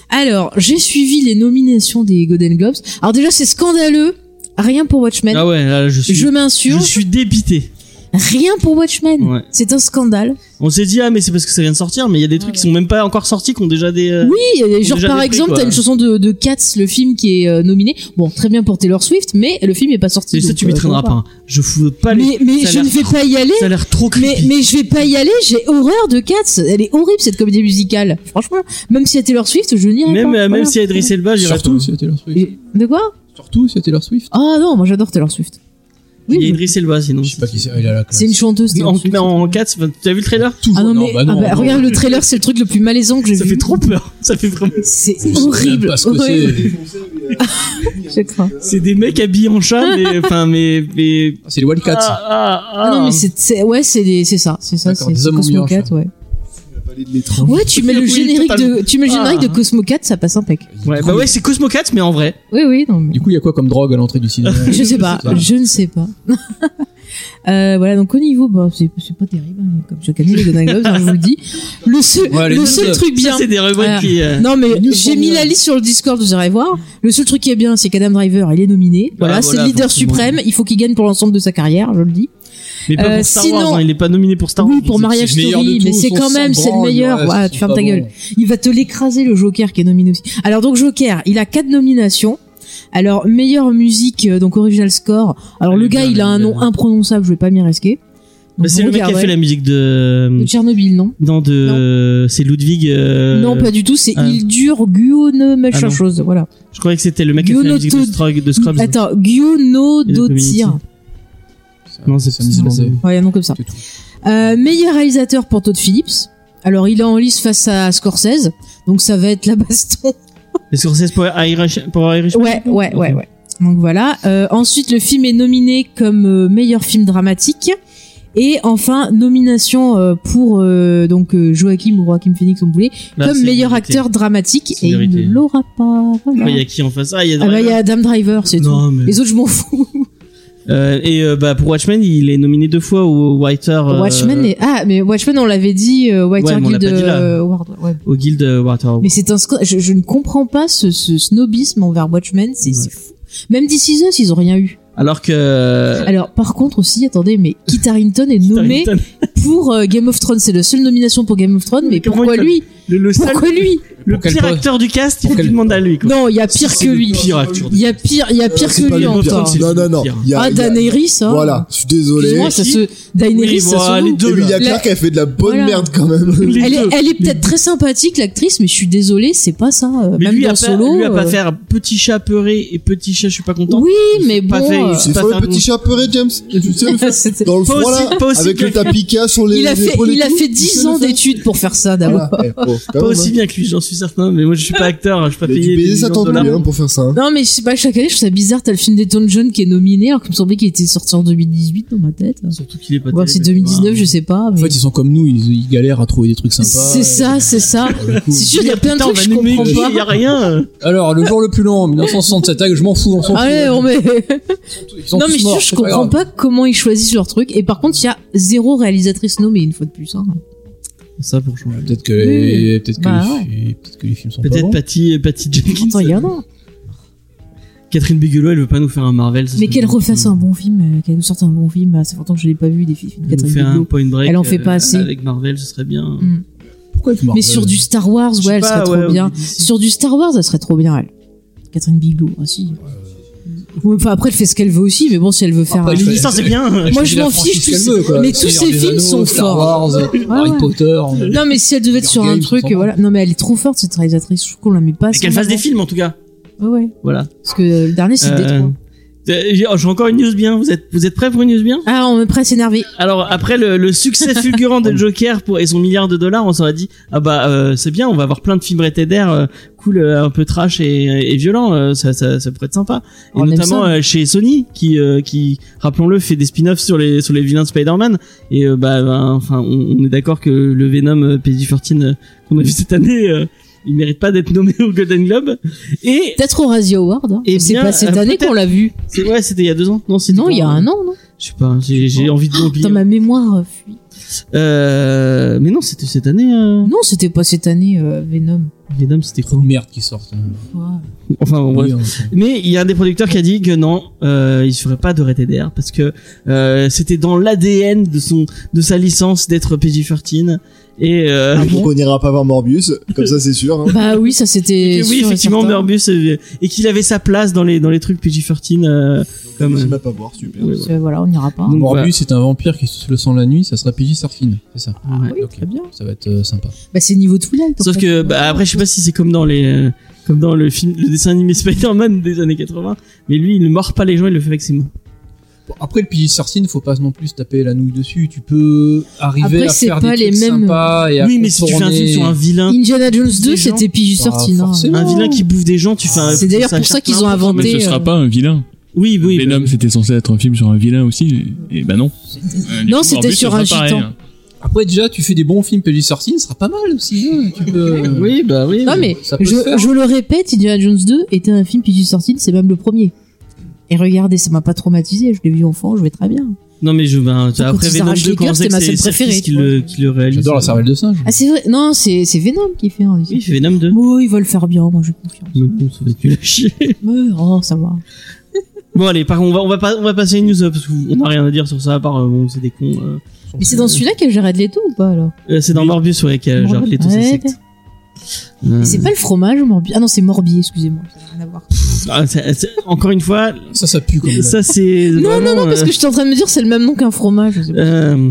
C: Alors, j'ai suivi les nominations des Golden Globes. Alors déjà, c'est scandaleux. Rien pour Watchmen.
B: Ah ouais, là, je suis.
C: je
B: je
C: m'insurge.
B: suis dépité.
C: Rien pour Watchmen.
B: Ouais.
C: C'est un scandale.
B: On s'est dit, ah, mais c'est parce que ça vient de sortir, mais il y a des trucs qui sont même pas encore sortis, qui ont déjà des. euh,
C: Ah Oui, euh,
B: ont
C: genre
B: déjà
C: par
B: des prix,
C: exemple,
B: quoi.
C: t'as une chanson de, de Cats, le film qui est euh, nominé. Bon, très bien pour Taylor Swift, mais le film est pas sorti.
B: C'est ça,
C: donc,
B: tu m'y
C: euh,
B: traîneras
C: bon,
B: pas. hein. Je fous pas les.
C: Mais, mais
B: ça a
C: je
B: l'air
C: ne vais
B: trop-
C: pas y aller.
B: Ça a l'air trop
C: Mais,
B: creepy.
C: mais je vais pas y aller, j'ai horreur de Cats. Elle est horrible cette comédie musicale. Franchement, même si y a Taylor Swift, je n'irai
B: Même,
C: pas.
B: euh, même
C: Voilà.
B: si Idris Elba, j'irai pas.
F: Surtout si c'était Taylor Swift.
C: Et- De quoi
F: Surtout si c'était Taylor Swift.
C: Ah non, moi j'adore Taylor Swift. Oui,
B: Il y a
C: je-
B: Idris Elba, sinon.
F: Je sais pas qui c'est. Ah, Il a la classe.
C: c'est une chanteuse. Taylor
B: En,
C: Swift.
B: mais en 4, t'as vu le trailer
C: Ah non,
F: Non,
C: mais
F: bah non,
C: ah bah,
F: non.
C: regarde le trailer, c'est le truc le plus malaisant que j'ai
B: Ça
C: vu.
B: fait trop peur. Ça fait vraiment.
C: C'est
F: Je sais même
C: horrible.
F: pas ce que
C: horrible.
F: c'est.
C: Je crains.
B: C'est des mecs habillés en chat, mais. Enfin, mais. mais...
F: Ah, C'est les
B: Ah,
F: Wildcats.
B: ah, ah.
C: Ah non mais c'est c'est- ouais c'est des- c'est ça c'est ça
F: D'accord,
C: c'est
F: des
C: c'est
F: hommes en
C: Cosmo
F: violence,
C: 4 ouais.
E: l'étrange.
C: Ouais tu mets le
B: Oui,
C: générique de
B: totalement.
C: tu mets le générique
B: Ah.
C: de Cosmo 4 ça passe impec.
B: Ouais, bah ouais, c'est Cosmo 4, mais en vrai.
C: Oui oui non mais
F: Du coup, il y a quoi comme drogue à l'entrée du cinéma
C: je sais pas
F: Ça.
C: je ne sais pas. Euh, voilà donc au niveau bah, c'est c'est pas terrible hein, comme chaque année les Golden Globes hein, je vous le dis le seul
F: Ouais, les
C: le
F: news,
C: seul truc
B: Ça,
C: bien
B: c'est des rubriques
C: Ah.
B: qui. euh,
C: non mais
F: les news
C: j'ai
F: sont
C: mis
F: bien.
C: la liste sur le Discord vous irez voir le seul truc qui est bien c'est qu'Adam Driver il est nominé voilà,
B: Ah,
C: c'est
B: voilà,
C: le leader
B: forcément.
C: suprême il faut qu'il gagne pour l'ensemble de sa carrière je le dis
B: Mais pas
C: Euh,
B: pour Star
C: sinon-
B: Wars, hein, il est pas nominé pour Star Wars.
C: oui pour Mariage
F: le meilleur de
C: Story
F: tous,
C: mais c'est
F: on
C: quand
F: s'en
C: même c'est le
F: branle,
C: meilleur
F: le reste,
C: ouais
F: ils
C: tu fermes
F: sont
C: ta
F: pas
C: gueule
F: bons.
C: Il va te l'écraser le Joker qui est nominé aussi. Alors donc Joker, il a quatre nominations. Alors meilleure musique euh, donc original score. Alors
B: Elle
C: le
B: est
C: gars,
B: bien,
C: il a
B: elle est
C: un
B: bien.
C: nom imprononçable, je vais pas m'y risquer.
B: Bah,
C: Donc,
B: c'est le mec qui a
C: Joker,
B: fait la
C: ouais.
B: musique de. euh,
C: de Tchernobyl, non
B: Non, de. C'est Ludwig. euh,
C: Non, pas du tout, c'est
B: ah.
C: il dure Guiono machin
B: Ah non.
C: chose, voilà.
B: Je croyais que c'était le mec qui a fait la musique de,
C: Guionoto-
B: Strug, de Scrubs.
C: Attends, Guiono
B: Et de
C: Dotir.
B: Non, c'est
F: C'est un Islandais.
C: Ouais, un nom comme ça.
F: C'est tout.
C: Euh, meilleur réalisateur pour Todd Phillips. Alors il est en lice face à Scorsese, donc ça va être la baston.
B: Les Scorsese pour Irish. Pour Irish
C: Ouais, ouais, ouais, ouais. Donc voilà. Euh, ensuite, le film est nominé comme euh, meilleur film dramatique. Et enfin, nomination euh, pour euh, donc euh, Joachim ou Joachim Phoenix, comme vous voulez,
B: Là,
C: comme
B: c'est
C: meilleur
B: mérité.
C: acteur dramatique.
B: C'est
C: Et il
B: mérité.
C: ne l'aura pas. Voilà.
B: Après, Il y a qui en face Ah, il y a.
C: Ah bah, il y a Adam Driver, c'est tout.
B: Non, mais-
C: Les autres, je m'en fous.
B: Euh, et euh, bah pour Watchmen, il est nominé deux fois au Writer euh,
C: Watchmen est... Ah, mais Watchmen, on l'avait dit, euh, White
B: Ouais, mais on l'a
C: Guild
B: pas dit là.
C: euh, Award, ouais.
B: au Guild euh, Writer. Award.
C: Mais c'est un... sc- Je, je ne comprends pas ce, ce snobisme envers Watchmen, c'est
B: Ouais.
C: c'est fou. Même DC Us, ils ont rien eu.
B: Alors que euh,
C: Alors, par contre, aussi, attendez, mais Kit Harington est nommé
B: Tarrington,
C: pour euh, Game of Thrones. C'est la seule nomination pour Game of Thrones, mais
B: Mais comment
C: pourquoi
B: il peut-
C: lui
B: le, le seul-
C: Pourquoi lui
B: le
F: Pour quel
B: pire
F: poste
B: acteur du cast, il
F: Pour
B: faut que
F: quel-
B: tu demandes à lui. Quoi.
C: Non, il y a pire
B: C'est
C: que
B: le
C: lui.
B: pire acteur. Ah,
C: Il y a pire, il y a pire
E: euh, c'est
C: que
E: pas
C: lui
E: le pire.
C: encore.
B: c'est-
E: Non, non, non.
B: pire.
E: Il y a-
C: Ah,
E: il y a-
C: Daenerys, hein.
E: Voilà, je suis désolé.
C: Excuse-moi, ça
B: qui
C: se Daenerys,
B: Oui,
C: ça
B: voilà,
C: se
B: les
C: loue.
B: deux.
E: Emilia
B: Là.
C: La-
E: Clarke, elle fait de la bonne
C: Voilà.
E: merde quand même.
B: Les
C: Elle est,
B: deux.
C: elle est peut-être très sympathique l'actrice, mais je suis désolée, c'est pas ça. euh,
B: Mais
C: Même
B: lui
C: dans
B: a, pas,
C: solo.
B: lui a pas
C: euh,
B: faire petit chat peuré et petit chat je suis pas content.
C: Oui,
B: Il
C: mais
B: s'est pas
C: bon.
B: fait-
C: euh,
E: C'est
B: Pas
E: pas
B: faire
E: le petit
B: non.
E: chat peuré, James. Tu sais le faire
C: c'était-
E: dans le
B: Pas
E: froid
B: aussi-
E: là,
B: pas aussi
E: avec
B: bien
E: le
B: que-
E: tapis K sur les.
C: Il a
E: les
C: fait,
E: épaules et
C: il a
E: tout.
C: fait
E: Tu sais
C: 10
E: le
C: ans
E: faire
C: d'études pour faire ça d'abord.
E: Voilà. Eh, oh, quand
B: Pas
E: même,
B: aussi
E: hein.
B: bien que lui, j'en suis certain. Ah, bah. Mais moi je suis
C: Ah.
B: pas acteur, hein, je suis pas
E: Il a
B: payé. des
E: dû payer sa
B: millions de
E: tante
B: dollars.
E: hein, pour faire ça. hein.
C: Non, mais je sais pas, chaque année, je trouve ça bizarre. T'as le film d'Elton John qui est nominé, alors qu'il me semblait qu'il était sorti en 2018 dans ma tête.
B: Surtout qu'il est pas.
C: Ou alors c'est
B: terrible.
C: 2019, je sais pas.
F: En
C: Mais...
F: fait, ils sont comme nous, ils, ils galèrent à trouver des trucs sympas.
C: C'est ça, c'est ça.
F: Pour le coup.
C: C'est sûr, il y a plein de
B: Putain,
C: trucs que
B: on
C: je
B: va nommer qui,
C: comprends
B: Il y
C: pas.
B: a rien.
F: Alors, le jour le plus long, 1967, tag, ah, je m'en fous, on s'en fout.
C: Allez, Ah on met...
F: Ils sont
C: Non,
F: tous
C: mais je,
F: morts,
C: je
F: c'est pas
C: comprends
F: grave.
C: pas comment ils choisissent leur truc. Et par contre, il y a zéro réalisatrice nommée, une fois de plus. Hein.
B: Ça pour changer.
F: Peut-être que,
C: Oui.
F: peut-être que,
C: Bah
F: les fi- peut-être que les films sont pas
B: Peut-être
F: bons.
B: Patty, euh, Patty Jenkins.
C: Attends, il y en a.
B: Catherine Bigelow, elle veut pas nous faire un Marvel. ça
C: Mais
B: serait
C: qu'elle
B: bien.
C: refasse un bon film, euh, qu'elle nous sorte un bon film. Ah, Ça fait longtemps que je l'ai pas vu, des films de
B: Elle nous
C: Catherine
B: fait un
C: Bigelow.
B: point break.
C: Elle en fait pas
B: euh,
C: assez.
B: Avec Marvel, ce serait bien.
C: Mm.
F: Pourquoi ils font
C: Mais
F: Marvel
C: sur du Star Wars,
B: Je sais
C: ouais, elle
B: pas,
C: serait trop
B: ouais,
C: bien.
B: ou d'ici.
C: Sur du Star Wars, elle serait trop bien, elle. Catherine Bigelow, aussi. Ouais, enfin, après, elle fait ce qu'elle veut aussi, mais bon, si elle veut faire.
F: Après,
C: un-
F: je-
B: Les histoires, c'est bien. euh,
F: Elle
C: Moi,
F: choisit
C: je
F: la
C: m'en
F: franchise
C: fiche, tous
F: qu'elle
C: ces-
F: veut, quoi.
C: mais tous
F: Seigneur
C: ces
F: des
C: films
F: Anneaux,
C: sont
F: Star
C: forts.
F: Wars, Harry
C: ouais.
F: Potter.
C: Non, mais si elle devait être
F: Hunger
C: sur un
F: Games,
C: truc,
F: ensemble.
C: voilà. Non, mais elle est trop forte, cette réalisatrice. Je trouve qu'on la met pas.
B: Mais
C: assez
B: Qu'elle
C: en
B: fasse des
C: avant.
B: films, en tout cas.
C: Ouais, ouais.
B: Voilà.
C: Parce que euh, le dernier, c'est
B: Euh,
C: Détroit.
B: Euh, J'ai j'ai encore une news bien. Vous êtes, vous êtes prêts pour une news bien
C: Ah, on est prêt à s'énerver.
B: Alors après le, le succès fulgurant de Joker pour, et son milliard de dollars, on s'en dit ah bah euh, c'est bien, on va avoir plein de films rated R, euh, cool, euh, un peu trash et, et violent, euh, ça, ça, ça pourrait être sympa. Et
C: On aime
B: notamment
C: ça.
B: euh, chez Sony qui, euh, qui rappelons-le, fait des spin-offs sur les sur les vilains de Spider-Man. Et euh, bah, bah, enfin on, on est d'accord que le Venom euh, PG-14 euh, qu'on a vu cette année, euh, il mérite pas d'être nommé au Golden Globe. Et
C: Peut-être au Razzie Award. Hein.
B: Eh
C: C'est
B: bien,
C: pas cette
B: euh,
C: année
B: peut-être-
C: qu'on l'a vu.
B: c'est ouais, c'était il y a deux ans, non c'est
C: Non,
B: deux
C: il y a un an, Oh, non
B: Je sais pas, j'ai j'ai envie de l'oublier.
C: Dans ma mémoire fuit.
B: Euh, mais non, c'était cette année. Euh...
C: Non, c'était pas cette année, euh, Venom.
B: Venom, c'était
F: Trop
B: quoi
F: de merde qui sortent. hein.
C: Quoi
B: Enfin, bon, bref.
F: Oui, hein.
B: Mais il y a un des producteurs qui a dit que non, euh, il ferait pas de RTDR parce que euh, c'était dans l'ADN de son de sa licence d'être PG-13 et euh,
C: Ah
E: Et donc on ira pas voir Morbius, comme ça c'est sûr. hein.
C: Bah oui, ça
B: et
C: c'était.
B: que oui,
C: sûr et
B: effectivement,
C: certain.
B: Morbus euh, et qu'il avait sa place dans les dans les trucs PG-13. euh, comme,
E: Je
B: euh,
E: vais pas voir, super.
B: ouais,
C: Parce que, Voilà, on n'ira pas.
B: Donc,
F: Morbius,
B: voilà.
F: c'est un vampire qui se le sent la nuit, ça sera PJ Surfing, c'est ça
C: Ah oui,
F: Ok.
C: très bien.
F: Ça va être euh, sympa.
C: Bah c'est niveau Twilight. en
B: Sauf
C: fait.
B: que bah, après, je sais pas si c'est comme dans les euh, comme dans le film, le dessin animé Spider-Man des années 80, mais lui, il ne mord pas les gens, il le fait avec ses mains.
F: Bon, après, le PJ Surfing, faut pas non plus se taper la nouille dessus. Tu peux arriver
C: Après,
F: à
C: c'est
F: faire
C: pas
F: des
C: les
F: trucs
C: mêmes-
F: sympas et à
B: Oui, mais si tu fais un film
F: contourner-
B: sur un vilain
C: Indiana Jones
B: Des
C: 2,
B: gens-
C: c'était Piju
F: Bah,
C: sorti, non
F: forcément.
B: un vilain qui bouffe des gens, tu fais un.
C: C'est d'ailleurs pour
B: achète
C: ça qu'ils
B: plein
C: ont
B: de trucs,
C: inventé-
D: Mais ce
C: euh,
D: sera pas un vilain.
B: mais- Oui, oui. bah,
D: Venom, c'était censé être un film sur un vilain aussi, et, et bah non. Euh, du
C: Non,
D: coup,
C: c'était
D: Morbus, ce
C: sur
D: sera
C: un
D: pareil,
C: gitan.
D: hein.
F: Après, déjà, tu fais des bons films PJ Surfing, ça sera pas mal aussi. hein. Tu peux...
B: Oui, bah oui.
C: Non
B: oui.
C: mais
F: ça peut se
C: je,
F: faire.
C: je le répète, Indiana Jones 2 était un film Piju sorti, c'est même le premier. Et regardez, ça m'a pas traumatisé, je l'ai vu enfant, je vais très bien.
B: Non mais je ben,
C: Quand
B: après
C: ils
B: Venom
C: s'arrachent
B: 2
C: les
B: quand on
C: cœurs,
B: sait
C: c'est
B: que
C: ma
B: c'est
C: scène préférée,
B: Serkis qui
C: tu vois.
B: le qui le réalise. euh,
F: J'adore la cervelle de singe.
C: Ah c'est vrai, non, c'est c'est Venom qui fait. hein,
B: Oui, c'est Venom 2.
C: Oh, il va le faire bien, moi j'ai confiance.
B: Mais bon, ça va être nul à chier.
C: Mais, oh, ça va.
B: Bon allez, par contre, on va on va pas on va passer une news euh, parce qu'on n'a rien à dire sur ça à part euh, bon, c'est des cons. euh.
C: Mais c'est dans celui-là que j'arrête les tout ou pas alors
B: Euh, c'est dans Morbius ouais qu'il y a genre les tous ces
C: Ouais.
B: sectes. Euh,
C: Mais C'est pas le fromage Morbier Ah non, c'est Morbier, excusez-moi. ça n'a rien à voir.
B: ah, c'est- c'est- encore une fois,
F: Ça, ça pue comme ça.
B: ça c'est
C: Non, non,
B: vraiment,
C: non, parce
B: euh,
C: que j'étais en train de me dire c'est le même nom qu'un fromage. je sais pas.
B: euh,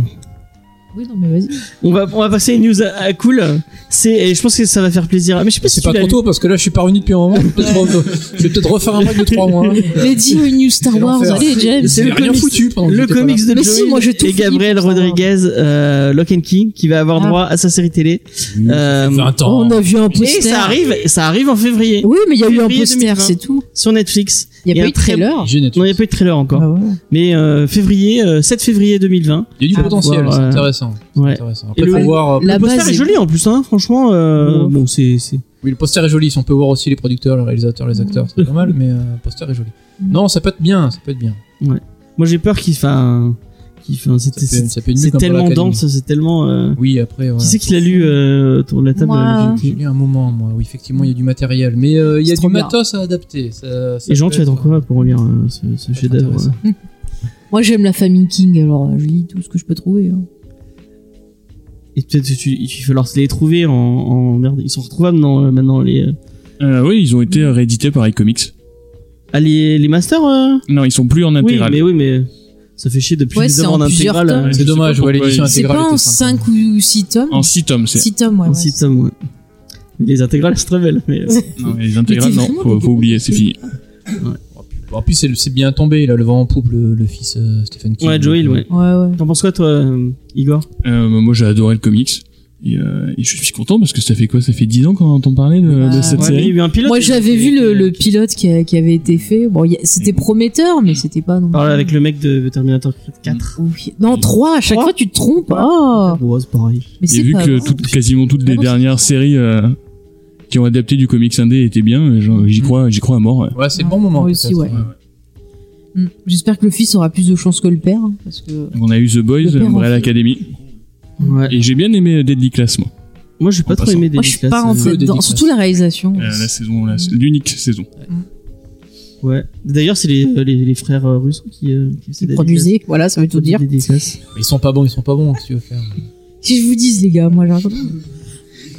C: Oui, non, mais vas-y.
B: on va on va passer une news à, à cool. C'est et je pense que ça va faire plaisir. Mais je sais pas si
F: C'est
B: tu
F: pas
B: l'as
F: trop
B: lu.
F: tôt parce que là, je suis pas revenu depuis un moment. Je vais peut-être re- je vais peut-être refaire un break de 3 mois.
C: Les Dio et New Star
F: C'est
C: Wars,
F: l'enfer.
C: allez, James.
B: C'est
F: C'est
B: le
F: rien
B: comics-
F: foutu pendant que
B: le
F: j'étais pas
B: comics de
C: Mais
B: Joey
C: si, moi, j'ai tout
B: et
C: fini
B: Gabriel
C: pour ça. hein.
B: Rodriguez, euh, Lock and Key, qui va avoir
C: Ah.
B: droit à sa série télé.
F: là.
B: Euh,
F: Ça fait 20 ans.
C: On a vu un
B: et
C: poster.
B: ça arrive, ça arrive en février
C: Oui, mais il y a eu un
B: Février
C: poster,
B: 2020.
C: c'est tout.
B: sur Netflix.
C: Il n'y
B: Et
C: a pas
B: un
C: eu de
B: très-
C: trailer.
F: J'ai
B: Non, il
F: Netflix.
B: n'y a pas eu de trailer encore.
C: Ah ouais.
B: Mais euh, février, euh, 7 février 2020.
F: Il y a du
C: Ah,
F: potentiel,
B: voir,
F: c'est
B: euh,
F: intéressant.
B: Ouais.
F: intéressant.
B: Et
F: Après,
B: le-
F: faut voir. euh,
C: La
B: le poster
C: base
B: est
C: est-
B: joli en plus, hein, franchement. euh,
C: Ouais.
B: Bon, c'est c'est-
F: Oui, le poster est joli. Si on peut voir aussi les producteurs, les réalisateurs, les acteurs, c'est pas mal, mais euh, le poster est joli.
C: Mm.
F: Non, ça peut être bien, ça peut être bien.
B: Moi, j'ai peur qu'il fasse.
F: Ça peut,
B: C'est
F: ça peut être mieux
B: c'est
F: comme pour
B: tellement
F: l'Académie.
B: dense, c'est tellement. euh,
F: Oui, après,
B: Qui
F: voilà.
B: c'est qui l'a lu euh, autour de la table
C: Moi.
B: euh,
F: J'ai
B: Lock and Key
F: lu un moment, moi, où effectivement il y a du matériel, mais euh, il y a
C: C'est
F: du
C: trop bien.
F: matos à adapter. Ça, ça
B: Et Jean,
F: peut
B: tu vas être en quoi pour relire euh, ce, ce
F: être
B: chef-d'œuvre
F: intéressant.
B: euh
C: Moi, j'aime la famille King, alors euh, je lis tout ce que je peux trouver. hein.
B: Et peut-être que tu- il va falloir se les trouver en, en merde. Ils sont retrouvables dans, euh, maintenant les, euh,
D: Euh, oui, ils ont été réédités par iComics.
B: ah, les, les masters. euh
D: Non, ils sont plus en
B: oui,
D: intégrale.
B: mais oui, mais ça fait chier de plus
C: Ouais,
B: les
C: c'est
B: avoir en
C: en plusieurs
B: intégrale.
C: tomes.
B: euh,
D: Je sais
F: C'est dommage,
D: pas
F: ouais,
D: pourquoi
F: l'édition
D: ils-
C: C'est
F: intégrale.
C: pas en
F: était sympa.
C: 5 ou 6 tomes
D: En 6 tomes, c'est.
C: 6 tomes, ouais.
B: en
C: ouais.
B: six tomes, ouais. Mais les intégrales, c'est très belle. Mais, euh,
D: Non, les intégrales, non,
C: vraiment
D: faut,
C: dégueu.
D: faut oublier, c'est fini.
F: En plus, c'est c'est bien tombé, là, le vent en poupe, le, le fils euh, Stephen King.
B: ouais, Joel, ouais.
C: Ouais, ouais.
B: T'en penses quoi, toi, euh, Igor
D: Euh, moi, j'ai adoré le comics. Et, euh, et je suis content parce que ça fait quoi Ça fait 10 ans qu'on entend parler de, de
C: Ouais.
D: cette
B: Ouais, mais Il y
D: série.
B: a eu un pilote.
C: Moi, j'avais vu le, le
B: pilote.
C: pilote qui, a- qui avait été fait. Bon, il y a- c'était prometteur, mais c'était pas non.
B: Parler avec le mec de Terminator 4.
C: Oui. Non, 3, à chaque
B: Trois
C: fois tu te trompes.
B: Ouais.
C: Oh
B: Ouais, c'est pareil.
C: Mais
D: Et
C: c'est
D: vu
C: pas
D: que
C: vrai.
D: toutes- quasiment toutes les
C: Vraiment, c'est
D: dernières
C: pas-
D: séries euh, qui ont adapté du comics indé étaient bien, euh, j'en-
C: Mm.
D: j'y
F: Mhm.
D: crois, j'y crois à mort. ouais.
F: Ouais, c'est le
C: Ouais,
F: bon moment.
C: moi aussi,
F: peut-être.
C: ouais. Mm. J'espère que le fils aura plus de chance que le père. hein, Parce que...
D: Donc, on a eu The Boys,
C: Le père en
D: Umbrella
C: fait.
D: Academy.
B: Ouais.
D: Et j'ai bien aimé euh, Deadly Class, moi.
B: Moi, j'ai
D: En
B: pas trop
D: passant.
B: aimé des
C: Moi, je suis pas rentrée
F: euh,
C: dedans.
F: dédicace.
C: Surtout la réalisation.
D: Euh, la saison, la- l'unique saison.
B: Ouais. D'ailleurs, c'est les, euh, les, les frères euh, russes qui, euh, qui faisaient des
C: Produisée, voilà, ça veut tout
B: dédicaces.
C: dire.
B: Des dédicaces.
F: Ils sont pas bons, ils sont pas bons, qu'est-ce que tu veux faire
C: Si je vous dis, les gars, moi j'ai un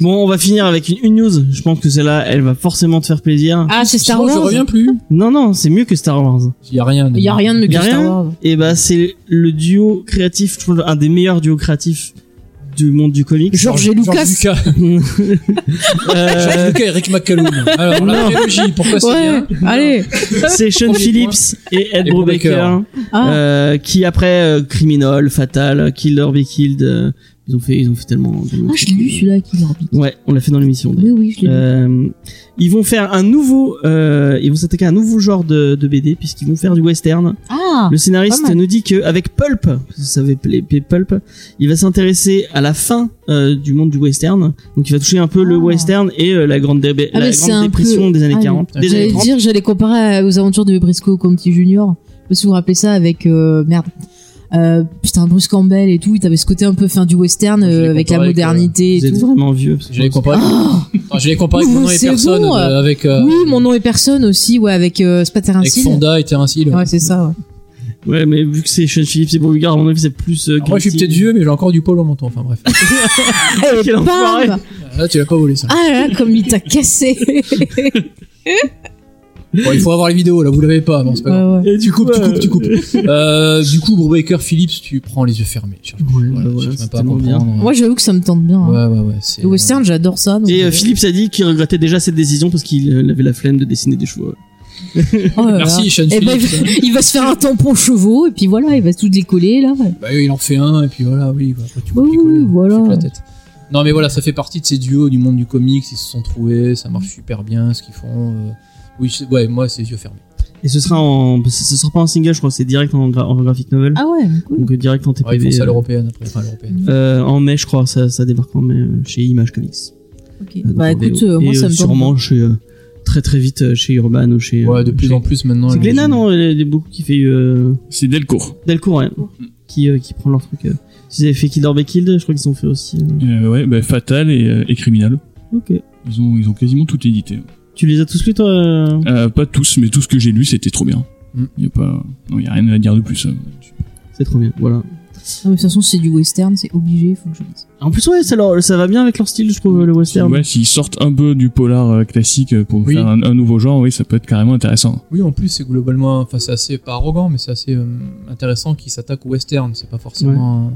B: Bon, on va finir avec une, une news. Je pense que celle-là, elle va forcément te faire plaisir.
C: Ah, c'est Star
F: Sinon, Je
C: Wars
F: reviens plus.
B: Non, non, c'est mieux que Star Wars. Eh ben,
F: Il y a rien.
C: Il y a rien de mieux
B: Y
C: que
B: a
C: Star
B: rien
C: Wars.
B: Et bah, c'est le duo créatif, je trouve, un des meilleurs duos créatifs du monde du comics.
C: Georges et Lucas.
F: Lucas.
B: Euh,
C: Euh,
F: Georges Lucas, Eric McCallum. Alors, la trilogie, pourquoi c'est
C: Ouais,
F: bien
C: allez.
B: c'est Sean
F: Premier
B: Phillips et Ed
F: Et
B: Brubaker,
C: Ah.
B: euh, qui après euh, Criminal, Fatal, Killer Be Killed, euh, ils ont fait, ils ont fait tellement. tellement
C: Ah,
B: de
C: je l'ai
B: trucs.
C: lu celui-là qui l'orbite.
B: Ouais, on l'a fait dans l'émission. d'ailleurs.
C: Oui, oui, je l'ai lu.
B: Euh, ils vont faire un nouveau, euh, ils vont s'attaquer à un nouveau genre de, de BD puisqu'ils vont faire du western.
C: Ah,
B: Le scénariste
C: pas mal.
B: nous dit qu'avec Pulp, ça savait les les Pulp, il va s'intéresser à la fin euh, du monde du western. Donc il va toucher un peu le
C: Ah.
B: western et euh, la grande, dé-
C: Ah,
B: la
C: mais c'est
B: grande
C: un
B: dépression
C: peu-
B: des années
C: Ah,
B: 40, des années
C: j'allais
B: 30.
C: dire, j'allais comparer à- aux aventures de Briscoe County Junior. Je me suis rappelé ça avec euh, merde. Euh, putain, Bruce Campbell et tout, il avait ce côté un peu fin du western
F: Je l'ai
C: euh, avec la
F: comparé avec, euh,
C: modernité
B: Vous
C: et
B: êtes
C: tout.
B: vraiment vieux. parce que
F: J'allais comparer. Attends, J'allais comparer
C: Mais
F: mon nom et
C: Oh. c'est
F: personne
C: bon,
F: euh,
C: euh,
F: avec. euh,
C: Oui, mon nom est personne aussi, ouais, avec euh, c'est pas Terence
F: Avec
C: Hill.
F: Fonda et Terence Hill.
C: Ouais, c'est ça. ouais.
B: Ouais, mais vu que c'est Sean Phillips et Beauregard, à mon avis, c'est plus. euh,
F: Alors Ah, Moi, je suis
B: guilty.
F: peut-être vieux, mais j'ai encore du poil au menton. Enfin, bref.
B: Quel
C: Eh, Bam
B: enfoiré.
F: Là, tu l'as pas volé, ça.
C: Ah là là, comme il t'a cassé.
F: Bon, il faut avoir les vidéos, là, vous l'avez pas. Bon, c'est pas grave.
C: Ouais, ouais.
B: Et du coup,
F: Tu
B: euh,
F: coupes, tu coupes. Euh, du coup, Brubaker Phillips, tu prends les yeux fermés. Cherche,
B: Ouais,
F: voilà,
B: bah voilà,
F: cherche
B: c'est
F: même pas à
B: tellement bien.
F: comprendre. hein.
C: Moi, j'avoue que ça me tente bien. hein.
F: ouais, ouais, ouais. c'est- euh,
C: Le western, j'adore ça. donc-
B: Et euh, Phillips a dit qu'il regrettait déjà cette décision parce qu'il euh, avait la flemme de dessiner des chevaux.
C: Oh là là.
F: Merci, Sean
C: Eh ben,
F: Phillips.
C: il va se faire un tampon chevaux et puis voilà, il va tout décoller là.
F: Bah, oui, il en fait un, et puis voilà, oui. bah, après, tu
C: Oui,
F: copies-colles,
C: oui,
F: tu
C: voilà.
F: fais que la tête. Non, mais voilà, ça fait partie de ces duos du monde du comics. Ils se sont trouvés, ça marche super bien ce qu'ils font. euh, Oui, je- ouais, moi, c'est les yeux fermés.
B: Et ce sera en. Ce ce sera pas en single, je crois, c'est direct en, gra- en graphic novel.
C: Ah ouais, cool.
B: Donc euh, direct en
F: Ouais, ils
B: TPV.
F: font ça à
B: euh,
F: l'européenne après. Enfin, à l'européenne.
B: euh, en mai, je crois, ça, ça débarque en mai euh, chez Image Comics.
C: ok.
B: Euh, donc
C: Bah
B: en
C: écoute,
B: VO.
C: euh, moi
B: Et,
C: ça
B: euh,
C: me
B: Sûrement
C: tente.
B: chez, euh, très très vite euh, chez Urban ou chez.
F: Ouais, de plus en plus maintenant.
B: C'est
F: les-
B: Glénat, non Il y a beaucoup qui fait. euh,
D: C'est Delcourt.
B: Delcourt, ouais. Qui, euh, qui prend leur truc. euh. S'ils avaient fait Killer Be Killed, je crois qu'ils ont fait aussi. euh,
D: Euh, ouais, bah, Fatal et, euh, et Criminal.
B: Ok.
D: Ils ont, ils ont quasiment tout édité.
B: Tu les as tous lus, toi euh
D: Euh, pas tous, mais tout ce que j'ai lu, c'était trop bien.
F: Mm.
D: Il y a pas, non, y a rien à dire de plus. hein.
B: C'est trop bien, voilà.
C: Ah, mais de toute façon, c'est du western, c'est obligé, faut que je dise.
B: En plus, ouais, ça, leur- ça va bien avec leur style, je trouve, euh, le western.
D: Ouais, s'ils sortent un peu du polar euh, classique euh, pour
F: Oui.
D: faire un, un nouveau genre, oui, ça peut être carrément intéressant.
F: Oui, en plus, c'est globalement. Enfin, c'est assez. Pas arrogant, mais c'est assez euh, intéressant qu'ils s'attaquent au western. C'est pas forcément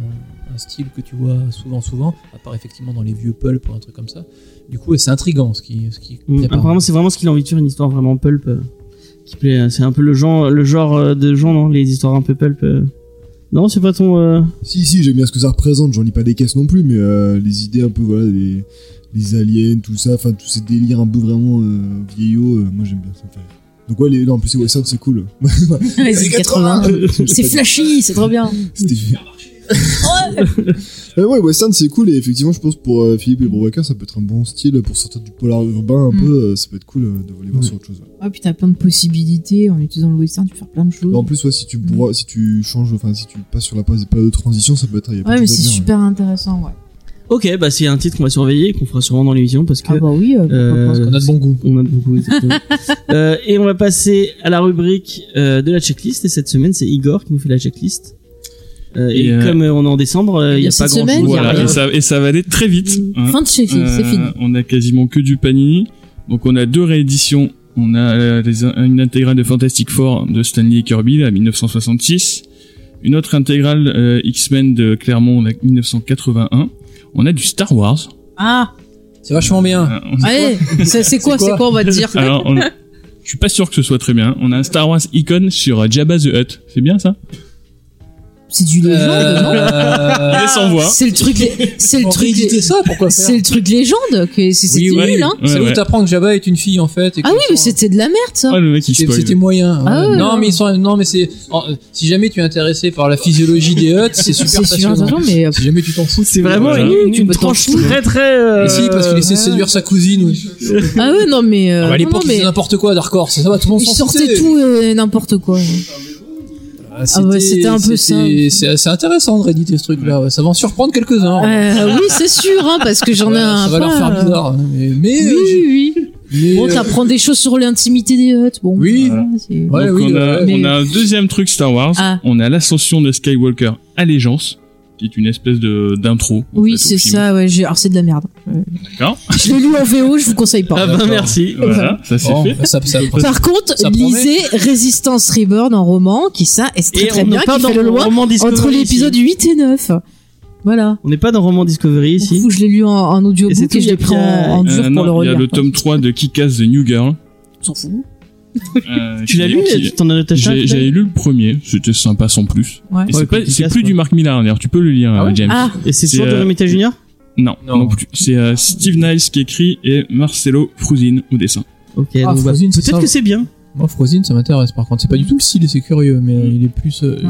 F: un, un style que tu vois souvent, souvent. À part effectivement dans les vieux pulp ou un truc comme ça. Du coup, c'est intriguant ce qui. Ce qui
B: Mm,
F: prépare.
B: Apparemment, c'est vraiment ce qu'il a envie de faire, une histoire vraiment pulp euh, qui plaît. euh, C'est un peu le genre, le genre euh, de gens, non Les histoires un peu pulp. euh. Non, c'est pas ton. euh,
E: Si, si, j'aime bien ce que ça représente, j'en lis pas des caisses non plus, mais euh, les idées un peu, voilà, les, les aliens, tout ça, enfin, tous ces délires un peu vraiment euh, vieillots, euh, moi j'aime bien, ça me fait rire. Donc, ouais, les, non, en plus, les westerns, c'est cool.
C: Les années 80.
B: Euh,
C: C'est flashy, c'est trop bien.
E: C'était Euh, ouais, western c'est cool et effectivement je pense pour euh, Philippe et Brubaker ça peut être un bon style pour sortir du polar urbain un
C: Mm.
E: peu, euh, ça peut être cool euh, de les voir sur autre chose. ouais.
C: Ouais, Ah, puis t'as plein de possibilités en utilisant le western, tu peux faire plein de choses.
E: En plus ouais, si tu bois- si tu changes, enfin si tu passes sur la période de transition ça peut être... y a plein
C: ouais,
E: de
C: mais
E: choses à
C: c'est
E: dire, ouais.
C: super intéressant, ouais.
B: Ok, bah c'est un titre qu'on va surveiller et qu'on fera sûrement dans l'émission parce que.
C: Ah bah oui, euh,
B: euh,
F: Parce qu'on a de bon goût.
B: On a beaucoup. exactement. euh, et on va passer à la rubrique euh, de la checklist. Et cette semaine, c'est Igor qui nous fait la checklist. Euh, et
D: Et, euh,
B: comme euh, on est en décembre, euh, il n'y a pas
C: cette
B: grand
C: semaine,
B: chose.
C: il y a
D: Voilà,
C: rien.
D: et ça, et ça va aller très vite. hein.
C: Mm. fin de chez Phil, c'est
D: Euh,
C: fini.
D: On a quasiment que du Panini. Donc on a deux rééditions. On a euh, les- une intégrale de Fantastic Four de Stanley et Kirby à 1966. Une autre intégrale euh, X-Men de Clermont là, 1981. On a du Star Wars.
C: Ah,
F: C'est vachement bien.
D: Euh, on-
C: allez, c'est c'est quoi, c'est
F: quoi
C: quoi, on Ah. va te dire
D: Alors, on- je suis pas sûr que ce soit très bien. On a un Star Wars Icon sur euh, Jabba the Hutt. C'est bien ça
C: C'est du légende, non
F: Euh,
D: Il est sans voix.
C: Ah, C'est le truc, lé- c'est le
F: pour
C: truc,
F: rééditer ça, pourquoi faire
C: c'est le truc légende, que c'est c'était
F: Oui, ouais.
C: nul, hein.
D: Ouais,
F: C'est là où
D: ouais.
F: t'apprends que Jabba est une fille en fait. et que
C: Ah oui,
F: son-
C: mais c'était de la merde, ça.
D: Ah, le mec il
F: C'était
D: spoil.
F: c'était moyen. ouais.
C: Ah ouais,
F: non,
C: ouais.
F: mais ils sont, non, mais c'est. en- euh, Si jamais tu es intéressé par la physiologie des Huttes, c'est super
C: C'est super
F: passionnant.
C: intéressant, mais euh,
F: Si jamais tu t'en fous.
B: C'est vraiment
D: Voilà.
B: une,
C: Tu
B: une
C: peux t'en
B: tranche
C: foutre.
B: très très. euh,
F: Mais si, parce qu'il essaie de séduire sa cousine. Oui.
C: ah ouais, non, mais, euh,
F: Ah bah,
C: non,
F: à
C: non,
F: l'époque,
C: mais
F: c'était n'importe quoi, Dark Horse. Ça va, tout le monde
C: ils
F: s'en
C: sortaient
F: foutait.
C: tout et n'importe quoi.
F: Ah,
C: ouais, c'était un peu
F: c'était- C'est assez intéressant de rééditer ce truc-là. ouais. Ça va en surprendre quelques-uns.
C: Euh, oui, c'est sûr, hein, parce que j'en ai
F: Oh. Ouais,
C: un.
F: ça va leur
C: pas,
F: faire
C: euh,
F: bizarre. hein, Mais. mais,
C: Oui,
F: euh, j'ai-
C: oui, oui.
F: mais,
C: Bon,
F: euh,
C: t'apprends des choses sur l'intimité des huttes. Bon,
F: Oui.
C: voilà, c'est-
F: Ouais,
D: Donc,
F: oui,
D: on, a,
F: ouais.
D: on a un deuxième truc Star Wars.
C: Ah.
D: On a l'ascension de Skywalker Allégeance, qui est une espèce de d'intro. en
C: Oui,
D: fait, au
C: c'est
D: film.
C: ça, ouais. j'ai- Alors, c'est de la merde.
D: Bah,
C: Euh,
D: D'accord.
C: Je l'ai lu en VO, je vous conseille
B: Ah
C: pas.
B: bah
F: D'accord.
B: merci.
D: Voilà, ça c'est
F: bon, bah,
D: fait.
F: ça- ça-
C: Par contre,
F: Ça promet.
C: lisez Résistance Reborn en roman, qui ça, et c'est très
B: Et
C: très
B: on
C: bien,
B: ne
C: qui
B: parle
C: fait le
B: dans
C: loi
B: roman
C: entre
B: Discovery ici.
C: l'épisode 8 et 9. Voilà.
B: On n'est pas dans Roman Discovery
C: Ici.
B: ici.
C: je l'ai lu en, en
B: Et c'est
C: audiobook
B: tout,
C: et je l'ai
B: il y a-
C: pris en, en dur
D: Euh,
C: pour
D: non,
C: le
D: il y
C: relire.
D: a le tome 3 de Kick-Ass The New Girl.
C: On s'en fout.
D: Euh,
B: Tu l'as lu
D: qui-
B: Tu t'en as attaché un,
D: J'ai-
B: peut-être
D: J'avais lu le premier, c'était sympa sans plus.
C: Ouais.
D: Et
B: Ouais,
D: c'est pas-
B: comme
D: c'est
B: Kick-Ass,
D: plus
B: quoi.
D: du Mark Millar, d'ailleurs. Tu peux le lire,
F: Ah
D: euh,
F: ouais
D: James.
C: Ah,
B: Et c'est
D: C'est,
B: toujours de
D: euh,
B: Romita Junior
D: Non,
F: Non.
D: non, plus. C'est euh, Steve Niles qui écrit et Marcelo Fruzin au dessin.
B: Ok,
F: Ah,
B: donc bah,
F: Frozine, c'est
B: peut-être
F: ça.
B: que c'est bien.
F: Moi, Frozine, ça m'intéresse par contre. C'est pas du tout le style, c'est curieux, mais euh, il est plus. euh,
C: ouais.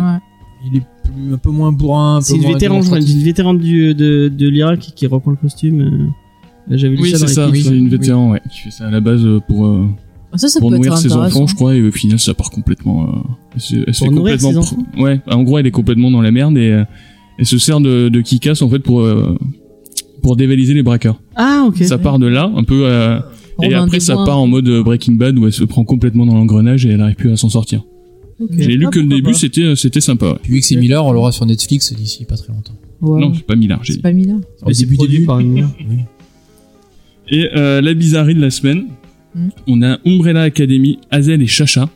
F: Il est plus- un peu moins bourrin. un peu
B: C'est une
F: moins
B: vétérane, je crois, une
F: démonstratif.
B: vétérane du, de, de l'Irak qui, qui reprend le costume. euh, J'avais lu
D: Oui,
B: ça dans
D: c'est ça,
B: les
F: l'équipe,
D: c'est
F: oui.
D: une vétéran, ouais. Qui fait ça à la base euh, pour, euh,
C: Ah, Ça, ça
D: pour
C: peut
D: nourrir
C: être
D: ses
C: intéressant.
D: enfants, je crois, et au final, ça part complètement. euh, elle se- elle se
B: Pour
D: fait
B: nourrir
D: complètement
B: ses
D: pr- Ouais, en gros, elle est complètement dans la merde et euh, elle se sert de, de Kikas en fait pour euh, pour dévaliser les braqueurs.
B: Ah, ok.
D: Ça part de là, un peu. euh,
C: Romain
D: et après,
C: Desbois.
D: ça part en mode euh, Breaking Bad où elle se prend complètement dans l'engrenage et elle arrive plus à s'en sortir.
B: Ok.
D: J'ai lu
B: Ah,
D: que le
B: pourquoi
D: début,
B: pas.
D: c'était euh, c'était sympa. ouais.
F: Puis vu que c'est Miller, on l'aura sur Netflix d'ici pas très longtemps.
C: Ouais.
D: Non, c'est pas Millard, j'ai
C: c'est
D: dit.
C: pas mis là.
F: Au
B: Mais c'est
F: début,
B: produit
F: début.
B: par une.
D: Et euh, la bizarrerie de la semaine,
B: Hmm.
C: Mm.
D: on a Umbrella Academy, Hazel et Chacha,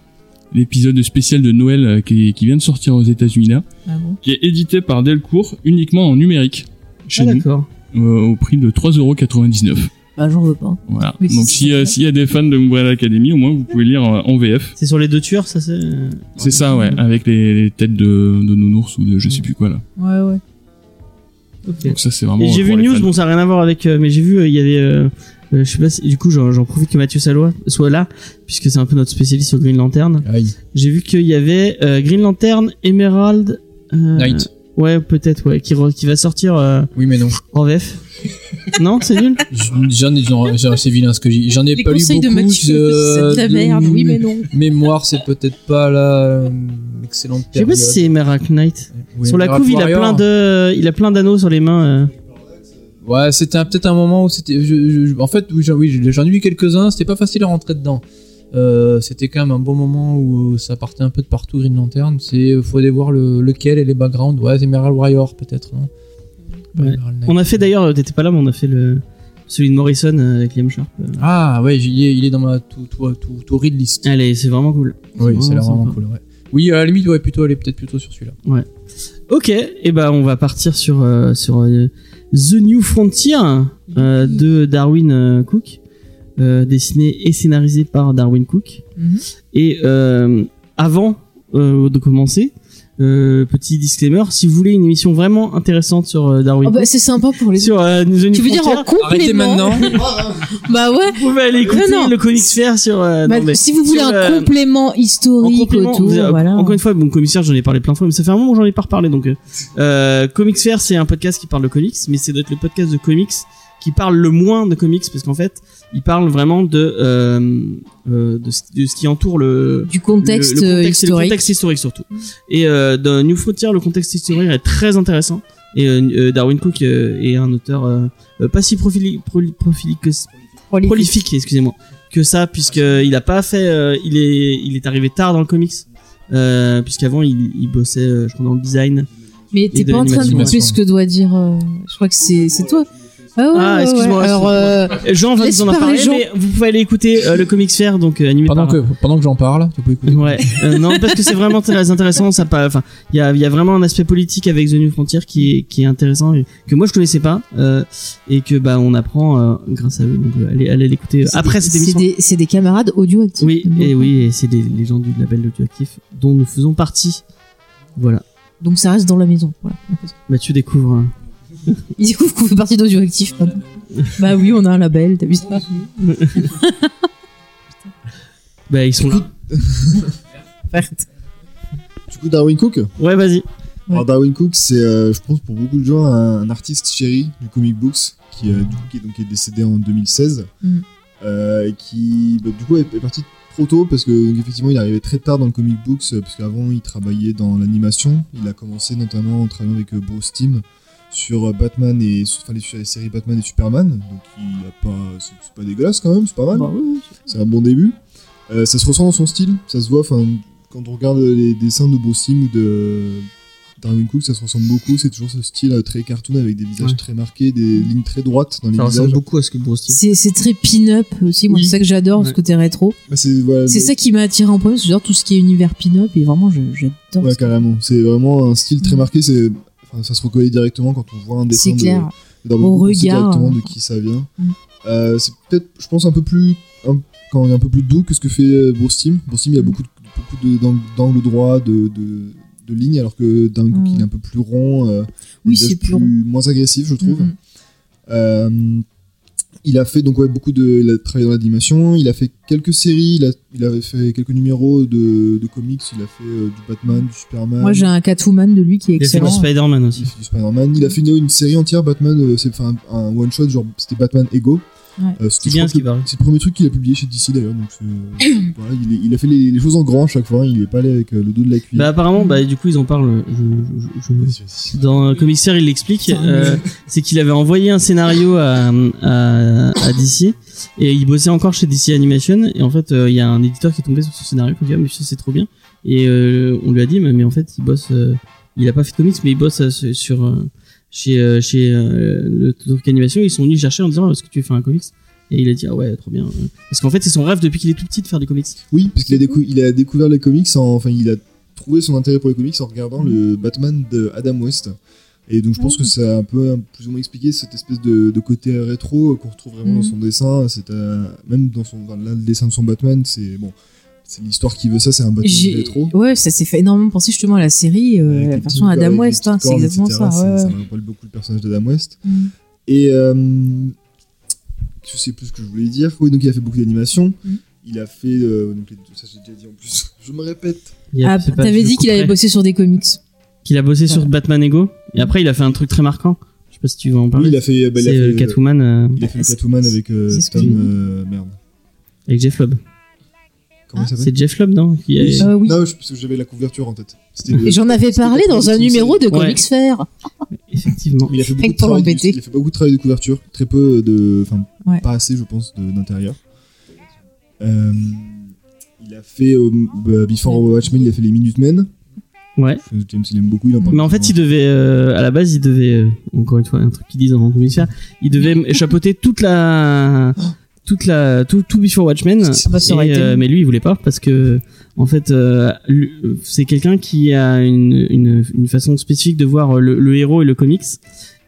D: l'épisode spécial de Noël euh, qui, qui vient de sortir aux États-Unis là,
C: Ah bon.
D: qui est édité par Delcourt uniquement en numérique chez
B: Ah,
D: nous,
B: d'accord.
D: euh, au prix de 3,99€.
C: Bah, j'en veux pas.
D: Voilà.
C: Mais
D: Donc
C: c'est
D: si,
C: ça.
D: euh, s'il y a des fans de Umbrella Academy, au moins vous pouvez lire euh, en VF.
B: C'est sur les deux tueurs, ça c'est.
D: C'est ça, ouais, avec les, les têtes de, de nounours ou de je sais plus quoi là.
C: Ouais, ouais.
B: Ok.
D: Donc ça c'est vraiment.
B: Et j'ai
D: euh,
B: vu
D: pour
B: une
D: les
B: news,
D: fans.
B: bon ça n'a rien à voir avec, euh, mais j'ai vu euh, il y avait, euh, euh, je sais pas, si, du coup j'en j'en profite que Mathieu Salois soit là puisque c'est un peu notre spécialiste sur Green Lantern.
F: Aïe.
B: J'ai vu qu'il y avait euh, Green Lantern, Emerald, euh,
F: Night.
B: ouais peut-être ouais, qui, re- qui va sortir euh,
F: Oui, mais non.
B: en VF. non, c'est nul.
F: J'en ai, j'en- j'en- c'est vilain ce que j'ai. J'en ai
C: Les
F: pas lu
C: conseils
F: beaucoup.
C: de Mathieu,
F: euh,
C: c'est de la merde. Oui, mais non.
F: Mémoire, c'est peut-être pas la euh, excellente
B: Je sais
F: période.
B: pas si c'est Emerald Knight.
F: Ouais,
B: sur la
F: Miracle
B: couve, il a
F: Warrior.
B: plein de, il a plein d'anneaux sur les mains. euh.
F: Ouais, c'était un- peut-être un moment où c'était. je- je- je- en fait, oui, j'en oui, j'en ai lu quelques-uns. C'était pas facile à rentrer dedans. Euh, c'était quand même un bon moment où euh, ça partait un peu de partout Green Lantern. C'est euh, faut aller voir le, lequel et les backgrounds. Ouais, Emerald Warrior peut-être. Non Pas
B: Ouais.
F: Emerald Knight.
B: On a fait d'ailleurs, euh, t'étais pas là, mais on a fait le celui de Morrison euh, avec Liam Sharp. euh.
F: Ah ouais, il est, il est dans ma tout tout tout, tout read list.
B: Allez, c'est vraiment cool.
F: Oui,
B: c'est
F: c'est
B: vraiment
F: vraiment
B: sympa.
F: cool. Ouais. Oui, à la limite, ouais, plutôt aller peut-être plutôt sur celui-là.
B: Ok, et ben on va partir sur euh, sur euh, The New Frontier euh, de Darwin euh, Cook, euh, dessiné et scénarisé par Darwin Cook.
C: Mhm.
B: Et euh, avant euh, de commencer, euh, petit disclaimer, si vous voulez une émission vraiment intéressante sur euh, Darwin
C: Ah bah,
B: Cook,
C: c'est sympa pour les
B: sur euh, The New
C: Tu veux dire en
B: Frontier,
C: complément
F: Arrêtez maintenant.
C: Bah ouais.
B: vous pouvez aller écouter
C: Non, non.
B: le Conixphere sur. euh,
C: Bah,
B: non, mais-
C: si vous voulez
B: sur,
C: un
B: euh,
C: complément historique
B: En complément,
C: autour,
B: vous avez- euh,
C: voilà.
B: Encore une fois, bon, commissaire, j'en ai parlé plein de fois, mais ça fait un moment que j'en ai pas reparlé. Donc, euh, euh, Comics Fair, c'est un podcast qui parle de comics, mais c'est doit être le podcast de comics qui parle le moins de comics, parce qu'en fait, il parle vraiment de, euh, euh, de, ce, de ce qui entoure le,
C: du contexte,
B: le- le
C: euh,
B: contexte et le
C: historique.
B: contexte historique surtout. Et euh, dans New Frontier, le contexte historique est très intérant. Et euh, euh, Darwin Cook euh, est un auteur euh, euh, pas si profili- proli- prolifique que
C: prolifique.
B: prolifique, excusez-moi, que ça, puisque il a pas fait, euh, il est, il est arrivé tard dans le comics, euh, puisqu'avant il, il bossait, euh, je crois dans le design.
C: Mais t'es
B: de
C: pas en train de
B: l'animation.
C: couper ce que doit dire. euh, je crois que c'est c'est toi. Ah ouais.
B: Ah,
C: ouais,
B: excuse-moi,
C: ouais. Alors,
B: excuse-moi.
C: euh,
B: Euh, Jean va
C: Laisse
B: nous en
C: parler,
B: parler,
C: Jean.
B: mais vous pouvez aller écouter euh, le comics fair, donc euh, animé
F: Pendant
B: par.
F: que pendant que j'en parle, tu peux écouter.
B: Ouais, euh, non parce que c'est vraiment très intéressant, ça pas, enfin, il y a, il y a vraiment un aspect politique avec The New Frontier qui est, qui est intéressant et que moi je connaissais pas euh, et que bah on apprend euh, grâce à eux, donc euh, allez, allez l'écouter
C: c'est
B: après
C: des-
B: cette
C: c'est
B: émission.
C: des, c'est des camarades audio actifs.
B: Oui,
C: Donc, euh,
B: et oui, et c'est des- les gens du label de Actif dont nous faisons partie. Voilà.
C: Donc ça reste dans la maison. Voilà.
B: Mathieu découvre. hein.
C: Ils découvrent qu'on fait partie d'audio actif. pardon. bah oui, on a un label. T'as vu ça
B: Bah ils sont là.
E: Du coup, Darwin Cook
B: Ouais, vas-y.
E: Alors Darwin Cook, c'est, euh, je pense, pour beaucoup de gens, un, un artiste chéri du comic books, qui, euh, du coup, qui est, donc, est décédé en 2016,
C: Mhm.
E: euh, et qui, bah, du coup, est, est parti trop tôt, parce que, donc, effectivement, il est arrivé très tard dans le comic books, euh, parce qu'avant, il travaillait dans l'animation. Il a commencé notamment en travaillant avec euh, Bruce Timm sur euh, Batman et, enfin, les, sur les séries Batman et Superman, donc il a pas, c'est c'est pas dégueulasse quand même, c'est pas mal. C'est un bon début. Euh, ça se ressent dans son style, ça se voit. Enfin, quand on regarde les dessins de Bruce Timm ou de Darwin Cook, ça se ressemble beaucoup. C'est toujours ce style euh, très cartoon avec des visages
B: Ouais.
E: très marqués, des lignes très droites dans les
B: Ça ressemble
E: visages.
B: beaucoup à ce que Bruce Timm-
C: C'est c'est très pin-up aussi. Moi,
E: Oui.
C: c'est ça que j'adore, ce
B: Ouais. Euh,
C: côté rétro.
E: Bah, c'est voilà,
C: C'est
E: bah,
C: ça qui m'a attiré en premier, parce que j'adore tout ce qui est univers pin-up. Et vraiment, je- j'adore.
E: ouais,
C: ça.
E: carrément. C'est vraiment un style très marqué. C'est Enfin, ça se reconnaît directement quand on voit un dessin
C: C'est
E: de-
C: clair.
E: dans le
C: Au
E: groupe, on sait
C: regard.
E: directement de qui ça vient.
C: Mm.
E: Euh, c'est peut-être, je pense, un peu plus un, quand il y a un peu plus doux que ce que fait euh, Bruce Timm. Bruce Timm, il y a
C: Mm.
E: beaucoup de, beaucoup de d'ang- d'angles droits, de, de, de lignes, alors que d'un coup,
C: Mm.
E: il est un peu plus rond, euh,
C: Oui,
E: il est
C: c'est plus rond.
E: moins agressif, je trouve.
C: Mhm.
E: Euh, il a fait donc ouais, beaucoup de il a travaillé dans l'animation, il a fait quelques séries, il, a, il avait fait quelques numéros de, de comics, il a fait euh, du Batman, du Superman.
C: Moi, j'ai un Catwoman de lui qui est
B: Il a fait du
C: excellent.
B: Spider-Man aussi.
E: Il fait du Spider-Man. Il a fait une, une série entière Batman, euh, c'est enfin, un, one shot genre c'était Batman Ego.
C: Ouais.
E: Euh, c'était-
B: C'est
E: je
B: bien
E: crois
B: ce qu'il
E: que-
B: parle.
E: C'est le premier truc qu'il a publié chez DC d'ailleurs, donc c'est- voilà, il, est- il a fait les, les choses en grand à chaque fois. Il est pas allé avec euh, le dos de la cuillère.
B: Bah apparemment, bah du coup ils en parlent. je- je- je-
E: Vas-y, vas-y.
B: Dans euh, Commissaire, il l'explique,
C: Putain,
B: euh, c'est qu'il avait envoyé un scénario à, à, à DC et il bossait encore chez DC Animation et en fait euh, il y a un éditeur qui est tombé sur ce scénario qui a dit ah, mais ça, c'est trop bien et euh, on lui a dit mais, mais en fait il bosse, euh, il a pas fait de comics mais il bosse euh, sur- sur euh, chez euh, chez euh, le truc animation ils sont venus le chercher en disant Ah, est-ce que tu veux faire un comics et il a dit ah ouais trop bien euh. parce qu'en fait c'est son rêve depuis qu'il est tout petit de faire des comics
E: Oui, parce qu'il a, décou- il a découvert les comics, en- enfin il a trouvé son intérêt pour les comics en regardant le Batman de Adam West. Et donc je pense que ça a un peu un- plus ou moins expliqué cette espèce de, de côté rétro euh, qu'on retrouve vraiment dans son dessin. C'est euh, même dans son, enfin, là, le dessin de son Batman, c'est bon, c'est l'histoire qui veut ça, c'est un Batman
C: J'ai-
E: rétro.
C: Ouais, ça s'est fait énormément penser justement à la série, euh,
E: Avec
C: la
E: les
C: version
E: petites-
C: Adam
E: avec les
C: West, hein,
E: petites
C: c'est
E: cornes,
C: exactement
E: etc.
C: ça. ouais,
E: Ça Mm.
C: ouais.
E: me rappelle beaucoup le personnage d'Adam West.
C: Mhm.
E: Et euh, je sais plus ce que je voulais dire. Oui, donc il a fait beaucoup d'animations.
C: Mhm.
E: Il a fait. euh, donc, les- ça, j'ai déjà dit en plus. Je me répète.
B: Il a-
C: Ah,
B: c'est pas-
C: t'avais
B: je
C: dit qu'il
B: couperai.
C: avait bossé sur des comics.
B: qu'il a bossé sur Batman Ego et après il a fait un truc très marquant je sais pas si tu veux en
E: Oui,
B: parler
E: il a fait. bah, il a
B: c'est
E: fait,
B: euh,
E: euh,
B: Catwoman euh,
E: Il a fait le
C: C'est-
E: Catwoman avec euh,
C: c'est ce que
E: Tom.
C: j'ai dit.
E: euh, merde.
B: avec Jeff Lobb
C: Ah,
E: Comment il s'appelle
B: C'est Jeff Lobb, non qui a-
E: Oui.
C: Euh, oui.
E: Non, je- parce que j'avais la couverture en tête. C'était le-
C: Et j'en avais
E: c'était
C: parlé
E: Catwoman
C: dans un
E: qui-
C: numéro de
B: Ouais.
C: Comics Fair.
B: Effectivement.
E: Il a, fait beaucoup
C: Rien
E: de
C: que pour
E: travail,
C: l'embêter.
E: de- il a fait beaucoup de travail de couverture, très peu de. Enfin,
C: Ouais.
E: pas assez, je pense, de- d'intérieur. Euh, il a fait. euh, bah, Before Watchmen, il a fait les Minutemen.
B: Ouais.
E: Euh, James, il aime beaucoup. Il en parle
B: Mais en fait, il
E: souvent.
B: devait, euh, à la base, il devait, euh, encore une fois, un truc qu'ils disent en commissaire, il devait chapeauter toute la, toute la, tout, tout Before Watchmen.
C: Ah bah, ça aurait
B: Et,
C: été
B: euh,
C: long.
B: mais lui, il voulait pas parce que, en fait, euh, lui- euh, c'est quelqu'un qui a une, une, une façon spécifique de voir euh, le, le héros et le comics.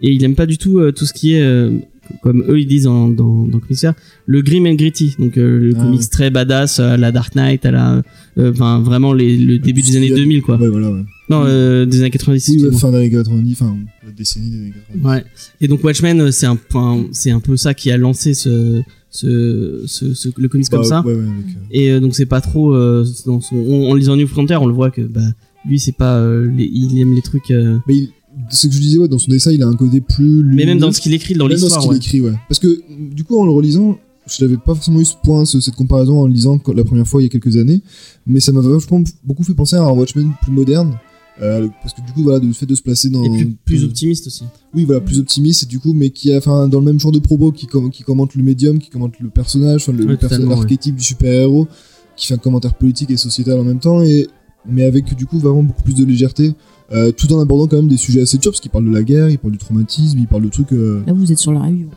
B: Et il aime pas du tout euh, tout ce qui est, euh, comme eux, ils disent dans, dans, dans Commissaire, le grim and gritty. Donc, euh, le
E: Ah,
B: comics
E: ouais.
B: très badass, euh, à la Dark Knight, à la, euh, enfin, vraiment les, le début des
E: Parce
B: années
E: qu'il y a-
B: 2000, quoi.
E: Ouais, voilà, ouais.
B: Non, euh, des années 90.
E: Oui, ouais,
B: excuse-moi.
E: fin des années 90, enfin, la décennie des années 90.
B: Ouais. Et donc Watchmen, euh, c'est un point, c'est un peu ça qui a lancé ce, ce, ce, ce- le comics comme
E: Bah,
B: ça.
E: Ouais, ouais, avec, euh,
B: Et euh, donc c'est pas trop euh, dans son. On, en lisant New Frontier, on le voit que bah lui c'est pas, euh, les- il aime les trucs. euh,
E: Mais il- c'est ce que je disais, ouais, dans son dessin, il a un côté plus.
B: mais même
E: lumineux.
B: dans ce qu'il écrit, dans
E: Mm-hmm. Même ce
B: l'histoire.
E: qu'il
B: Ouais.
E: écrit, ouais. Parce que, du coup, en le relisant, je n'avais pas forcément eu ce point, ce- cette comparaison en le lisant quand- la première fois il y a quelques années, mais ça m'a vachement beaucoup fait penser à un Watchmen plus moderne. euh, parce que du coup, voilà, le fait de se placer dans.
B: Et plus, plus optimiste aussi.
E: Oui, voilà, plus optimiste, et du coup, mais qui a, enfin, dans le même genre de propos, qui, com- qui commente le médium, qui commente le personnage, enfin, le,
B: Ouais,
E: le personnage,
B: totalement, ouais.
E: l'archétype du super-héros, qui fait un commentaire politique et sociétal en même temps, et, mais avec, du coup, vraiment beaucoup plus de légèreté, euh, tout en abordant quand même des sujets assez durs, parce qu'il parle de la guerre, il parle du traumatisme, il parle de trucs, euh,
C: Là, vous êtes sur la review.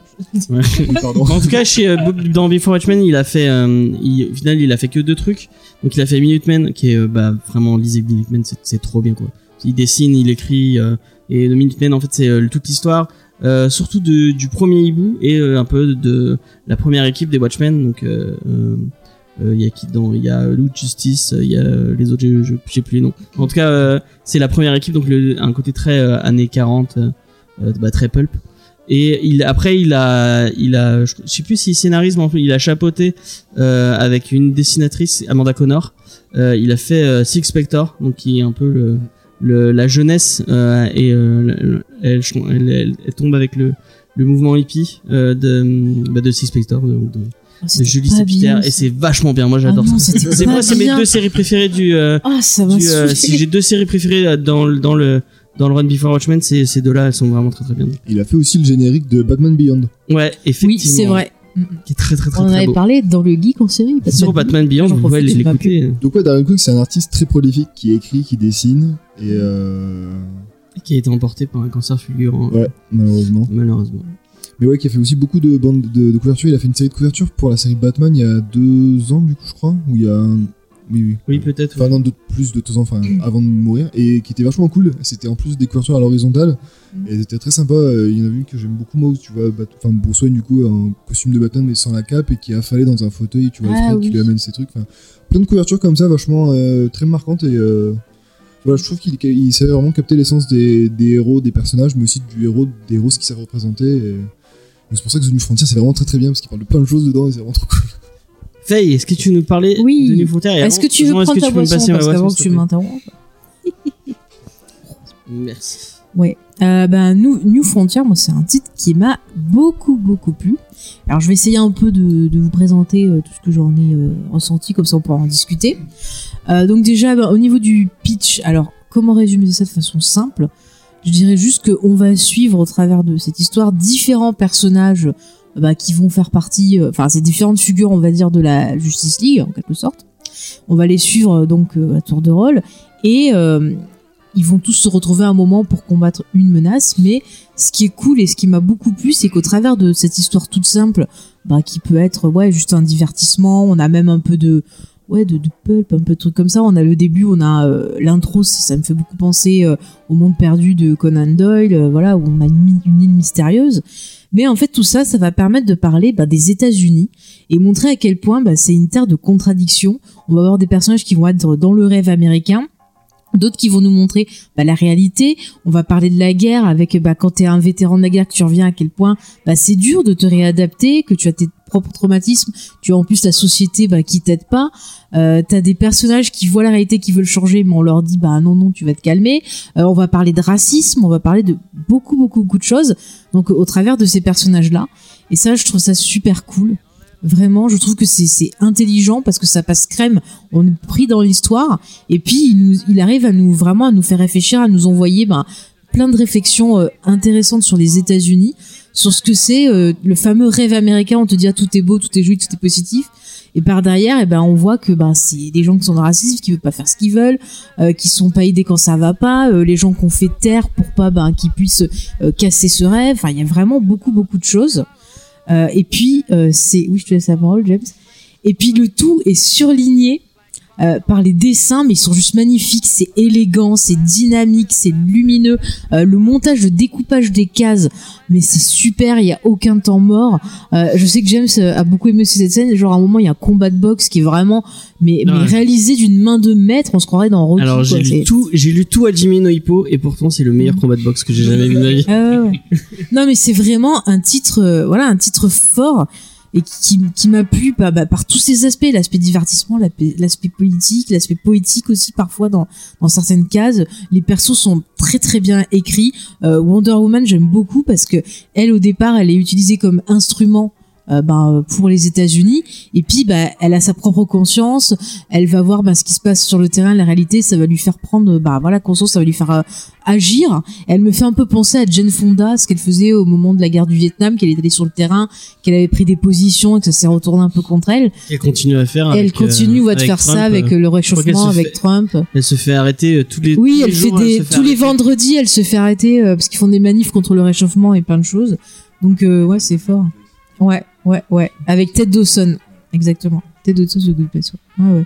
B: Ouais.
E: pardon.
B: en tout cas, chez euh, Bob- dans Before Watchmen, il a fait, euh, il- au final, il a fait que deux trucs. Donc, il a fait Minutemen, qui est euh, bah, vraiment lisez Minutemen, c'est- c'est trop bien quoi. Il dessine, il écrit, euh, et le Minutemen, en fait, c'est euh, toute l'histoire, euh, surtout de- du premier hibou et euh, un peu de, de la première équipe des Watchmen. Donc, euh, euh, euh, il y a qui dedans Il y a Lou Justice, euh, il y a euh, les autres, je, je- j'ai plus les noms. En tout cas, euh, c'est la première équipe, donc le, un côté très euh, années 40, euh, euh, bah, très pulp. Et il, après, il a, il a, je sais plus s'il scénarise, mais en tout, il a chapeauté euh, avec une dessinatrice, Amanda Connor. Euh, il a fait euh, Six Spector, donc qui est un peu le, le- la jeunesse euh, et euh, le- le- elle, je- elle- elle- elle tombe avec le, le mouvement hippie euh, de, bah, de Six Spector, de, de-
C: Ah,
B: de
C: c'était
B: Julie
C: pas
B: Sepiter,
C: bien,
B: et
C: ça.
B: c'est vachement bien. Moi,
C: Ah
B: j'adore
C: non,
B: ça.
C: c'était
B: C'est
C: pas
B: moi, c'est mes
C: bien.
B: deux séries préférées du. euh,
C: Ah, ça m'a
B: du, euh,
C: saoulé.
B: si j'ai deux séries préférées euh, dans, le- dans le dans le Run Before Watchmen, c'est- ces deux-là, elles sont vraiment très très bien.
E: Il a fait aussi le générique de Batman Beyond.
B: Ouais, effectivement.
C: Oui, c'est vrai. Mm-mm.
B: Qui est très très très
C: On en
B: très
C: avait
B: beau.
C: parlé dans le geek en série. parce que-
B: Sur Batman Beyond,
C: J'en
B: vous pouvez
C: profite,
B: aller
C: tu m'as
B: l'écouter.
E: Donc ouais, Darren Cook, c'est un artiste très prolifique qui écrit, qui dessine, et euh,
B: Qui a été emporté par un cancer fulgurant,
E: ouais, malheureusement.
B: malheureusement.
E: Mais ouais, qui a fait aussi beaucoup de bandes de, de couvertures. Il a fait une série de couvertures pour la série Batman il y a deux ans, du coup, je crois, où il y a un- Oui, oui.
B: Oui, peut-être.
E: Enfin, non, de plus de deux ans, enfin,
C: Mm.
E: avant de mourir, et qui était vachement cool. C'était en plus des couvertures à l'horizontale,
C: Mm.
G: Mhm.
E: et c'était très sympa. Euh, Il y en a une que j'aime beaucoup, moi, où tu vois, Bat- enfin, Bruce Wayne, du coup, en costume de Batman, mais sans la cape, et qui est affalé dans un fauteuil, et tu vois
C: Ah,
E: Alfred qui
C: oui.
E: lui amène ses trucs. Enfin, plein de couvertures comme ça, vachement euh, très marquantes, et euh, voilà, je trouve qu'il qu'il savait vraiment capter l'essence des, des héros, des personnages, mais aussi du héros, des héros, ce qu'ils savent représenter. et- donc C'est pour ça que The New Frontier, c'est vraiment très très bien, parce qu'il parle de plein de choses dedans, et c'est vraiment trop cool.
B: Faye, est-ce que tu nous parlais
C: Oui.
B: de New Frontier Et
C: Est-ce
B: avant-
C: que tu veux
B: Jean, est-ce
C: prendre
B: que
C: ta
B: tu peux me
C: boisson
B: passer ma
C: Parce qu'avant
B: boisson,
C: que tu
B: s'il te
C: m'interrompes.
B: plaît Merci.
C: Ouais. Euh, ben, New, New Frontier, moi, c'est un titre qui m'a beaucoup, beaucoup plu. Alors, je vais essayer un peu de, de vous présenter euh, tout ce que j'en ai euh, ressenti, comme ça on pourra en discuter. Euh, donc, déjà, ben, au niveau du pitch, alors, comment résumer ça de façon simple Je dirais juste qu'on va suivre au travers de cette histoire différents personnages euh, bah, qui vont faire partie, euh, enfin, ces différentes figures, on va dire, de la Justice League, en quelque sorte. On va les suivre, euh, donc, euh, à tour de rôle. Et. euh, ils vont tous se retrouver à un moment pour combattre une menace, mais ce qui est cool et ce qui m'a beaucoup plu, c'est qu'au travers de cette histoire toute simple, bah, qui peut être ouais juste un divertissement, on a même un peu de ouais de, de pulp, un peu de trucs comme ça. On a le début, on a euh, l'intro, ça, ça me fait beaucoup penser euh, au monde perdu de Conan Doyle, euh, voilà où on a une, mi- une île mystérieuse. Mais en fait, tout ça, ça va permettre de parler bah, des États-Unis et montrer à quel point bah, c'est une terre de contradictions. On va avoir des personnages qui vont être dans le rêve américain, d'autres qui vont nous montrer bah, la réalité. On va parler de la guerre avec bah, quand t'es un vétéran de la guerre que tu reviens à quel point bah, c'est dur de te réadapter, que tu as tes propres traumatismes, tu as en plus la société bah, qui t'aide pas. Euh, t'as des personnages qui voient la réalité, qui veulent changer, mais on leur dit bah non non tu vas te calmer. Euh, on va parler de racisme, on va parler de beaucoup beaucoup beaucoup de choses. Donc au travers de ces personnages là, et ça je trouve ça super cool. Vraiment, je trouve que c'est c'est intelligent parce que ça passe crème. On est pris dans l'histoire et puis il, nous- il arrive à nous vraiment à nous faire réfléchir, à nous envoyer ben, plein de réflexions euh, intéressantes sur les États-Unis, sur ce que c'est euh, le fameux rêve américain. On te dit ah, tout est beau, tout est joli, tout est positif. Et par derrière, eh ben on voit que ben c'est des gens qui sont dans le racisme, qui veulent pas faire ce qu'ils veulent, euh, qui sont pas aidés quand ça va pas, euh, les gens qu'on fait taire pour pas ben qu'ils puissent euh, casser ce rêve. Enfin, il y a vraiment beaucoup beaucoup de choses. Euh, et puis euh, c'est oui, je te laisse la parole, James. Et puis le tout est surligné euh, par les dessins, mais ils sont juste magnifiques. C'est élégant, c'est dynamique, c'est lumineux. Euh, le montage, le découpage des cases, mais c'est super. Il y a aucun temps mort. Euh, je sais que James euh, a beaucoup aimé aussi cette scène. Genre à un moment, il y a un combat de boxe qui est vraiment, mais, mais
B: Ouais.
C: réalisé d'une main de maître. On se croirait dans Rocky.
B: Alors, j'ai
C: quoi. C'est-
B: lu tout, j'ai lu tout à Jimmy No Hippo, et pourtant, c'est le meilleur combat de boxe que j'ai jamais vu de ma vie.
C: Ah ouais, ouais. non mais c'est vraiment un titre euh, voilà un titre fort et qui, qui, qui m'a plu par, bah, par tous ses aspects l'aspect divertissement l'aspect l'aspect politique l'aspect poétique aussi parfois dans dans certaines cases les persos sont très très bien écrits Euh, Wonder Woman j'aime beaucoup parce que elle au départ elle est utilisée comme instrument euh, ben, euh, pour les États-Unis et puis bah, elle a sa propre conscience elle va voir bah, ce qui se passe sur le terrain la réalité ça va lui faire prendre bah voilà conscience ça va lui faire euh, agir elle me fait un peu penser à Jane Fonda, ce qu'elle faisait au moment de la guerre du Vietnam, qu'elle est allée sur le terrain, qu'elle avait pris des positions et que ça s'est retourné un peu contre elle.
B: Elle continue à faire.
C: Et elle
B: avec,
C: continue
B: euh,
C: ouais, de faire
B: Trump,
C: ça avec
B: euh,
C: euh, le
B: crois qu'elle
C: réchauffement,
B: se
C: avec
B: fait-
C: Trump.
B: Elle se fait arrêter euh, tous les.
C: Oui,
B: tous
C: elle
B: les
C: fait
B: jours,
C: des
B: se fait
C: tous les
B: arrêter.
C: vendredis, elle se fait arrêter euh, parce qu'ils font des manifs contre le réchauffement et plein de choses. Donc euh, ouais, c'est fort. Ouais, ouais, ouais. Avec Ted Dawson, exactement. Ted Dawson de Good Place. Ouais, ouais. ouais.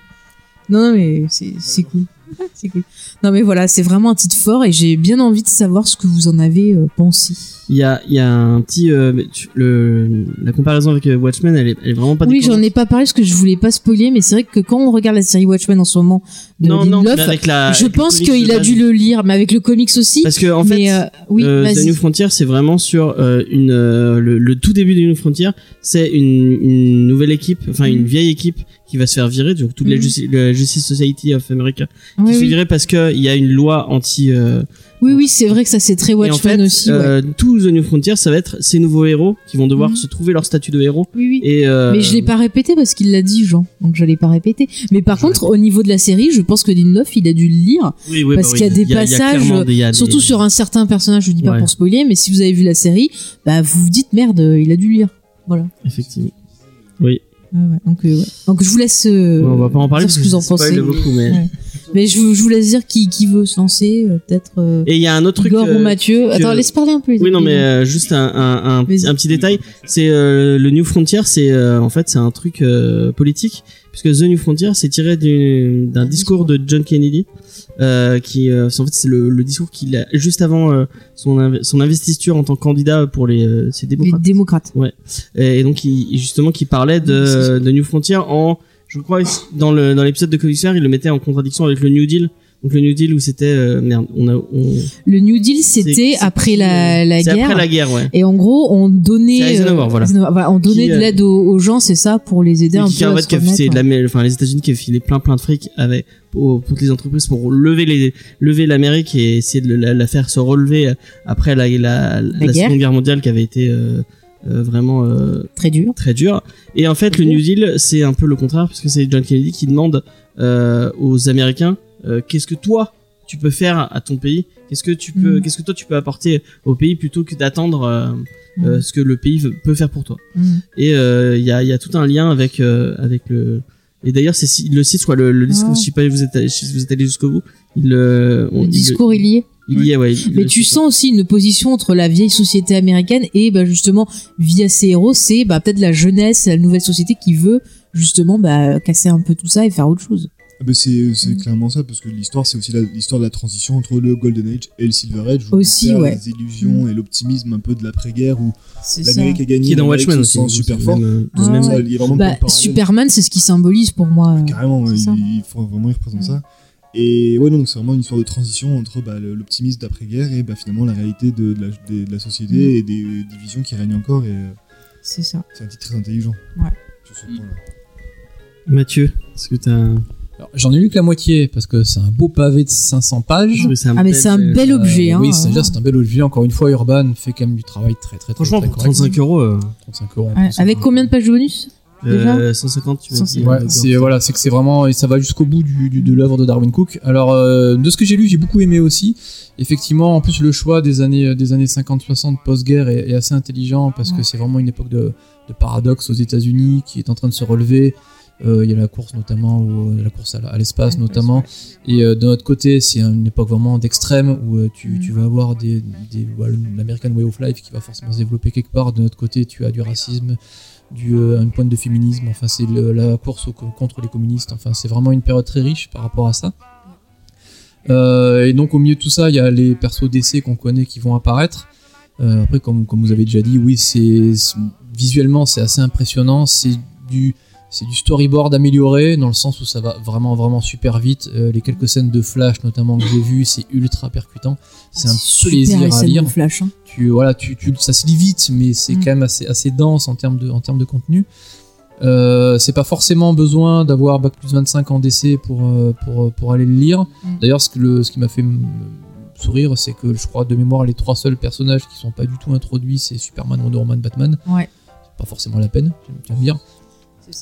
C: Non, non, mais c'est c'est cool. c'est cool. Non, mais voilà, c'est vraiment un titre fort et j'ai bien envie de savoir ce que vous en avez euh, pensé.
B: Il y a, il y a un petit. euh, mais tu- le, la comparaison avec euh, Watchmen, elle est, elle est vraiment pas
C: Oui,
B: déconnante.
C: j'en ai pas parlé parce que je voulais pas spoiler, mais c'est vrai que quand on regarde la série Watchmen en ce moment de
B: Non, non, mais
C: Lindelof,
B: avec la.
C: je
B: avec le
C: pense
B: comics
C: qu'il
B: de
C: a
B: base.
C: dû le lire, mais avec le comics aussi.
B: Parce que, en fait.
C: mais euh, oui,
B: Euh, The
C: vas-y.
B: New Frontier, c'est vraiment sur euh, une euh, le, le tout début de New Frontier, c'est une, une nouvelle équipe, enfin
C: Mm.
B: une vieille équipe qui va se faire virer, donc toute la,
C: Mhm.
B: Justi- la Justice Society of America qui
C: Oui,
B: se fait
C: oui.
B: virer parce que il y a une loi anti. euh,
C: Oui, oui, c'est vrai que ça c'est très
B: et
C: Watchmen
B: en fait,
C: aussi. ouais.
B: euh, tout The New Frontier, ça va être ces nouveaux héros qui vont devoir
C: Mhm.
B: se trouver leur statut de héros.
C: Oui, oui.
B: Et euh,
C: Mais je l'ai pas répété parce qu'il l'a dit, Jean. Donc je l'ai pas répété. Mais par contre, au niveau de la série, je pense que Lindelof, il a dû le lire.
B: oui, oui,
C: parce
B: bah oui,
C: qu'il y a des
B: il il y a clairement
C: passages,
B: des- il y a des-
C: Surtout sur un certain personnage, je dis pas
B: Ah, Ouais.
C: pour spoiler, mais si vous avez vu la série, bah vous vous dites merde, euh, il a dû le lire. Voilà.
B: effectivement.
C: Ouais, ouais. Donc, euh, ouais. Donc je vous laisse. euh,
B: Ouais, on va pas en parler
C: dire
B: parce
C: Euh, ce
B: que
C: que vous en
B: ça spoil
C: pensez.
B: beaucoup, mais
C: Ouais. Mais je, vous- je vous laisse dire qui, qui veut se lancer, euh, peut-être euh,
B: Et il y a un autre truc.
C: Igor
B: euh,
C: ou Mathieu. Attends, laisse parler un peu. les
B: Oui, non,
C: amis.
B: mais euh, juste un, un, un,
C: Vas-y.
B: un petit détail. C'est euh, le New Frontier, c'est euh, en fait c'est un truc euh, politique puisque The New Frontier c'est tiré du- d'un discours de John Kennedy euh, qui euh, c'est- en fait c'est le, le discours qu'il a juste avant euh, son inv- son investiture en tant que candidat pour les euh, ces
C: hein. Les
B: démocrates
C: démocrates.
B: et, et donc il, justement qui parlait de, de New Frontier en je crois dans le dans l'épisode de Commissaire il le mettait en contradiction avec le New Deal donc le New Deal où c'était euh, merde on a on
C: Le New Deal, c'était
B: c'est- euh,
C: après la, la
B: c'est
C: guerre.
B: après la guerre ouais
C: Et en gros, on donnait, euh,
B: C'est Eisenhower, voilà.
C: on donnait
B: Qui,
C: de
B: euh,
C: l'aide aux, aux gens, c'est ça, pour les aider
B: Et
C: un peu
B: qui, en
C: à
B: fait,
C: se
B: qui a-
C: remettre. hein.
B: c'est de la mé- enfin les États-Unis qui a filé plein plein de fric avec pour, pour toutes les entreprises pour lever les lever l'Amérique et essayer de la, la faire se relever euh, après la la, la,
C: guerre.
B: Seconde Guerre mondiale qui avait été euh, euh, vraiment euh,
C: Très dur.
B: très dure et en fait le New Deal c'est un peu le contraire puisque c'est John Kennedy qui demande euh, aux Américains euh, qu'est-ce que toi tu peux faire à ton pays qu'est-ce que tu peux
C: Mm.
B: qu'est-ce que toi tu peux apporter au pays plutôt que d'attendre euh,
C: Mhm.
B: euh, ce que le pays veut- peut faire pour toi
C: Mm.
B: et euh, il y, a, il y a tout un lien avec euh, avec le et d'ailleurs c'est si- le site soit le, le discours
C: Ouais.
B: je sais pas vous êtes allé- si vous êtes allé jusqu'au bout il euh, on-
C: Le
B: il-
C: discours est lié.
B: il y est ouais il-
C: Mais
B: le-
C: tu sens aussi une opposition entre la vieille société américaine et bah, justement, via ces héros, c'est bah, peut-être la jeunesse, la nouvelle société qui veut justement bah, casser un peu tout ça et faire autre chose.
E: Ah bah, c'est c'est
C: Mm.
E: clairement ça, parce que l'histoire, c'est aussi la- l'histoire de la transition entre le Golden Age et le Silver Age. où
C: Aussi,
E: on perd
C: ouais. Mm.
E: Les illusions et l'optimisme un peu de l'après-guerre où
C: C'est ça.
E: l'Amérique a gagné.
B: qui est dans
E: l'Amérique
B: Watchmen
E: se
B: aussi
E: sent super
B: c'est
E: fort.
B: le même, euh,
C: Ah
B: même-
C: ouais.
E: Il y a vraiment
C: Bah,
E: plein de parallèles.
C: Superman, c'est ce qui symbolise pour moi. euh,
E: Carrément,
C: C'est
E: ouais,
C: ça.
E: il, il faut vraiment il représente
C: Mm.
E: ça. Et ouais, donc c'est vraiment une histoire de transition entre bah, le- l'optimisme d'après-guerre et bah, finalement la réalité de, de la, des- de la société
C: Mm.
E: et des divisions qui règnent encore. Et euh,
C: C'est ça.
E: c'est un titre très intelligent.
C: Ouais.
E: Sur ce
D: Mm.
E: point-là.
B: Mathieu est-ce que t'as
F: Alors, J'en ai lu que la moitié, parce que c'est un beau pavé de 500 pages.
B: c'est un
C: Ah, mais c'est un bel objet.
F: Euh,
C: hein.
F: Oui, c'est-à-dire c'est un bel objet. Encore une fois, Urban fait quand même du travail très très très
B: franchement
F: très
B: pour
F: correct.
B: 35 euros euh,
F: 35 euros. en
C: Ouais,
F: plus. hein.
C: Avec combien de pages de bonus Déjà
B: euh, 150 tu m'as dit
F: Ouais, c'est voilà, c'est que c'est vraiment et ça va jusqu'au bout du, du- de l'œuvre de Darwin Cook. Alors euh, de ce que j'ai lu, j'ai beaucoup aimé aussi. Effectivement, en plus le choix des années euh, des années 50-60 post-guerre est, est assez intelligent parce que c'est vraiment une époque de, de paradoxe aux États-Unis qui est en train de se relever. Euh, Il y a la course notamment, au- la course à la- à l'espace notamment. Et euh, d'un autre côté, c'est une époque vraiment d'extrême où euh, tu, tu vas avoir des, des voilà, l'American Way of Life qui va forcément se développer quelque part. De notre côté, tu as du racisme, du, euh, une pointe de féminisme. Enfin, c'est le- la course au- contre les communistes. Enfin, c'est vraiment une période très riche par rapport à ça. Euh, et donc, au milieu de tout ça, il y a les persos d'essai qu'on connaît qui vont apparaître. Euh, après, comme, comme vous avez déjà dit, oui, c'est c'est- visuellement, c'est assez impressionnant. C'est du c'est du storyboard amélioré dans le sens où ça va vraiment vraiment super vite. Euh, les quelques scènes de flash notamment que j'ai vues, c'est ultra percutant. C'est un
C: Ah, super
F: plaisir à
C: SNL
F: lire
C: Flash, hein.
F: tu voilà tu, tu ça se lit vite mais c'est
C: Mm.
F: quand même assez assez dense en termes de en termes de contenu euh, c'est pas forcément besoin d'avoir bac plus 25 en DC pour euh, pour pour aller le lire
C: Mm.
F: d'ailleurs ce que le ce qui m'a fait m- sourire c'est que je crois de mémoire les trois seuls personnages qui sont pas du tout introduits c'est Superman Wonder Woman Batman
C: Ouais.
F: C'est pas forcément la peine tu- tu vas me dire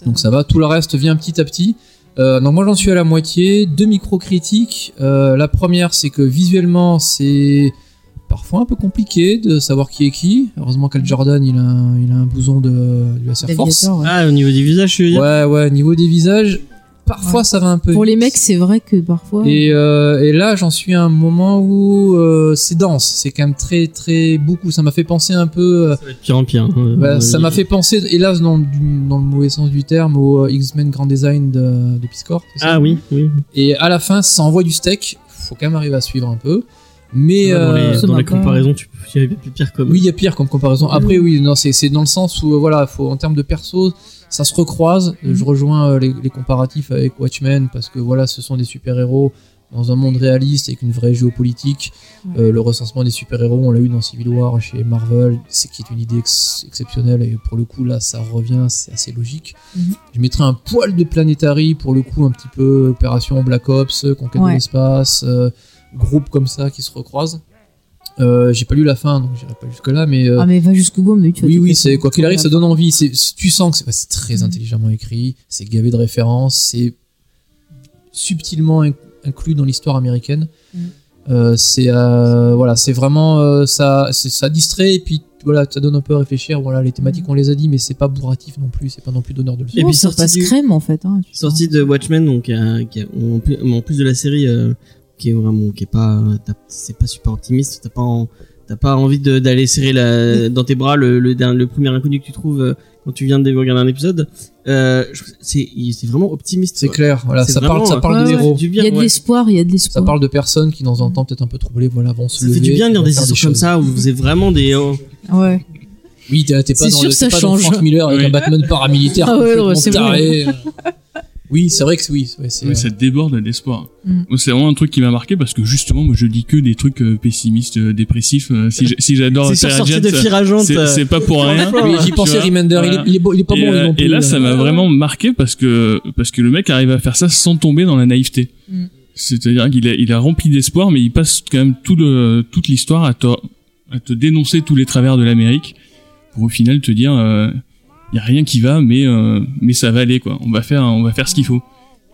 F: donc ça va, tout le reste vient petit à petit. Euh, donc moi j'en suis à la moitié, deux micro-critiques. Euh, la première c'est que visuellement c'est parfois un peu compliqué de savoir qui est qui. Heureusement qu'Al Jordan il a un, il a un blouson de, du Acer Force.
C: D'aviateur, ouais.
B: ah au niveau du visage je veux dire
F: Ouais ouais, niveau des visages, parfois ça va un peu...
C: Pour les
F: vite.
C: mecs, c'est vrai que parfois.
F: Et, euh, et là, j'en suis à un moment où euh, c'est dense, c'est quand même très très beaucoup. Ça m'a fait penser un peu euh,
B: ça va être pire en pire hein,
F: bah,
B: euh,
F: ça
B: il-
F: m'a fait penser, hélas, dans, du- dans le mauvais sens du terme, au euh, X-Men Grand Design de, de Piscor. c'est ça
B: ah oui oui
F: Et à la fin, ça envoie du steak. Faut quand même arriver à suivre un peu. Mais
B: dans
F: euh,
B: les,
C: ça
B: dans
C: m'a
B: les
C: pas-
B: comparaisons tu il y avait pire comme
F: oui, il y a pire comme comparaison. Après, oui, non, c'est c'est dans le sens où, euh, voilà, faut, en termes de perso, ça se recroise. Euh, Je rejoins euh, les, les comparatifs avec Watchmen parce que, voilà, ce sont des super-héros dans un monde réaliste avec une vraie géopolitique.
C: Ouais.
F: Euh, le recensement des super-héros, on l'a eu dans Civil War chez Marvel, c'est qui est une idée ex- exceptionnelle et pour le coup, là, ça revient, c'est assez logique.
C: Mhm.
F: Je mettrais un poil de Planetary pour le coup, un petit peu opération Black Ops, conquête
C: Ouais.
F: de l'espace. euh, groupes comme ça qui se recroisent. Euh, j'ai pas lu la fin, donc j'irai pas jusque là, mais, euh,
C: Ah, mais va jusqu'au bout, mais tu vas
F: oui,
C: te
F: oui,
C: faire
F: c'est
C: tout
F: quoi qu'il
C: le
F: arrive,
C: temps,
F: ça
C: là.
F: donne envie. C'est, c'est- tu sens que c'est, ouais, c'est
C: Mm.
F: très intelligemment écrit, c'est gavé de références, c'est subtilement in- inclus dans l'histoire américaine.
C: Mhm.
F: Euh, c'est euh, voilà, c'est vraiment euh, ça, c'est- ça distrait et puis voilà, ça donne un peu à réfléchir. Voilà, les
C: Mm.
F: thématiques, on les a dit, mais c'est pas bourratif non plus, c'est pas non plus donneur de leçons.
B: Et puis
C: ça
B: sorti
C: passe
B: du-
C: crème en fait. Hein, tu
B: Sortie de Watchmen, donc euh, qui a- en, plus, mais en plus de la série euh, qui est vraiment qui est pas euh, t'as- c'est pas super optimiste, t'as pas en- t'as pas envie de- d'aller serrer la, dans tes bras le, le, dernier- le premier inconnu que tu trouves euh, quand tu viens de regarder un épisode. Euh, je- c'est il- c'est vraiment optimiste.
F: C'est
B: quoi.
F: clair, voilà,
B: C'est
F: ça parle,
B: vraiment,
F: ça parle
C: ouais,
F: de
C: ouais.
B: Ça fait
F: héros.
B: du
C: vois.
B: bien.
C: Il y a de
B: ouais.
C: l'espoir, il y a de
F: Ça
C: l'espoir.
F: parle de personnes qui, dans un temps peut-être un peu troublé, voilà, vont se
B: Ça fait
F: lever,
B: du bien de lire
F: vont
B: des
F: faire
B: histoires comme
F: choses.
B: ça où vous êtes vraiment des oh,
C: Ouais.
F: Oui, t'es t'es pas
C: C'est
F: dans,
C: sûr
F: le,
C: que ça
F: t'es pas dans
C: change.
F: Frank Miller avec
D: Oui.
F: un Batman paramilitaire.
C: Ah ouais,
F: complètement
C: ouais, c'est
F: taré. Oui, c'est vrai que c'est- oui, c'est- ouais, c'est,
D: Oui, ça déborde d'espoir.
C: Mm.
D: Moi, C'est vraiment un truc qui m'a marqué parce que justement, moi, je lis que des trucs euh, pessimistes, euh, dépressifs. euh, si j'- si j'adore
B: c'est
D: Sarah
B: sorti de euh.
D: Jane,
B: Firagente.
D: c'est c'est pas pour rien.
F: euh, oui, j'y pensais
D: Tu vois,
F: Remender, il, est,
D: voilà.
F: il est beau- il est pas
D: Et,
F: bon lui
D: euh,
F: non plus.
D: et là,
F: euh.
D: ça m'a vraiment marqué parce que parce que le mec arrive à faire ça sans tomber dans la naïveté.
C: Mm.
D: C'est-à-dire qu'il est- il a rempli d'espoir, mais il passe quand même tout le, toute l'histoire à te, à te dénoncer tous les travers de l'Amérique pour au final te dire euh, y a rien qui va, mais euh, mais ça va aller quoi. On va faire on va faire ce qu'il faut.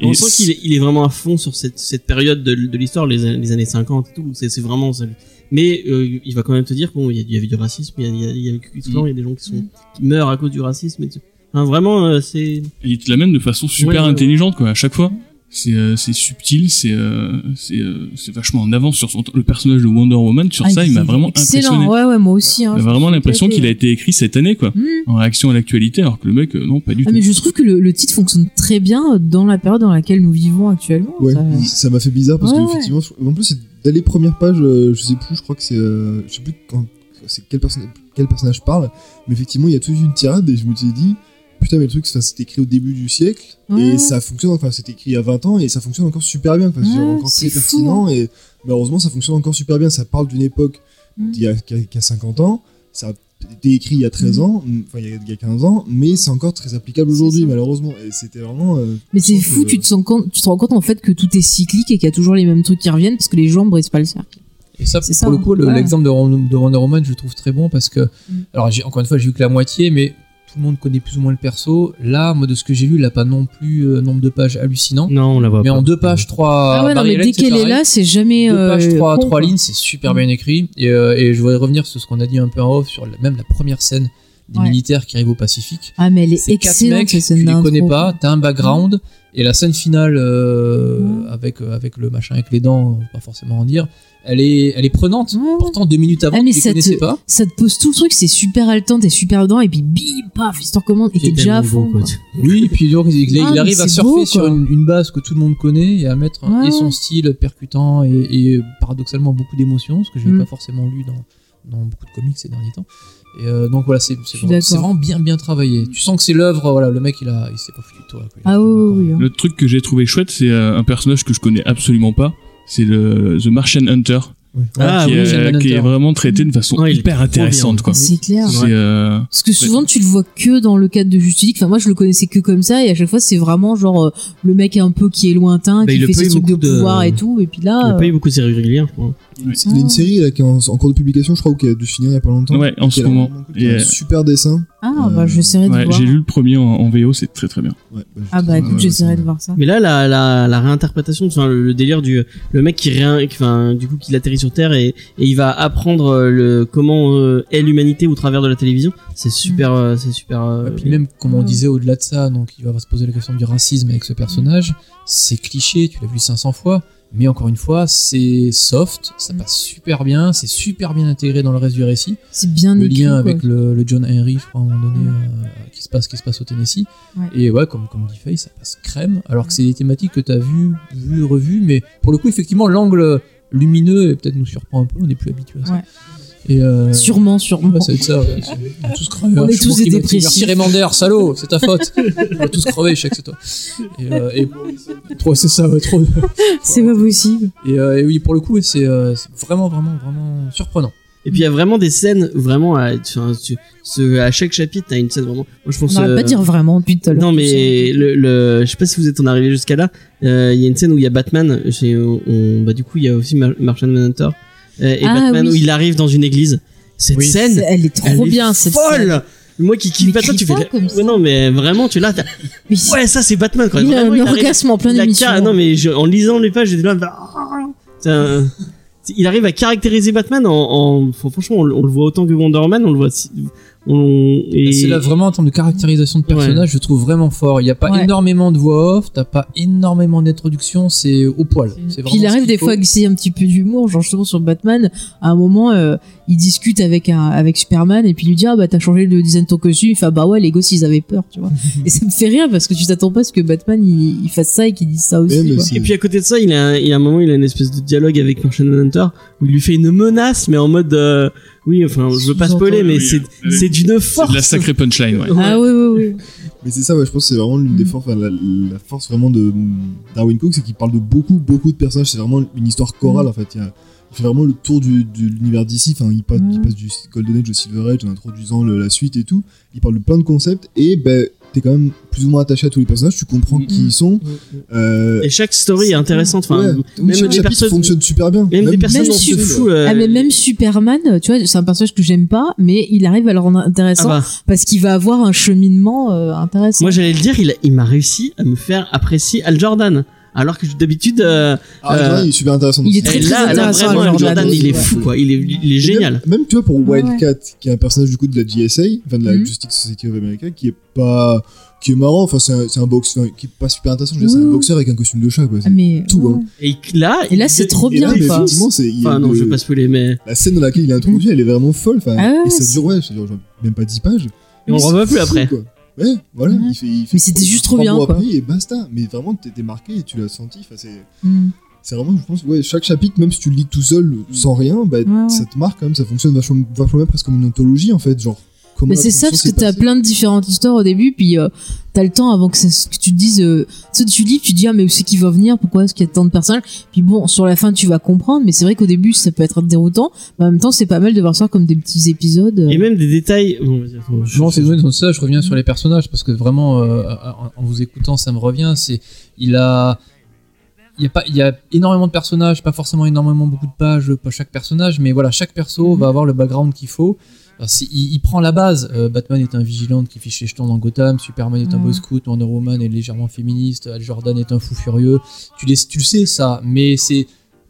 B: On sent qu'il est, il est vraiment à fond sur cette, cette période de, de l'histoire, les, an- les années 50 et tout. C'est c'est vraiment. ça. Mais euh, il va quand même te dire bon, il y, a- il y avait du racisme, il y a, il y a, il y a le Ku Klux Klan, il y a des gens qui, sont, qui meurent à cause du racisme. Et tout. Enfin, vraiment, euh, c'est.
D: Et il te l'amène de façon super
B: Ouais, ouais, ouais.
D: intelligente quoi à chaque fois c'est euh, c'est subtil c'est euh, c'est euh, c'est vachement en avance sur son temps. le personnage de Wonder Woman sur
C: Ah,
D: ça il m'a
C: est
D: vraiment
C: excellent.
D: impressionné
C: Ouais, ouais, moi aussi. Hein,
D: J'ai vraiment l'impression
C: fait.
D: qu'il a été écrit cette année quoi
C: Hmm.
D: en réaction à l'actualité alors que le mec euh, non pas du
C: Ah,
D: tout
C: mais je trouve que le, le titre fonctionne très bien dans la période dans laquelle nous vivons actuellement.
E: Ouais,
C: ça-
E: ça m'a fait bizarre parce
C: Ouais,
E: que effectivement, je- en plus c'est d'aller première page, euh, je sais plus, je crois que c'est, euh, je sais plus quand, c'est quel, perso- quel personnage parle, mais effectivement il y a toute une tirade et je me suis dit putain mais le truc, enfin, c'est écrit au début du siècle
C: Ouais.
E: et ça fonctionne, enfin c'est écrit il y a 20 ans et ça fonctionne encore super bien, enfin, c'est
C: Ouais,
E: encore
C: c'est
E: très
C: fou, hein.
E: pertinent et malheureusement ça fonctionne encore super bien, ça parle d'une époque
C: Mm.
E: d'il y a, qui a- qui a 50 ans, ça a été écrit il y a 13
C: Mm.
E: ans, enfin il y a, il y a 15 ans, mais c'est encore très applicable aujourd'hui
C: ça.
E: malheureusement et c'était vraiment... euh,
C: Mais c'est
E: je trouve
C: fou,
E: que-
C: tu te, sens compte, tu te rends compte en fait que tout est cyclique et qu'il y a toujours les mêmes trucs qui reviennent parce que les gens ne brisent pas le cercle.
F: Et ça,
C: C'est
F: pour
C: ça,
F: le coup, le-
C: ouais.
F: l'exemple de, Ron- de Wonder Woman, je le trouve très bon parce que,
C: Mm.
F: alors j'ai, encore une fois, j'ai vu que la moitié, mais tout le monde connaît plus ou moins le perso. Là, moi, de ce que j'ai vu, il n'a pas non plus euh, nombre de pages hallucinant,
D: Mm.
B: Non, on la voit
F: mais
B: pas.
F: en deux pages, trois.
C: Ah, ouais, non, mais
F: Barry
C: dès
F: Allen, c'est
C: qu'elle est
F: pareil.
C: là, c'est jamais.
F: Deux pages,
C: euh,
F: trois,
C: con,
F: trois
C: quoi.
F: lignes, c'est super bien écrit. Et, euh, et je voudrais revenir sur ce qu'on a dit un peu en off, sur la- même la première scène des
C: Ouais.
F: militaires qui arrivent au Pacifique.
C: Ah, mais elle est
F: C'est quatre
C: excellente
F: mecs,
C: cette
F: tu
C: scène
F: les
C: d'intro.
F: connais pas, t'as un background, et la scène finale euh,
C: Ouais.
F: avec, euh, avec le machin avec les dents, on va pas forcément en dire, elle est, elle est prenante.
C: Ouais.
F: Pourtant, deux minutes avant,
C: Ah, mais
F: tu les
C: ça te-
F: connaissais pas.
C: Ça te pose tout le truc, c'est super haletant, t'es super dedans, et puis bim, paf, histoire commande, et t'es déjà à fond. quoi.
F: Oui, et puis donc, il, il
C: Ah, mais
F: arrive à
C: c'est
F: surfer
C: beau, quoi.
F: sur une, une base que tout le monde connaît et à mettre un-
C: Ouais,
F: et son
C: ouais.
F: style percutant et, et paradoxalement beaucoup d'émotions, ce que je n'ai
C: Mm.
F: pas forcément lu dans, dans beaucoup de comics ces derniers temps. Et euh, donc voilà, c'est c'est
C: suis
F: vraiment, c'est
C: d'accord.
F: vraiment bien bien travaillé. Tu sens que c'est l'œuvre, voilà, le mec il a, il s'est pas foutu de toi. quoi. Il a
C: Ah,
F: fait
C: oui,
F: encore-
C: oui, oui. hein.
D: le truc que j'ai trouvé chouette c'est euh, un personnage que je connais absolument pas c'est le The Martian Hunter
F: Ouais.
B: Ah,
D: qui,
B: oui,
D: est, euh,
F: Martian
D: qui est
F: Hunter.
D: vraiment traité de façon
B: Ouais, il est
D: hyper
B: trop bien.
D: intéressante quoi
C: C'est clair.
D: c'est euh,
C: Parce que souvent tu le vois que dans le cadre de Justice League. Enfin moi je le connaissais que comme ça et à chaque fois c'est vraiment genre euh, le mec un peu qui est lointain,
B: Bah,
C: qui
B: il le
C: fait ses
B: paye
C: trucs de,
B: beaucoup de-
C: pouvoir et tout. Et puis
B: Il
C: là,
B: a
C: euh,
B: pas eu beaucoup de séries régulières, je crois.
E: Il y a
C: Hmm.
E: une série là, qui est en, en cours de publication, je crois, ou qui a dû finir il y a pas longtemps.
D: Ouais, en
E: Qui a
D: ce moment.
E: vraiment cool, qui a
D: Et,
E: un
D: euh,
E: super dessin.
C: euh, ah bah
E: euh,
C: j'essaierai de
D: ouais,
C: voir.
D: j'ai lu le premier en, en VO c'est très très bien
E: Ouais, bah,
C: Ah bah
E: je-
C: écoute
E: ouais,
C: j'essaierai
E: ouais,
C: de voir ça.
B: Mais là, la, la, la réinterprétation, enfin, le, le délire du le mec qui réin, qui- enfin, du coup, qui atterrit sur Terre et, et il va apprendre euh, le comment euh, est l'humanité au travers de la télévision. C'est super, euh, c'est super. euh,
F: Et puis même, comme on
C: Ouais. Mm.
F: disait au-delà de ça, donc il va se poser la question du racisme avec ce personnage. C'est cliché, tu l'as vu 500 fois, mais encore une fois, c'est soft, ça
C: Mm.
F: passe super bien, c'est super bien intégré dans le reste du récit.
C: C'est bien
F: Le
C: écrit.
F: lien
C: quoi.
F: avec euh, le, le John Henry, je crois, à un moment donné,
C: Mm.
F: euh, qui se passe, qui se passe au Tennessee.
C: Ouais. Mm.
F: Et ouais, comme comme dit Faye, ça passe crème. Alors que c'est des thématiques que t'as vu, vu, revu, mais pour le coup, effectivement, l'angle lumineux eh, peut-être nous surprend un peu. On n'est plus habitué à ça.
C: Ouais.
F: Et euh,
C: Sûrement, sûrement.
F: Ouais, ça va être ça. ouais. On est tous crevés.
C: On
F: hein.
C: est
F: Je suis
C: tous
F: pour
C: des
F: qu'il me dise,
C: dépressifs.
F: Merci Raymander, salaud, c'est ta faute. On va tous crever, je sais que c'est toi. Et, euh, et- trop, c'est ça, ouais, trop.
C: C'est pas possible.
F: Et, euh, et oui, pour le coup, ouais, c'est euh, c'est vraiment, vraiment, vraiment surprenant.
B: Et puis il y a vraiment des scènes vraiment à, enfin, tu- ce- à chaque chapitre, t'as une scène vraiment. Moi je
C: On
B: pense.
C: n'arrête
B: euh,
C: pas de dire vraiment depuis tout à l'heure.
B: Non mais le, le- je sais pas si vous êtes en arrivé jusqu'à là. Euh, Il y a une scène où il y a Batman. chez- on- bah du coup il y a aussi Mar- Martian Manhunter euh, et
C: Ah,
B: Batman
C: oui.
B: où il arrive dans une église. Cette
F: Oui.
B: scène.
C: C'est- Elle est
B: elle
C: trop
B: est
C: bien cette
B: folle.
C: scène.
B: Moi qui kiffe
C: Mais
B: Batman,
C: crie
B: tu fais.
C: pas comme ça.
B: Ouais, non mais vraiment tu es là. t'as-
C: Mais c'est-
B: Ouais ça c'est Batman quoi.
C: Il a
B: Vraiment,
C: un
B: arrive-
C: orgasme en pleine
B: il a
C: émission.
B: carré- Non mais je- en lisant les pages j'étais là. bah, ah, ah, ah. C'est un- il arrive à caractériser Batman en, en- enfin, franchement, on, le- on le voit autant que Wonder Woman, on le voit. si- On, et-
F: Ah, C'est là vraiment en termes de caractérisation de personnage, je trouve vraiment fort. Il n'y a pas
C: Ouais.
F: énormément de voix off, t'as pas énormément d'introduction, c'est au poil.
C: Puis
F: C'est vraiment
C: il
F: ce
C: arrive
F: qu'il
C: des
F: faut.
C: fois que c'est un petit peu d'humour, genre justement sur Batman, à un moment euh, il discute avec un avec Superman et puis il lui dit ah bah t'as changé le design de ton costume, il fait ah bah ouais les gosses ils avaient peur tu vois. et ça me fait rire parce que tu t'attends pas à ce que Batman il, il fasse ça et qu'il dise ça aussi.
E: Eh, mais
C: quoi.
E: c'est-
B: Et puis à côté de ça, il a, un- il a un moment, il a une espèce de dialogue avec Martian Hunter où il lui fait une menace, mais en mode, euh, oui, enfin, je veux pas spoiler, mais
D: Oui,
B: c'est,
D: euh,
B: c'est d'une
D: C'est
B: force.
D: de la sacrée punchline, ouais.
C: Ah oui oui oui.
E: Mais c'est ça, ouais, je pense que c'est vraiment l'une des
C: Mm.
E: forces, enfin, la, la force vraiment de Darwin Cook, c'est qu'il parle de beaucoup, beaucoup de personnages. C'est vraiment une histoire
C: Hmm.
E: chorale en fait. Il, y a- il fait vraiment le tour du, de l'univers d'ici. Enfin, il, passe-
C: Mm.
E: il passe du Golden Age au Silver Age en introduisant le- la suite et tout. Il parle de plein de concepts et ben, t'es quand même plus ou moins attaché à tous les personnages. Tu comprends
D: Mm.
E: qui ils sont.
C: Hmm,
E: Euh,
B: Et chaque story est intéressante. Enfin,
E: ouais,
B: même
E: chaque
B: des
E: chapitre
B: personnes-
E: fonctionne super bien.
B: Même, des personnes
C: même
B: on se
C: si-
B: fout. euh,
C: Ah mais même Superman, tu vois, c'est un personnage que j'aime pas, mais il arrive à le rendre
B: ah
C: intéressant
B: bah,
C: parce qu'il va avoir un cheminement euh, intéressant.
B: moi j'allais le dire, il, a- il m'a réussi à me faire apprécier Al Jordan. Alors que d'habitude, euh,
E: Ah,
B: Euh,
E: Jordan, il est super intéressant.
C: il est
E: Donc,
C: très,
B: là,
E: c'est-
C: très
B: là,
C: intéressant,
B: vraiment,
C: Al
B: Al
C: Jordan.
B: Jordan, il est
C: Ouais.
B: fou, quoi. Il est, il est
E: Et
B: génial.
E: euh, Même, même, tu vois, pour
C: Ouais,
E: Wildcat, qui est un personnage du coup de la GSA, enfin de la
C: Mhm.
E: Justice Society of America, qui est pas. qui est marrant, enfin c'est un, c'est un boxeur, qui est pas super intéressant, je veux dire, c'est
C: Oui.
E: un boxeur avec un costume de chat, quoi. c'est
C: Ah, mais
E: tout,
C: ouais.
E: hein.
B: Et là,
C: Et là, c'est
B: il-
C: trop
B: il
E: Et là,
C: bien,
E: mais
C: quoi.
E: effectivement, c'est. il y a
B: Enfin, non,
E: le-
B: je vais pas spoiler, mais
E: La scène dans laquelle il est introduit, elle est vraiment folle, enfin.
C: Ah ouais,
E: et ça
C: c'est-
E: dure, ouais, ça dure genre, même pas 10 pages.
B: Et on le revoit plus
E: C'est fou,
B: après.
E: quoi. Ouais, voilà,
C: Ouais.
E: il fait. il fait
C: Mais c'était juste trop
E: trois
C: bien,
E: mois
C: quoi.
E: après, et basta. Mais vraiment, t'étais marqué et tu l'as senti, enfin c'est.
C: Mm.
E: C'est vraiment, je pense, ouais, chaque chapitre, même si tu le lis tout seul, sans rien, bah,
C: ouais.
E: ça te marque quand même, ça fonctionne vachement, vachement bien, presque comme une anthologie en fait, genre. comment
C: Mais
E: la
C: c'est ça, parce
E: production
C: que
E: s'est
C: t'as
E: passée.
C: plein de différentes histoires au début, puis euh, t'as le temps avant que, ça, se- que tu te dises. Euh, tu sais, tu lis, tu te dis, ah, mais c'est qui va venir, pourquoi est-ce qu'il y a tant de personnages Puis bon, sur la fin, tu vas comprendre, mais c'est vrai qu'au début, ça peut être déroutant, mais en même temps, c'est pas mal de voir ça comme des petits épisodes. euh.
B: et même des détails. Bon, vas-y, attends, je-
F: Non, c'est donc ça. Je reviens sur les personnages parce que vraiment, euh, en- en vous écoutant, ça me revient. C'est il a il y a pas il y a énormément de personnages, pas forcément énormément beaucoup de pages pour chaque personnage, mais voilà, chaque perso va avoir le background qu'il faut. Alors, c'est- il, il prend la base. Euh, Batman est un vigilante qui fiche les jetons dans Gotham. Superman est un
C: Mhm.
F: boy scout. Wonder Woman est légèrement féministe. Al Jordan est un fou furieux. Tu, les, tu le sais ça, mais c'est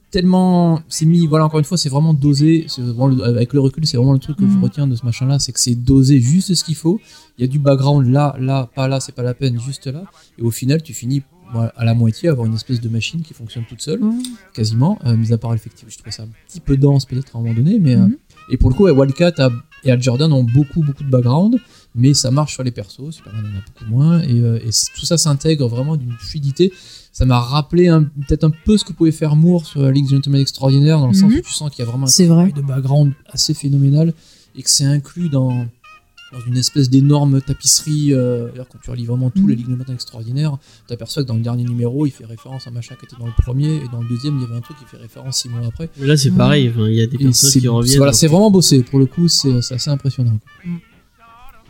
F: tellement c'est mis voilà encore une fois c'est vraiment dosé c'est vraiment le- avec le recul c'est vraiment le truc que je
C: Mhm.
F: retiens de ce machin là c'est que c'est dosé juste ce qu'il faut il y a du background là là pas là c'est pas la peine juste là et au final tu finis voilà, à la moitié à avoir une espèce de machine qui fonctionne toute seule
C: Ouais.
F: quasiment euh, mis à part effectivement je trouvais ça un petit peu dense peut-être à un moment donné mais euh,
C: Mhm.
F: et pour le coup ouais, Wildcat a- et Al Jordan ont beaucoup beaucoup de background mais ça marche sur les persos Superman en a beaucoup moins et, euh, et c- tout ça s'intègre vraiment d'une fluidité ça m'a rappelé un- peut-être un peu ce que pouvait faire Moore sur la Ligue des Gentlemen Extraordinaire, dans le sens
C: Mhm.
F: où tu sens qu'il y a vraiment un
C: C'est vrai.
F: travail de background assez phénoménal et que c'est inclus dans, dans une espèce d'énorme tapisserie. euh, D'ailleurs, quand tu relis vraiment
C: Mm.
F: tous les Ligues des Gentlemen Extraordinaires, tu aperçois que dans le dernier numéro, il fait référence à un machin qui était dans le premier, et dans le deuxième, il y avait un truc qui fait référence six mois après.
B: Mais Là, c'est pareil. enfin, Il y a des
F: Et
B: personnages
F: c'est
B: qui reviennent.
F: voilà, c'est vraiment bossé. Pour le coup, c'est c'est assez impressionnant. quoi.
C: Mhm.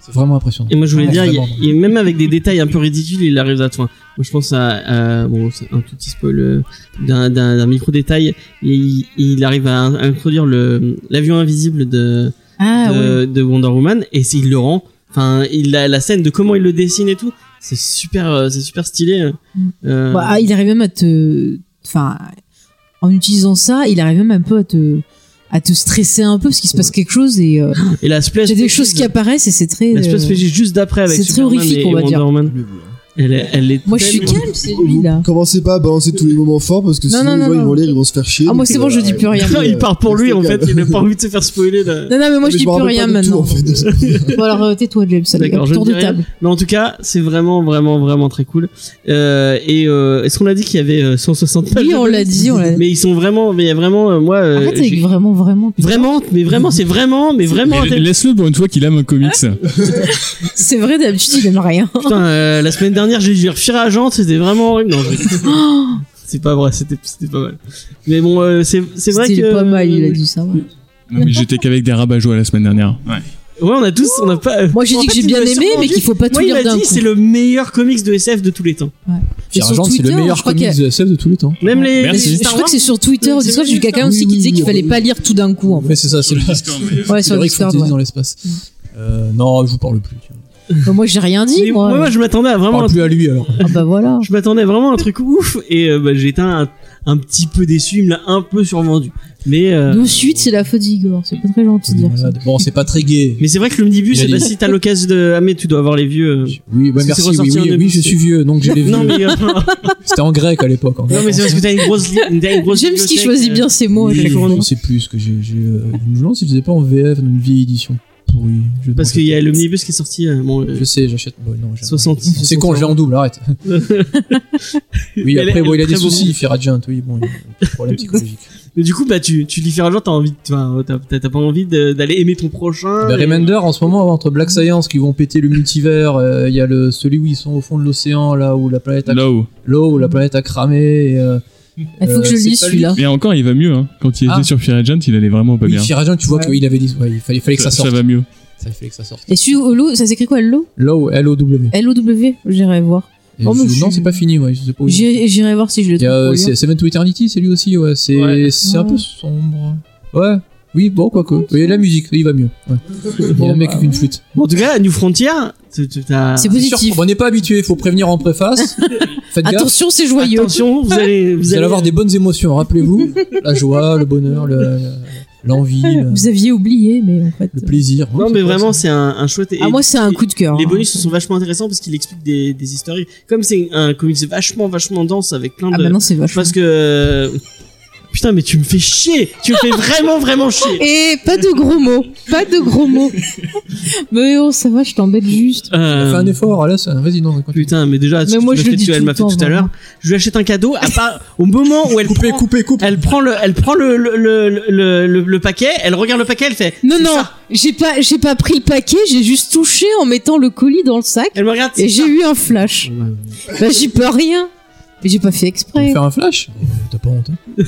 F: C'est vraiment impressionnant.
B: Et moi, je voulais
F: Ouais,
B: dire, il y a-
F: vraiment.
B: il y a- même avec des détails un peu ridicules, il arrive à toi. Moi, je pense à, à- bon, c'est un tout petit spoil euh, d'un, d'un- d'un micro détail. Il, il arrive à, à introduire le l'avion invisible de
C: Ah ouais.
B: de, de Wonder Woman et il le rend. Enfin, il la, la scène de comment il le dessine et tout, c'est super, euh, c'est super stylé.
C: Mm.
B: Euh,
C: Bah, ah, il arrive même à te. Enfin, en utilisant ça, il arrive même un peu à te à te stresser un peu parce qu'il se passe quelque chose et euh,
B: et la splash,
C: t'as des
B: page-
C: choses qui apparaissent et c'est très.
B: La
C: euh,
B: splash page juste d'après avec
C: c'est très
B: Superman
C: horrifique,
B: et
C: on va
B: Wonder
C: dire.
B: Woman.
E: Mais voilà.
B: Elle, est- elle est
C: Moi, je suis
B: tellement-
C: calme, c'est
E: Vous-
C: lui là. Euh,
E: vous Commencez pas à balancer tous les moments forts parce que
C: Non,
E: sinon
C: non,
E: les
C: non,
E: gens, ils
C: non.
E: vont lire, ils vont se faire chier.
C: Ah, moi,
E: donc, euh,
C: c'est bon, je dis plus rien.
B: Non, il part pour lui en fait, il n'a pas envie de se faire spoiler. là.
C: Non, non, mais moi je dis
E: Mais me
C: plus
E: rappelle
C: rien
E: pas du tout,
C: maintenant.
E: en fait.
C: Bon, alors euh, tais-toi, James. allez,
B: D'accord, je
C: tour
B: ne
C: de
B: dis rien.
C: table.
B: Mais en tout cas, c'est vraiment, vraiment, vraiment très cool. Euh, et euh, est-ce qu'on a dit qu'il y avait euh, 160 pages
C: Oui, on l'a dit, on l'a
B: Mais ils sont vraiment, mais il y a vraiment, euh, moi, euh,
C: Arrête avec
B: j'ai-
C: vraiment, vraiment. putain.
B: vraiment, mais vraiment, c'est vraiment, mais vraiment.
D: Mais la- Laisse-le pour une fois qu'il aime un comics.
C: C'est vrai, d'habitude, il aime rien.
B: Putain, euh, la semaine dernière, j'ai dû refaire à Agent, c'était vraiment horrible. Non, je rigole. c'est pas vrai, c'était, c'était pas mal. Mais bon, euh, c'est, c'est vrai
C: C'était
B: que.
C: pas mal, il a dit ça. ouais.
D: Non, mais j'étais qu'avec des rabat joie la semaine dernière.
B: Ouais, on a tous, on a pas.
C: Moi j'ai
B: En
C: dit que
B: fait,
C: j'ai
B: il
C: bien
B: m'a
C: aimé, mais
B: surpris.
C: qu'il faut pas tout
B: Moi, il
C: lire
B: a
C: d'un
B: dit,
C: coup.
B: c'est le meilleur comics de SF de tous les temps.
C: Et sur
F: Sergent, c'est le
C: Twitter, je
F: meilleur
C: crois qu'il y a-
F: comics de SF de tous les temps.
B: Même les.
D: Merci.
B: les
C: Je
B: Star
C: crois que c'est sur Twitter ou
E: C'est
C: Discord, j'ai vu
E: Twitter.
C: quelqu'un aussi
E: Oui,
C: qui
E: oui,
C: disait qu'il
E: oui,
C: fallait
E: oui.
C: pas lire tout d'un coup. en fait.
F: Ouais, c'est ça, c'est le.
C: Ouais, sur
F: le
C: Discord, ouais. Mm.
F: dans l'espace. Euh, non, je vous parle plus. tiens.
C: Bah, Moi j'ai rien
B: Wars.
C: dit,
B: Mais moi,
C: moi. Oh,
B: je m'attendais à
F: Je
B: vraiment un
F: parle plus à lui alors.
C: Ah bah voilà.
B: Je m'attendais vraiment à un truc ouf et euh, bah, j'étais un, un petit peu déçu, il me l'a un peu survendu. Mais euh,
C: De suite, c'est la faute Ah, bah, d'Igor. C'est pas très gentil de dire ça.
F: Bon, c'est pas très gay.
B: mais c'est vrai que l'omnibus,
F: Il a
B: c'est pas
F: dit-
B: si t'as l'occasion de. Ah mais tu dois avoir les vieux. euh.
F: Oui, bah
B: Parce que
F: merci.
B: c'est
F: Oui,
B: ressorti
F: oui,
B: en
F: oui,
B: début,
F: je suis vieux, donc j'ai les vieux.
B: Non mais euh, non
F: C'était en grec à l'époque. en grec.
B: mais c'est parce que t'as une grosse, li- t'as une grosse.
C: J'aime ce qu'il
B: bibliothèque,
C: choisit
B: euh,
C: bien ses mots. à
B: les
C: chaque fois.
B: journaux.
F: Je sais plus ce que j'ai. j'ai, euh, Je me demande si je faisais pas en VF dans une vieille édition pourrie. Je-
B: Parce qu'il y a l'omnibus qui est sorti. euh, Bon, euh,
F: Je sais, j'achète. Bon, non, j'ai-
B: 60.
F: C'est con, je l'ai en double, arrête. oui,
B: Mais elle-
F: après, bon,
B: elle
F: il
B: est
F: a des
B: très
F: soucis,
B: bonne.
F: Ferradjant, oui, bon, il a un petit problème psychologique.
B: Mais du coup, bah, tu, tu lis faire genre, t'as envie, de- enfin, t'as, t'as- t'as pas envie de- d'aller aimer ton prochain.
F: Bah,
B: et-
F: Remender, en ce moment, entre Black Science qui vont péter le multivers, euh, il y a le, celui où ils sont au fond de l'océan, là où la planète a,
D: Là-haut.
F: l'eau, où la planète a cramé. et, euh,
C: Il faut que je
F: euh,
C: le
F: c'est
C: lise
F: pas lui
C: celui-là.
D: Mais encore, il va mieux. Hein. Quand il était
F: Ah.
D: sur Firagent, il allait vraiment pas
F: Oui,
D: bien.
F: Ferradjant, tu vois
C: Ouais.
F: qu'il avait dit. Ouais, il fallait, fallait que ça, sorte.
D: va mieux.
F: Ça, il fallait que ça sorte.
C: Et celui au lot, ça s'écrit quoi, LO
F: Low, L-O-W.
C: L-O-W J'irai voir.
F: Et
C: Oh, mais
F: je-
C: Eh, je-
F: Non, c'est pas fini, ouais, je sais pas où il-
C: J'irai j'irai voir si je le
F: Il y
C: trouve.
F: a euh,
C: pour lire.
F: c'est- Seven to Eternity, c'est lui aussi, ouais. C'est
B: Ouais.
F: c'est un peu sombre. Ouais. Oui, bon, quoique. Il y a de la musique, il va mieux. Ouais. Il y a le mec avec une flûte.
B: Bon, en tout cas, à New Frontier, tu- tu- t'as.
C: C'est
F: C'est sûr
C: positif.
F: qu'on n'est pas habitué, faut prévenir en préface. Faites gaffe.
C: Attention, c'est joyeux.
B: Attention, vous allez,
F: Vous allez avoir des bonnes émotions, rappelez-vous. la joie, le bonheur, le- l'envie, le,
C: Vous aviez oublié, mais en fait.
F: le plaisir.
B: Non,
F: Ouais,
B: mais
F: c'est quoi,
B: vraiment,
F: ça
B: c'est un, un chouette.
C: Ah,
B: et-
C: moi, c'est un coup de cœur.
B: les
C: hein.
B: bonus sont vachement intéressants parce qu'il explique des, des historiques. Comme c'est un comics vachement, vachement dense avec plein
C: Ah,
B: de.
C: bah non, c'est vachement.
B: parce que. Putain, mais tu me fais chier! Tu me fais vraiment, vraiment chier!
C: Et pas de gros mots. Pas de gros mots. mais oh, ça va, je t'embête juste.
B: Euh,
F: Fais un effort, là, c'est un résident. continue.
B: Putain, mais déjà, ce
C: Mais
B: que
C: moi,
B: tu
C: je
B: m'as
C: le
B: fait,
C: dis
B: tu- elle
C: tout
B: m'a
C: le
B: fait tout
C: temps,
B: à l'heure. Je lui achète un cadeau, à part, au moment où elle
F: Coupez,
B: prend,
F: coupez, coupez.
B: elle prend le, elle prend le, le, le, le, le- le paquet, elle regarde le paquet, elle fait.
C: Non,
B: c'est
C: non,
B: ça.
C: j'ai pas, j'ai pas pris le paquet, j'ai juste touché en mettant le colis dans le sac.
B: Elle me regarde.
C: Et
B: c'est
C: j'ai
B: ça.
C: eu un flash.
B: Ouais.
C: Bah, j'y peux rien. Mais j'ai pas fait
F: On peut
C: exprès.
F: faire un flash Euh, T'as pas honte. hein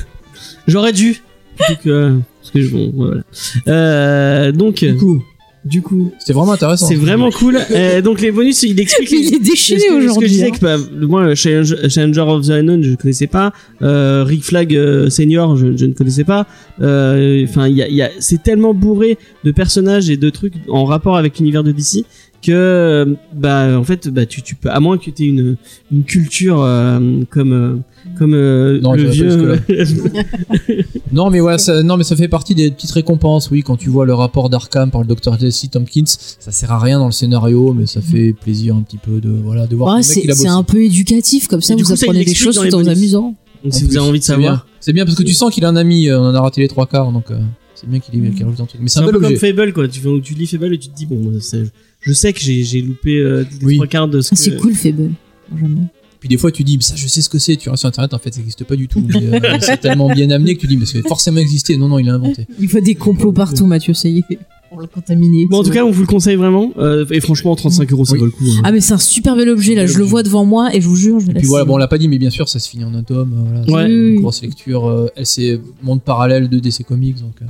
B: J'aurais dû. Donc, euh, parce que je- bon, voilà. Euh, donc,
F: Du coup,
B: du coup,
F: c'était vraiment intéressant.
B: c'est vraiment cool. Euh, donc les bonus, il explique.
C: Mais il est
B: ce que-
C: déchiré
B: ce que je
C: aujourd'hui.
B: disais
C: hein.
B: que, bah, moi, euh, Challenge- Challenger of the Unknown, je ne connaissais pas. Euh, Rick Flag euh, Senior, je, je ne connaissais pas. Euh, Enfin, il y a, il y a- c'est tellement bourré de personnages et de trucs en rapport avec l'univers de DC que, euh, bah, en fait, bah, tu, tu peux, à moins que tu aies une, une culture euh, comme, euh, comme euh,
F: Non,
B: le
F: j'irai pas
B: vieux.
F: Non mais ouais, ça, non mais ça fait partie des petites récompenses, oui. Quand tu vois le rapport d'Arkham par le docteur Jesse Tompkins, ça sert à rien dans le scénario, mais ça fait plaisir un petit peu de voilà de voir que
C: Ouais,
F: le mec
C: c'est
F: il a
C: c'est
F: bossé.
C: un peu éducatif, comme ça
B: Et du
C: vous
B: coup, ça, il
C: apprenez des
B: l'explique
C: choses
B: dans
C: tout
B: les
C: en vous
B: bonus.
C: amusant.
B: Donc,
F: En
B: si
F: plus,
B: vous avez envie de
F: c'est
B: savoir.
F: bien. c'est bien parce que tu sens qu'il en a mis, euh, on en a raté les trois quarts, donc euh, c'est bien qu'il ait qu'il rajoute un truc. Mais c'est
B: C'est
F: un,
B: un
F: bel
B: peu comme
F: objet.
B: Fable, quoi. Tu, fais- tu lis Fable et tu te dis, bon, c'est- je sais que j'ai j'ai loupé euh, les
F: Oui.
B: trois quarts de ce
C: Ah,
B: que...
C: C'est cool, Fable. Jamais.
F: Puis des fois tu dis, mais ça je sais ce que c'est. Tu vas sur internet, en fait ça n'existe pas du tout. mais, euh, c'est tellement bien amené que tu dis, mais ça fait forcément exister. Non non, il a inventé.
C: Il voit des complots partout, Mathieu, ça y est. On l'a contaminé.
B: Bon, en tout cas, on vous le conseille vraiment. Euh, et franchement, 35 euros, ça
F: Oui.
B: vaut le coup. hein.
C: Ah, mais c'est un super bel objet, là. Je le vois devant moi et je vous jure, je vais
F: Et puis voilà, bon on l'a pas dit, mais bien sûr ça se finit en un tome. euh, voilà,
B: Ouais.
F: c'est
C: Oui,
F: une
C: oui.
F: grosse lecture. euh, elle c'est monde parallèle de DC Comics donc. euh,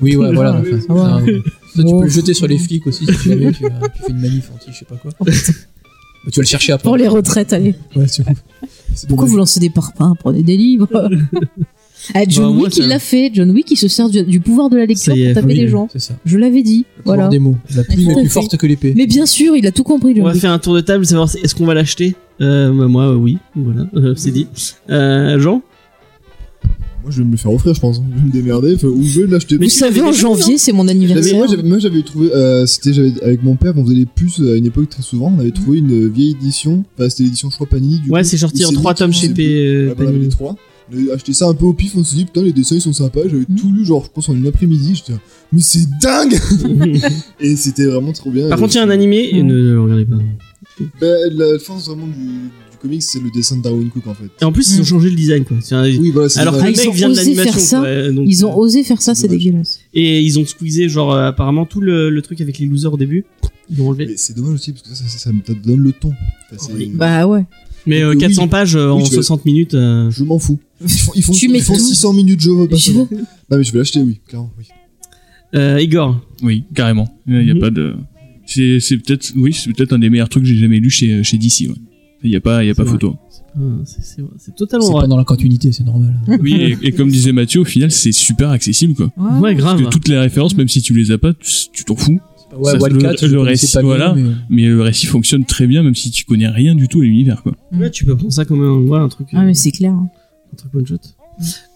F: Oui, ouais, voilà. enfin, c'est un- Ça, tu peux le jeter sur les flics aussi si jamais tu, vas- tu fais une manif anti, je sais pas quoi. Mais tu vas le chercher après.
C: Pour les retraites, allez.
F: Ouais, c'est bon. C'est
C: Pourquoi
F: dommage.
C: vous lancez des parpaings Prenez des livres. Ah, John
B: Bah, moi,
C: Wick,
B: ça-
C: il l'a fait. John Wick, il se sert du, du pouvoir de la lecture
B: Ça y est,
C: pour taper
B: oui,
C: des
B: oui.
C: gens.
F: C'est ça.
C: Je l'avais dit.
F: Voilà.
C: Voilà.
F: des mots. La plume
C: Tout
F: est
C: à
F: plus
C: fait.
F: forte que l'épée.
C: Mais bien sûr, il a tout compris,
B: On
C: John
B: va
C: Wick.
B: faire un tour de table, savoir si- est-ce qu'on va l'acheter. Euh, bah, moi, euh, oui. Voilà, euh, c'est dit. Euh, Jean
E: Moi, je vais me le faire offrir, je pense. hein. Je vais me démerder. enfin, Ou je vais l'acheter.
C: Vous savez, en janvier, c'est mon
E: J'avais-
C: anniversaire.
E: moi, j'avais- moi j'avais trouvé, euh, c'était j'avais- avec mon père, on faisait les puces euh, à une époque très souvent. On avait trouvé une vieille édition, enfin c'était l'édition je crois Panini. Du
B: Ouais,
E: coup.
B: c'est sorti
E: Il
B: en
E: s'est
B: 3
E: dit,
B: tomes
E: c'est
B: chez
E: bon.
B: P. euh,
E: Ouais, bah, on avait les trois. On avait acheté ça un peu au pif, on s'est dit putain les dessins ils sont sympas. J'avais
C: Mhm.
E: tout lu genre je pense en une après-midi. J'étais mais c'est dingue et c'était vraiment trop bien.
B: Par
E: Et
B: contre, il y a un
E: c'est-
B: animé, et ne le regardez pas.
E: Bah, la force vraiment du, du comics c'est le dessin de Darwin Cook en fait.
B: Et en plus, ils ont
C: Mm.
B: changé le design, quoi. C'est un-
E: Oui voilà. c'est
B: Alors que
E: ça.
B: le
C: Ah, ils
B: mec
C: ont
B: vient de
C: osé faire
B: l'animation.
C: ça.
B: ouais, donc, euh,
C: Ils ont osé faire ça, c'est
E: dommage.
C: dégueulasse.
B: Et ils ont squeezé, genre, euh, apparemment, tout le, le truc avec les losers au début. Ils l'ont enlevé.
E: Mais c'est dommage aussi parce que ça, ça, ça, ça me donne le ton. Enfin, c'est-
B: Oui.
C: Bah ouais.
B: Mais euh,
E: Oui.
B: 400 pages euh,
E: Oui,
B: en
E: je vais-
B: 60 minutes. euh,
E: Je m'en fous. Ils font, ils font,
C: Tu
E: ils
C: mets
E: font
C: tout.
E: 600 minutes, je veux pas
C: Je-
E: savoir. Non mais je vais l'acheter, oui, clairement, oui.
C: Ah,
B: euh, Igor,
D: Oui, carrément. Il n'y a
B: Mhm.
D: pas de. C'est c'est peut-être. Oui, c'est peut-être un des meilleurs trucs que j'ai jamais lu chez, chez DC. Il ouais. n'y a pas, y a pas
B: C'est
D: photo.
B: Ah, c'est- c'est c'est totalement
F: C'est
B: vrai.
F: pas dans la continuité, c'est normal.
C: Hein
D: Oui, et, et comme disait Mathieu, au final, c'est super accessible, quoi.
B: Ouais,
D: Parce
B: grave.
D: que toutes les références, même si tu les as pas, tu tu t'en fous.
F: Ouais,
D: Ça,
F: Wildcat,
D: le-
F: je
D: le
F: connaissais
D: récit,
F: pas bien,
D: voilà.
F: mais-
D: Mais le récit fonctionne très bien, même si tu connais rien du tout à l'univers, quoi.
B: Ouais, tu peux prendre ça comme un, ouais, un truc. euh,
C: Ah, Mm. mais c'est clair. hein.
B: Un truc one shot.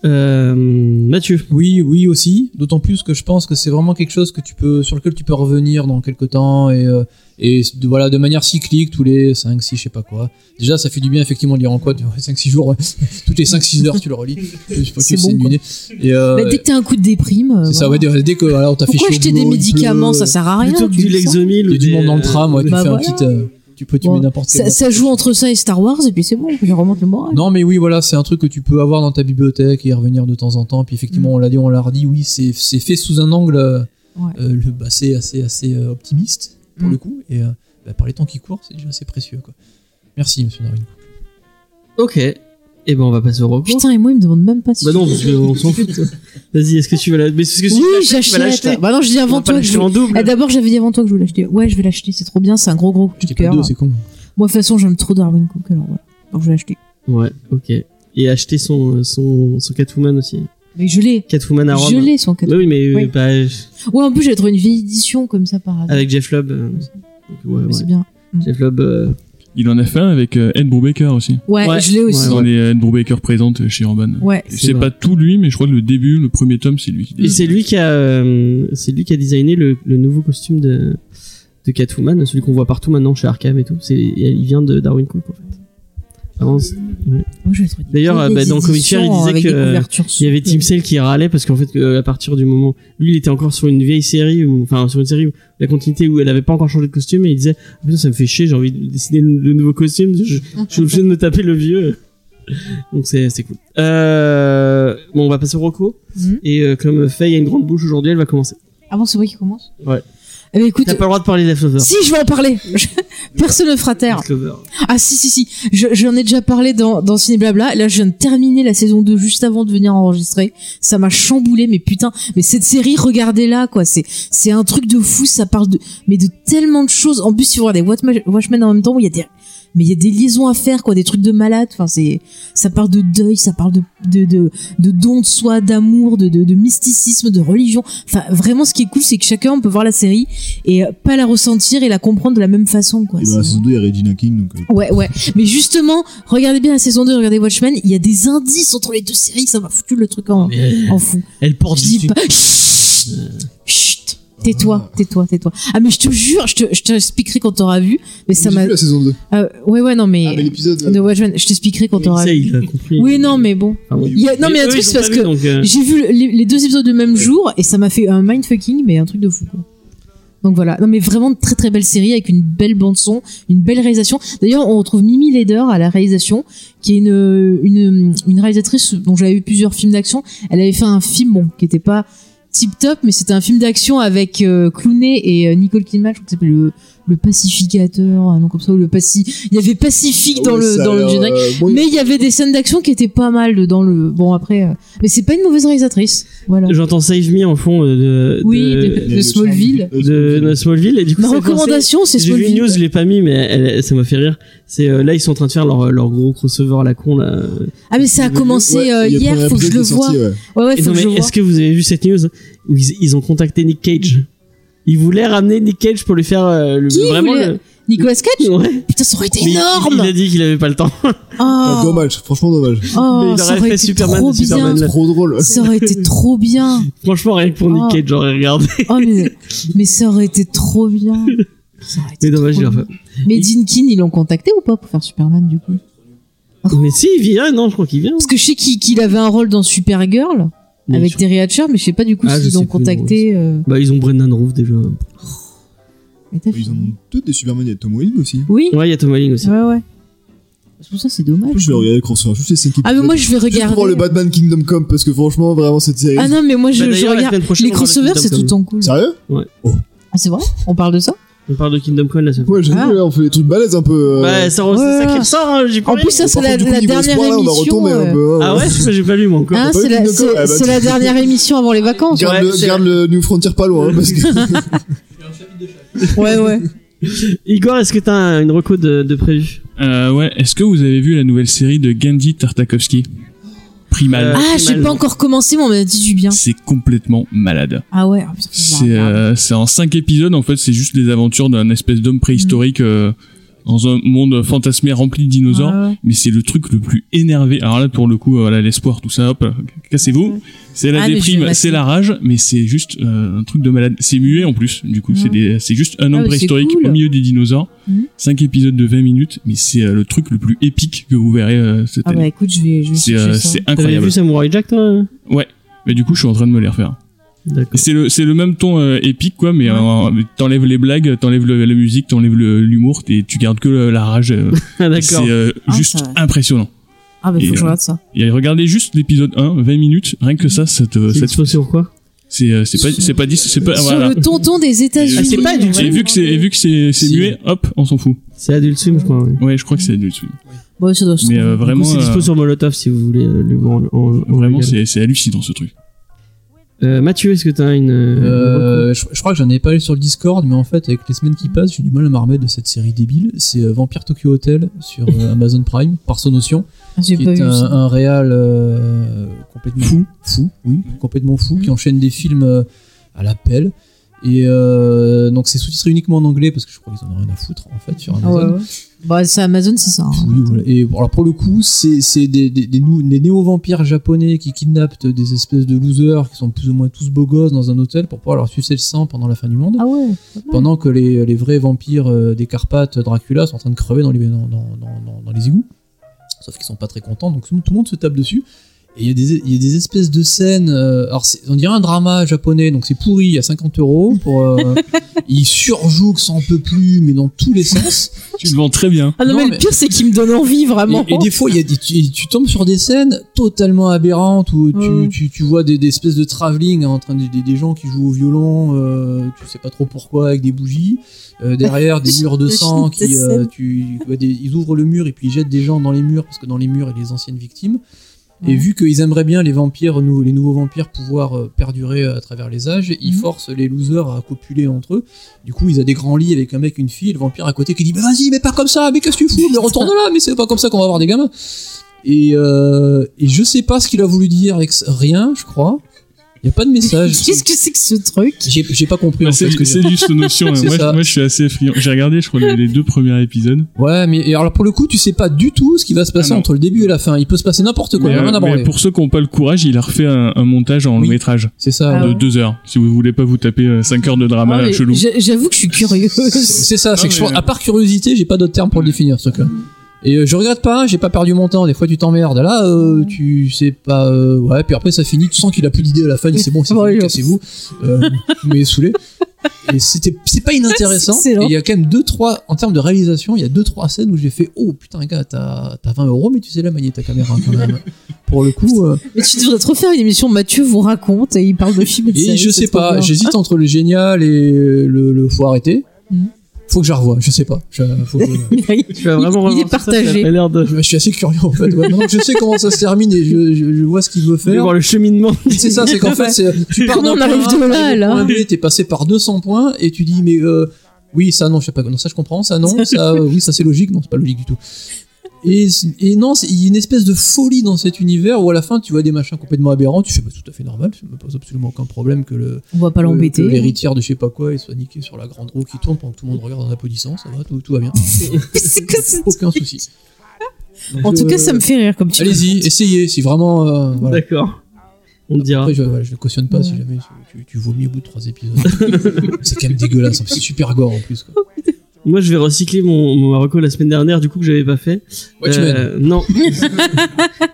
B: Euh, Mathieu.
F: Oui, oui aussi. D'autant plus que je pense que c'est vraiment quelque chose que tu peux, sur lequel tu peux revenir dans quelques temps et, euh, et de- voilà de manière cyclique tous les 5, 6, je sais pas quoi. Déjà, ça fait du bien effectivement de lire en quoi 5, 6 jours, ouais. toutes les 5, 6 heures tu le relis. Je sais pas,
C: C'est
F: tu le
C: bon,
F: sais, une
C: quoi.
F: idée. Et, euh,
C: Bah, dès que t'as un coup de déprime. euh,
F: c'est ça,
C: voilà.
F: ouais, dès, dès que voilà, on t'a fait
C: Pourquoi
F: chier au
C: acheter des
F: boulot, il
C: médicaments
F: pleut,
C: Ça sert à rien.
B: Plutôt que
C: tu
B: du
C: le sens.
B: Lexomil
F: Il y
B: ou
F: a du monde dans le tram, ouais, tu
C: bah
F: fais un
C: voilà.
F: petit, euh, tu peux, tu
C: Bon,
F: mets n'importe quel.
C: Ça, ça joue entre ça et Star Wars, et puis c'est bon, je remonte le moral.
F: Non, mais oui, voilà, c'est un truc que tu peux avoir dans ta bibliothèque et y revenir de temps en temps. Puis effectivement, on l'a dit, on l'a redit, oui, c'est c'est fait sous un angle euh,
C: Mm. Ouais.
F: euh, le, bah, c'est assez, assez euh, optimiste pour
C: Mm.
F: le coup. Et euh, bah, par les temps qui courent, c'est déjà assez précieux. Quoi. Merci, monsieur Darwin.
B: Ok. Et ben on va passer au recours.
C: Putain, et moi, il me demande même pas si.
B: Bah non, parce qu'on s'en fout. Vas-y, est-ce que tu vas la... Mais c'est ce que si
C: oui,
B: tu l'achètes, tu vas l'acheter.
C: j'achète. Bah non, je dis
B: On va
C: avant
B: pas
C: toi que
B: l'acheter
C: je.
B: en double.
C: Ah, D'abord, j'avais dit avant toi que je voulais l'acheter. Ouais, je vais l'acheter, c'est trop bien, c'est un gros gros coup de
F: J'étais pas
C: cœur.
F: deux, c'est con.
C: Moi, de toute façon, j'aime trop Darwin Cook, alors voilà. Donc, je vais l'acheter.
B: Ouais, ok. Et acheter son, euh, son, son Catwoman aussi.
C: Mais je l'ai.
B: Catwoman à Rome.
C: Je l'ai, son
B: Ouais,
C: cadeau.
B: oui, mais
C: Oui.
B: euh, bah, euh,
C: Ouais, en plus, j'ai trouvé une vieille édition comme ça par hasard.
B: avec Jeff Lobb. euh, donc, ouais,
C: Mais C'est
B: ouais.
C: bien.
B: Jeff Lobb. euh,
D: Il en a fait un avec euh, Ed Brubaker aussi.
C: Ouais,
B: Ouais,
C: je l'ai aussi.
D: Dans
B: ouais.
D: les Ed Brubaker présente chez Urban.
C: Ouais.
D: Et
B: C'est
D: C'est
B: vrai.
D: pas tout lui, mais je crois que le début, le premier tome, c'est lui qui
B: Et
D: dessine.
B: c'est lui qui a, euh, c'est lui qui a designé le, le nouveau costume de, de Catwoman, celui qu'on voit partout maintenant chez Arkham et tout. C'est, il vient de Darwin Cook en fait. Avant, c'est-
C: Moi, je l'ai trouvé.
B: D'ailleurs,
C: Des
B: euh, bah, dans
C: éditions
B: Comic Share, il disait
C: avec
B: que,
C: des
B: euh,
C: couvertures
B: il y avait
C: souples.
B: Tim Sale qui râlait parce qu'en fait, euh, à partir du moment, lui, il était encore sur une vieille série ou, enfin, sur une série où la continuité où elle avait pas encore changé de costume et il disait, Ah, putain, ça me fait chier, j'ai envie de dessiner le, le nouveau costume, je,
C: Hum.
B: je suis obligé de me taper le vieux. Donc c'est, c'est cool. Euh, bon, on va passer au Rocco.
C: Mhm.
B: Et euh, comme Faye a une grande bouche aujourd'hui, elle va commencer.
C: Ah bon, c'est moi qui commence
B: Ouais.
C: Eh ben, écoute,
B: T'as pas le droit de parler de la Flower.
C: si, je vais en parler. Je- Personne ne fera taire.
B: Clover.
C: Ah si, si, si. Je- J'en ai déjà parlé dans, dans Ciné Blabla. Là, je viens de terminer la saison 2 juste avant de venir enregistrer. Ça m'a chamboulé, mais putain. Mais cette série, regardez-la, quoi. C'est c'est un truc de fou. Ça parle de... Mais de tellement de choses. En plus, si vous regardez Watchma- Watchmen en même temps, il y a des... Mais il y a des liaisons à faire, quoi, des trucs de malade. Enfin, c'est, ça parle de deuil, ça parle de de de, de don de soi, d'amour, de, de de mysticisme, de religion. Enfin, vraiment, ce qui est cool, c'est que chacun on peut voir la série et euh, pas la ressentir et la comprendre de la même façon, quoi.
E: Et dans
C: C'est-
E: la saison 2, il y a Regina King, donc. euh,
C: Ouais, ouais. Mais justement, regardez bien la saison 2, regardez Watchmen, il y a des indices entre les deux séries, ça m'a foutu le truc en, en fou.
B: Elle porte
C: Je
B: du
C: dis pas. Chut Chut Tais-toi, tais-toi, tais-toi. Ah, mais je te jure, je te, je te l'expliquerai quand t'auras vu, mais ça
E: j'ai
C: m'a.
E: vu la saison 2.
C: Ah, ouais, ouais, non,
E: Ah, mais
C: mais.
E: l'épisode.
C: De Watchmen, je t'expliquerai quand t'auras
B: Ça,
C: vu.
B: il a compris.
C: Oui, non, mais bon.
B: Ah oui.
C: Il y a- non, mais
B: eux,
C: un truc,
B: ils ont
C: c'est
B: pas
C: parce
B: vu,
C: que
B: donc, euh,
C: J'ai vu les, les deux épisodes le même jour et ça m'a fait un mindfucking, mais un truc de fou. quoi. Donc voilà. Non, mais vraiment très très belle série avec une belle bande son, une belle réalisation. D'ailleurs, on retrouve Mimi Leder à la réalisation, qui est une, une, une réalisatrice dont j'avais vu plusieurs films d'action. Elle avait fait un film, bon, qui était pas tip top, mais c'était un film d'action avec euh, Clooney et euh, Nicole Kidman, je crois que ça s'appelait le, le pacificateur, un nom comme ça, ou le paci. Il y avait pacifique
E: Ah
C: dans le, dans le générique.
E: euh,
C: Mais il y avait des scènes d'action qui étaient pas mal dans le. Bon, après. euh, Mais c'est pas une mauvaise réalisatrice. Voilà.
B: J'entends Save Me en fond euh, de,
C: Oui,
B: de,
C: de
E: euh,
C: Smallville.
B: de- de Smallville. Et du coup,
C: Ma
B: ça me fait
C: recommandation, c'est
B: penser- J'ai vu une
C: Smallville.
B: news, je l'ai pas mis, mais elle- ça m'a fait rire. C'est euh, là, ils sont en train de faire leur, leur gros crossover à la con là.
C: Ah, mais ça a commencé euh, hier, faut que je le vois.
E: ouais.
C: Ouais, ouais,
B: Et
C: faut
B: non,
C: que je
B: mais
C: vois.
B: est-ce que vous avez vu cette news où ils, ils ont contacté Nick Cage Ils voulaient ramener Nick Cage pour lui faire euh, le,
C: Qui
B: vraiment
C: voulait- Nicolas Cage
B: le. Ouais.
C: Putain, ça aurait été
B: Mais il- Il,
C: énorme
B: a dit qu'il avait pas le temps.
E: Ah,
C: Oh,
E: dommage, franchement dommage.
C: oh,
B: Mais il
C: ça
B: aurait
C: aurait
B: fait
C: été
B: Superman
C: trop
B: de Superman.
C: bien.
B: Ouais.
E: Trop drôle.
C: Ça aurait été trop bien.
B: Franchement, rien que pour
C: Oh.
B: Nick Cage, j'aurais regardé.
C: Oh, mais, mais ça aurait été trop bien. Ça aurait été
B: Mais dommage,
C: trop
B: il a
C: bien. Mais Dinkin, ils l'ont contacté ou pas pour faire Superman du coup
B: Mais si, il vient, non, je crois qu'il vient.
C: Parce que je sais qu'il qu'il avait un rôle dans Supergirl avec Terry Hatcher, mais je sais pas du coup
B: Ah, je
C: s'ils l'ont
B: sais plus,
C: contacté. euh,
B: Bah, ils ont Brendan Roof déjà.
C: mais t'as
E: Ah, Ils en
C: fait-
E: ont deux des Superman, il y a Tom Welling aussi.
C: Oui,
B: Ouais, il y a Tom Welling aussi.
C: ouais, ouais. C'est pour ça, c'est
E: En
C: dommage.
E: plus, Je vais regarder le crossover, je sais c'est qui.
C: Ah, mais moi, je vais
E: Juste
C: regarder.
E: pour le Batman Kingdom Come, parce que franchement, vraiment, cette série.
C: Ah non, mais moi, je,
B: Bah,
C: je
B: d'ailleurs, la
C: regarde.
B: semaine prochaine,
C: Les
B: on parle de
C: crossovers,
B: Kingdom
C: c'est tout
B: Come.
C: le temps cool.
E: Sérieux
C: Ah, c'est vrai On parle de ça
B: On parle de Kingdom Come la semaine
E: Ouais, j'ai vu,
C: Ah.
E: ouais, on fait des trucs balèzes un peu. euh,
B: Bah, ça, re- c'est ça qui ressort, hein, j'y
C: En
B: crois.
C: plus, ça,
E: par
C: c'est la,
E: contre, du coup,
C: la
E: niveau
C: dernière
E: espoir, là, on va
C: émission.
E: retomber un
C: euh,
E: peu. hein.
B: Ah ouais, je sais pas, j'ai pas lu moi encore.
C: hein,
E: pas
C: c'est
E: eu
C: la,
E: Kingdom Come
C: c'est-
E: Ah, bah,
C: c'est
E: tu-
C: la dernière émission avant les vacances.
E: Garde,
B: Ouais,
E: le,
B: c'est
E: garde le New Frontier pas loin, hein, parce que.
C: Ouais, ouais.
B: Igor, est-ce que t'as une reco de, de prévu
D: Euh, ouais, est-ce que vous avez vu la nouvelle série de Gandhi Tartakovsky Primal.
B: Euh,
C: Ah,
B: c'est
C: j'ai
B: mal,
C: pas
B: non.
C: encore commencé, mais on m'a dit du
B: Euh,
C: bien.
D: C'est complètement malade.
C: Ah ouais, ah, putain, je vais
D: C'est
C: regarder.
D: euh, c'est en cinq épisodes, en fait, c'est juste les aventures d'un espèce d'homme préhistorique euh, dans un monde fantasmé rempli de dinosaures.
C: Ah, Ouais, ouais.
D: Mais c'est le truc le plus énervé. Alors là, pour le coup, euh, voilà, l'espoir, tout ça, hop, cassez-vous. C'est la
C: Ah, mais je
D: déprime,
C: vais
D: c'est la rage, mais c'est juste euh, un truc de malade. C'est muet en plus, du coup,
C: Mhm.
D: c'est des- c'est juste un
C: Ah,
D: homme
C: mais c'est
D: préhistorique
C: cool.
D: au milieu des dinosaures.
C: Mhm.
D: Cinq épisodes de 20 minutes, mais c'est euh, le truc le plus épique que vous verrez euh, cette
C: Ah bah
D: année.
C: écoute, je vais, je vais
D: C'est
C: chercher
D: euh,
C: ça.
D: c'est
B: T'avais
D: incroyable.
B: vu Samurai Jack, toi
D: Mais du coup, je suis en train de me les refaire. Et
B: D'accord.
D: C'est le, c'est le même ton euh, épique, quoi, mais
C: Ouais.
D: euh, mais t'enlèves les blagues, t'enlèves le- la musique, t'enlèves le- l'humour, t'es- tu gardes que le- la rage. euh,
B: Ah,
D: et
B: D'accord.
D: c'est euh,
C: Ah,
D: juste
C: ça va.
D: impressionnant.
C: Ah bah
D: Et,
C: faut que je
D: euh,
C: regarde ça.
D: Et regardez juste l'épisode 1, 20 minutes, rien que ça, ça te,
B: C'est
D: ça te-
B: dispo sur quoi
D: c'est, euh, c'est pas, c'est pas dit, c'est pas,
C: Sur
D: voilà.
C: le tonton des États-Unis.
D: Ah, c'est
B: pas du tout.
D: Et vu que c'est, et vu que c'est, c'est
F: Si.
D: muet, hop, on s'en fout.
B: C'est Adult Swim, je crois. ouais.
D: Ouais, je crois que c'est Adult Swim.
C: Bon, Bah, ça doit se
D: Mais euh,
C: trouver.
B: Du
D: vraiment,
B: coup, c'est
D: euh,
B: dispo sur Molotov si vous voulez euh, le voir en, en- en
D: vraiment,
B: légal.
D: c'est, c'est hallucinant ce truc.
B: Euh, Mathieu, est-ce que t'as une. euh,
F: Euh, je, je crois que j'en avais parlé sur le Discord, mais en fait, avec les semaines qui
C: Mm.
F: passent, j'ai du mal à me remettre de cette série débile. C'est euh, Vampire Tokyo Hotel sur euh, Amazon Prime, par Sonotion,
C: Ah, J'ai
F: qui
C: pas
F: est
C: vu
F: un,
C: ça.
F: un réal euh, complètement
D: Fou.
F: fou, oui, complètement fou,
C: Mhm.
F: qui enchaîne des films euh, à la pelle. Et euh, donc, c'est sous-titré uniquement en anglais, parce que je crois qu'ils en ont rien à foutre, en fait, sur
C: Ah
F: Amazon.
C: ouais, ouais. Bah c'est Amazon, c'est ça. hein.
F: Oui, voilà. Et bon, alors pour le coup, c'est c'est des, des, des, nou- des néo-vampires japonais qui kidnappent des espèces de losers qui sont plus ou moins tous beaux gosses dans un hôtel pour pouvoir leur sucer le sang pendant la fin du monde.
C: Ah ouais. pas mal.
F: Pendant que les, les vrais vampires euh, des Carpates, Dracula, sont en train de crever dans les, dans, dans- dans- dans- dans les égouts. Sauf qu'ils sont pas très contents, donc tout tout le monde se tape dessus. Et il y, a des- il y a des espèces de scènes. euh, alors, c'est- on dirait un drama japonais, donc c'est pourri à 50 euros. Pour, euh, ils surjouent que ça en peut plus, mais dans tous les sens.
D: Tu le vends très bien.
C: Ah non,
F: Non,
C: mais,
F: mais-
C: le pire c'est qu'il me donne envie vraiment.
F: Et, et des fois, il y a des- tu, tu tombes sur des scènes totalement aberrantes où tu,
C: Ouais.
F: tu, tu vois des, des espèces de travelling hein, en train de, des, des gens qui jouent au violon, euh, tu sais pas trop pourquoi, avec des bougies. Euh, derrière, des murs de sang qui, euh,
C: Des scènes.
F: tu, ouais, des- ils ouvrent le mur et puis ils jettent des gens dans les murs parce que dans les murs, il y a les anciennes victimes.
C: Ouais.
F: Et vu qu'ils aimeraient bien les vampires, nou- les nouveaux vampires pouvoir euh, perdurer à travers les âges, ils
C: Mhm.
F: forcent les losers à copuler entre eux. Du coup, ils ont des grands lits avec un mec, une fille, le vampire à côté qui dit bah vas-y, mais pas comme ça, mais qu'est-ce que tu fous, mais retourne là, mais c'est pas comme ça qu'on va avoir des gamins. Et, euh, et je sais pas ce qu'il a voulu dire avec ce- rien, je crois. Il y a pas de message.
C: Qu'est-ce que c'est que ce truc
F: J'ai j'ai pas compris en
D: Bah, c'est,
F: fait ce que
D: c'est juste notion. hein.
F: C'est
D: Moi, je-
F: ça.
D: moi, je suis assez friand. J'ai regardé, je crois, les les deux premiers épisodes.
F: Ouais, mais et alors pour le coup, tu sais pas du tout ce qui va se passer
D: Ah, non.
F: entre le début et la fin. Il peut se passer n'importe quoi,
D: Mais,
F: il y en a
D: euh,
F: rien à
D: mais
F: branler.
D: pour ceux qui n'ont pas le courage, il a refait un, un montage en
F: Oui.
D: long métrage
F: C'est ça.
C: Ah
D: de
C: ouais.
D: deux heures. Si vous voulez pas vous taper 5 heures de drama
C: Ah, mais
D: chelou.
C: j'a- J'avoue que je suis curieuse.
F: C'est ça,
D: Non,
F: c'est que je
D: mais-
F: pense- à part curiosité, j'ai pas d'autre terme pour le définir ce truc-là. Et euh, je regrette pas, j'ai pas perdu mon temps, des fois tu t'emmerdes, là euh, tu sais pas, euh, ouais, puis après ça finit, tu sens qu'il a plus d'idée à la fin, il dit c'est bon, c'est
C: Bon,
F: fini,
C: allez,
F: cassez-vous, euh, vous m'avez saoulé. Et c'était, c'est pas inintéressant,
C: C'est
F: et
C: excellent.
F: il y a quand même deux, trois, en termes de réalisation, il y a deux, trois scènes où j'ai fait, oh putain, gars, t'as, t'as 20 euros, mais tu sais la manier ta caméra quand même. pour le coup, euh,
C: Mais tu devrais trop faire une émission Mathieu vous raconte et il parle de films et de
F: et
C: séries,
F: je
C: c'est
F: sais
C: trop
F: pas,
C: bien.
F: j'hésite entre le génial et le, le faut arrêter.
C: Mhm.
F: Faut que je la revoie, je sais pas. Je- faut que je-
B: tu vas vraiment
C: il- il est
B: revoir ça, ça
C: partagé.
B: a l'air de.
F: Je, je suis assez curieux en fait. Ouais, maintenant que je sais comment ça se termine et je, je, je vois ce qu'il veut
B: Je vais
F: faire.
B: voir le cheminement.
F: C'est ça, c'est qu'en fait, c'est- tu pars
C: Comment
F: d'un
C: on arrive
F: point A,
C: de là,
F: t'arrives au
C: là
F: point B, T'es passé par 200 points et tu dis, mais euh, oui, ça non, je sais pas, non, ça je comprends, ça non, ça euh, oui, ça c'est logique, non, c'est pas logique du tout. Et, et non, c'est- il y a une espèce de folie dans cet univers où à la fin tu vois des machins complètement aberrants, tu fais bah, tout à fait normal, ça me pose absolument aucun problème que le,
C: On va pas
F: que
C: l'embêter.
F: l'héritière de je sais pas quoi et soit niquée sur la grande roue qui tourne pendant que tout le monde regarde en applaudissant, hein, ça va, tout, tout va bien.
C: C'est que c'est-
F: Aucun souci. Donc,
C: En tout
F: euh,
C: cas, ça me fait rire comme tu
F: Allez-y, essayez, si vraiment. euh, voilà.
B: D'accord. On te dira.
F: Après, je, voilà, je le cautionne pas si
C: Ouais.
F: jamais tu, tu vomis au bout de trois épisodes. c'est quand même dégueulasse, hein, c'est super gore en plus. Quoi.
B: Moi, je vais recycler mon, mon Marocco la semaine dernière, du coup, que j'avais pas fait.
F: Watchmen.
B: Euh, non.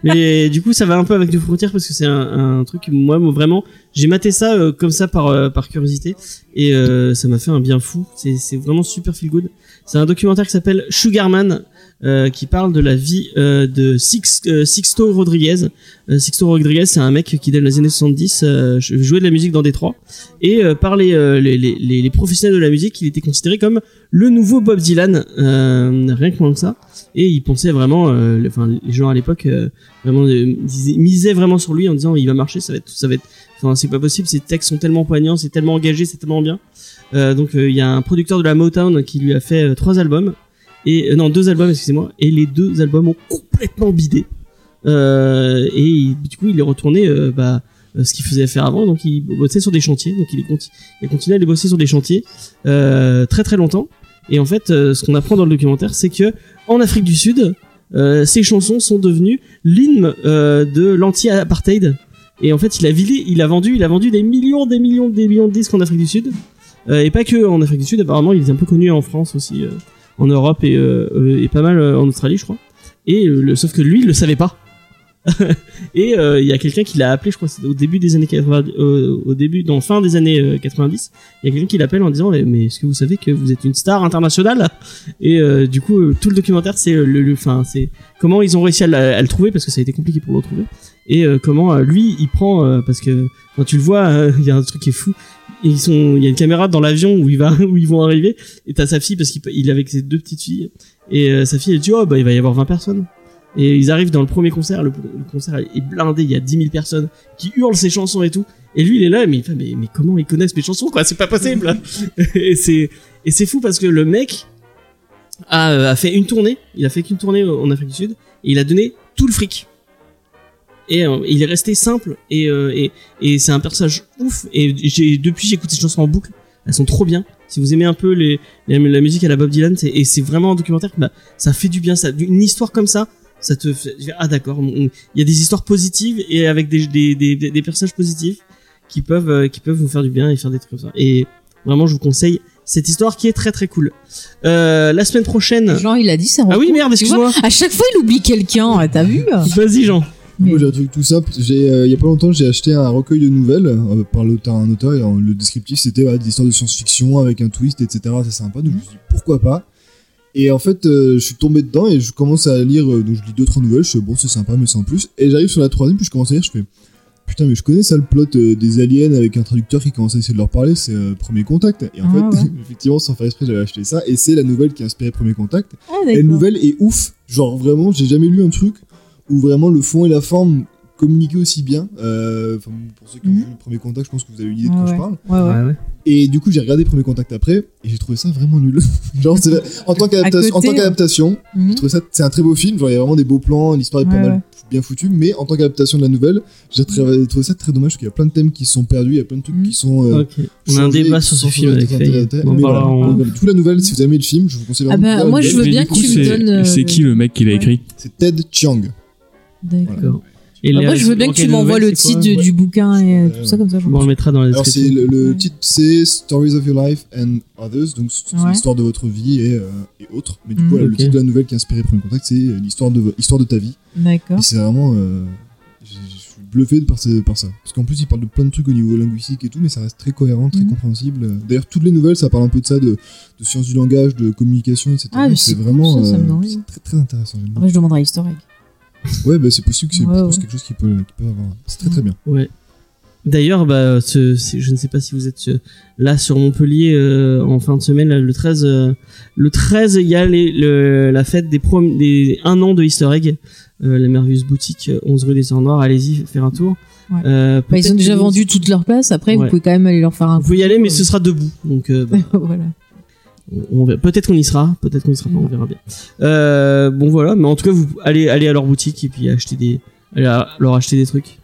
B: Mais du coup, ça va un peu avec New Frontières parce que c'est un, un truc, qui, moi, moi, vraiment, j'ai maté ça euh, comme ça par, euh, par curiosité et euh, ça m'a fait un bien fou. C'est c'est vraiment super feel good. C'est un documentaire qui s'appelle Sugarman euh, qui parle de la vie euh, de Six, euh, Sixto Rodriguez. Euh, Sixto Rodriguez, c'est un mec qui, dans les années 70, euh, jouait de la musique dans Détroit et euh, par les, euh, les, les, les- les professionnels de la musique, il était considéré comme le nouveau Bob Dylan, euh, rien que moins que ça et il pensait vraiment euh, le- enfin les gens à l'époque euh, vraiment euh, disaient- misaient vraiment sur lui en disant il va marcher ça va être ça va être enfin c'est pas possible ses textes sont tellement poignants c'est tellement engagé c'est tellement bien Euh, donc euh, il y a un producteur de la Motown qui lui a fait euh, trois albums et euh, non deux albums excusez-moi et les deux albums ont complètement bidé euh, et il- du coup il est retourné euh, bah euh, ce qu'il faisait faire avant donc il bossait sur des chantiers donc il est conti- il a continué à les bosser sur des chantiers euh, très très longtemps Et en fait, euh, ce qu'on apprend dans le documentaire, c'est que en Afrique du Sud, euh, ces chansons sont devenues l'hymne euh, de l'anti-apartheid. Et en fait, il a, vilé- il a vendu, il a vendu des millions, des millions, des millions de disques en Afrique du Sud. Euh, et pas que en Afrique du Sud. Apparemment, il est un peu connu en France aussi, euh, en Europe et, euh, euh, et pas mal euh, en Australie, je crois. Et euh, le, sauf que lui, il le savait pas. et euh, il y a quelqu'un qui l'a appelé, je crois, c'était au début des années 80, euh, au début, dans fin des années euh, 90, il y a quelqu'un qui l'appelle en disant mais est-ce que vous savez que vous êtes une star internationale Et euh, du coup, euh, tout le documentaire, c'est euh, le, le- enfin, c'est comment ils ont réussi à, la- à le trouver parce que ça a été compliqué pour le retrouver et euh, comment euh, lui il prend euh, parce que quand tu le vois, euh, il y a un truc qui est fou. Et ils sont, il y a une caméra dans l'avion où il va, où ils vont arriver. Et t'as sa fille parce qu'il il est avec ses deux petites filles. Et euh, sa fille elle dit oh bah il va y avoir 20 personnes. Et ils arrivent dans le premier concert. Le, le concert est blindé. Il y a 10 000 personnes qui hurlent ses chansons et tout. Et lui il est là mais il fait mais, mais comment ils connaissent mes chansons quoi C'est pas possible. et c'est et c'est fou parce que le mec a, euh, a fait une tournée. Il a fait qu'une tournée euh, en Afrique du Sud et il a donné tout le fric. Et euh, il est resté simple et, euh, et, et c'est un personnage ouf. Et j'ai depuis j'écoute ces chansons en boucle. Elles sont trop bien. Si vous aimez un peu les, les- la musique à la Bob Dylan, c'est, et c'est vraiment un documentaire, bah, ça fait du bien. Ça, une histoire comme ça, ça te fait, ah d'accord. on- on- Il y a des histoires positives et avec des, des, des, des- des personnages positifs qui peuvent euh, qui peuvent vous faire du bien et faire des trucs comme ça. Et vraiment, je vous conseille cette histoire qui est très très cool. Euh, la semaine prochaine.
C: Jean, il a dit ça.
B: Ah oui merde,
C: Tu vois,
B: excuse-moi.
C: à chaque fois, il oublie quelqu'un. ouais, T'as vu hein.
B: Vas-y Jean.
C: Mais-
E: Moi j'ai un truc tout simple. J'ai, euh, il y a pas longtemps, j'ai acheté un recueil de nouvelles euh, par l'auteur, un auteur. et, euh, le descriptif c'était voilà, des histoires de science-fiction avec un twist, etc. C'est sympa.
C: Mhm.
E: Donc je me suis dit pourquoi pas. Et en fait, euh, je suis tombé dedans et je commence à lire. euh, donc je lis deux trois nouvelles. Je fais bon, c'est sympa, mais sans plus. Et j'arrive sur la troisième, puis je commence à lire. Je fais putain, mais je connais ça le plot euh, des aliens avec un traducteur qui commence à essayer de leur parler. C'est euh, Premier Contact. Et en
C: Ah
E: fait,
C: ouais.
E: effectivement, sans faire esprit, j'avais acheté ça. Et c'est la nouvelle qui a inspiré Premier Contact.
C: Ah,
E: Et la
C: d'accord.
E: nouvelle est ouf. Genre vraiment, j'ai jamais lu un truc où vraiment le fond et la forme communiquaient aussi bien. Euh, enfin, pour ceux qui ont
C: Mhm.
E: vu le premier contact, je pense que vous avez une idée de quoi
C: Ouais,
E: je parle.
C: Ouais, ouais.
E: Et du coup, j'ai regardé le premier contact après et j'ai trouvé ça vraiment nul. genre, c'est vrai, en tant qu'adaptation, en
C: côté,
E: tant qu'adaptation,
C: Mhm.
E: j'ai trouvé ça, c'est un très beau film. Genre, il y a vraiment des beaux plans, l'histoire est pas
C: Ouais,
E: mal
C: ouais.
E: bien foutue, mais en tant qu'adaptation de la nouvelle, j'ai très- trouvé ça très dommage parce qu'il y a plein de thèmes qui se sont perdus, il y a plein de trucs
C: Mhm.
E: qui sont. euh,
B: Ok. On a un
E: changés,
B: débat
E: qui
B: sur ce
E: sont
B: film avec
E: intéressants.
B: Faye.
E: Mais
B: On en
E: voilà,
B: parlera en-
E: donc, Tout la nouvelle, si vous aimez le film, je vous conseille
C: Ah
E: vraiment.
C: bah,
E: de la
C: moi, je
E: nouvelle.
C: veux
D: Mais
C: bien
D: du
C: que
D: coup,
C: tu me
D: c'est-
C: donnes, euh,
D: C'est qui le mec qui l'a écrit
E: C'est Ted Chiang.
C: D'accord.
B: D'accord. Et
C: Ah,
B: les-
C: moi, je veux bien
B: ok,
C: que tu
B: les
C: m'envoies le
B: nouvelles, c'est
C: titre
B: quoi
C: du- du bouquin et euh,
E: Ouais,
C: tout ça comme ça. j'en-
B: Bon, on le mettra dans la
E: Alors c'est
B: description.
E: le, le
C: Ouais.
E: titre c'est Stories of Your Life and Others, donc c'est
C: Ouais.
E: l'histoire de votre vie et, euh, et autres. Mais du
C: Mm.
E: coup, voilà,
B: Ok.
E: le titre de la nouvelle qui a inspiré Premier Contact, c'est euh, l'histoire de vo- histoire de ta vie.
C: D'accord.
E: Et c'est vraiment, euh, j'ai- je suis bluffé par, ce- par ça. Parce qu'en plus, il parle de plein de trucs au niveau linguistique et tout, mais ça reste très cohérent, très
C: Mm.
E: compréhensible. D'ailleurs, toutes les nouvelles, ça parle un peu de ça, de, de sciences du langage, de communication, etc.
C: Ah, mais
E: c'est
C: c'est cool,
E: vraiment
C: ça, ça me
E: euh,
C: donne envie.
E: c'est très très intéressant. j'aime bien.
C: Après, je demanderai à Historique.
E: Ouais, bah, c'est possible que c'est
C: Ouais,
E: je pense
C: ouais. Mm.
E: quelque chose qui peut, qui peut avoir. C'est très très bien.
B: Ouais. D'ailleurs, bah, ce- c'est- je ne sais pas si vous êtes euh, là sur Montpellier euh, en fin de semaine, là, le 13. euh, le 13, il y a les- le- la fête des, prom- des un an de Easter Egg. Euh, la merveilleuse boutique euh, 11 rue des Sœurs Noires. Allez-y, faire un tour.
C: Ouais.
B: Euh,
C: Bah, ils ont
B: peut-être
C: déjà
B: que-
C: vendu toutes leurs places. Après, vous
B: Ouais.
C: pouvez quand même aller leur faire un euh,
B: Vous pouvez y aller, mais ce sera debout. Donc, euh, bah,
C: voilà.
B: on, on verra. peut-être qu'on y sera, peut-être qu'on y sera pas, on verra bien. Euh, bon voilà, mais en tout cas, vous allez, allez à leur boutique et puis acheter des, allez à leur acheter des trucs.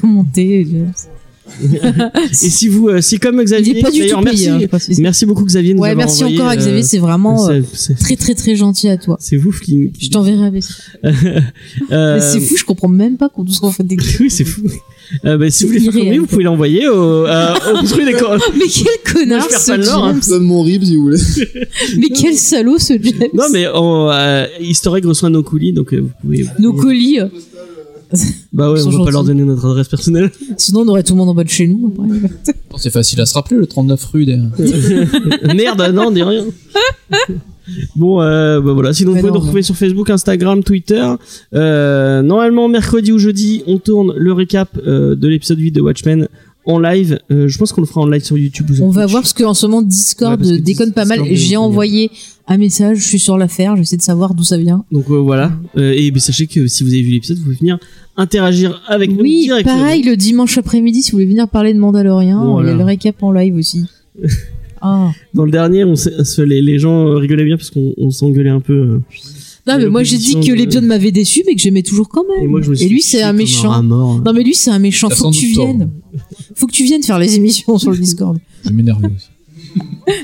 C: Commenter. je-
B: Et si vous, euh, si comme Xavier,
C: euh, Il est pas du
B: d'ailleurs,
C: tout payé.
B: merci,
C: hein, je précise.
B: merci beaucoup Xavier. de nous
C: Ouais,
B: avoir
C: merci
B: envoyé,
C: encore à
B: euh,
C: Xavier. C'est vraiment euh,
B: c'est- c'est-
C: très très très gentil à toi.
B: C'est vous qui. Euh,
C: Je t'enverrai avec ça. Mais C'est fou, je comprends même pas qu'on nous fait des.
B: Oui, c'est fou. Euh, bah, si
C: C'est
B: vous voulez faire comme
C: irréel,
B: lui, vous
C: quoi.
B: pouvez l'envoyer au, euh, au truc des cor-
C: Mais quel
B: Moi,
C: connard
B: je perds
C: ce
B: pas de l'or, hein.
C: James.
E: Donne mon rib si vous voulez.
C: Mais quel salaud ce James.
B: Non, mais on, euh, Historic reçoit nos colis, donc euh, vous pouvez.
C: Nos colis. euh,
B: Bah ouais,
C: Ils
B: on
C: sont
B: va pas
C: gentils.
B: leur donner notre adresse personnelle.
C: Sinon, on aurait tout le monde en bas de chez nous. après.
F: C'est facile à se rappeler, le 39 rue derrière.
B: Merde, ah non, on dit rien. Bon, euh, bah voilà. Sinon, vous
C: Mais
B: pouvez
C: non,
B: nous retrouver sur Facebook, Instagram, Twitter. Euh, normalement, mercredi ou jeudi, on tourne le récap euh, de l'épisode 8 de Watchmen en live. Euh, je pense qu'on le fera en live sur YouTube. ou sur
C: On va
B: Twitch.
C: voir parce qu'en ce moment Discord
B: Ouais, parce que
C: déconne pas mal.
B: Discord,
C: J'ai
B: euh,
C: envoyé un message, je suis sur l'affaire, j'essaie de savoir d'où ça vient.
B: Donc euh, voilà. Euh, et bah, sachez que si vous avez vu l'épisode, vous pouvez venir interagir avec nous
C: oui,
B: directement.
C: pareil le dimanche après-midi si vous voulez venir parler de Mandalorian, il y
B: Voilà.
C: a le récap en live aussi. Ah.
B: Dans le dernier, on s'est- se- les, les gens euh, rigolaient bien parce qu'on on s'engueulait un peu. euh,
C: Non
B: Et
C: mais moi j'ai dit
B: l'opposition
C: que
B: de-
C: l'épisode m'avait déçu mais que j'aimais toujours quand même.
B: et moi, je me suis
C: lui c'est
B: fiché
C: un
B: comme
C: méchant.
B: rat mort. hein.
C: Non mais lui c'est un méchant,
F: T'as
C: faut
F: sans
C: que tu
F: doute tort.
C: viennes. Faut que tu viennes faire les émissions sur le Discord.
F: Je m'énerve aussi.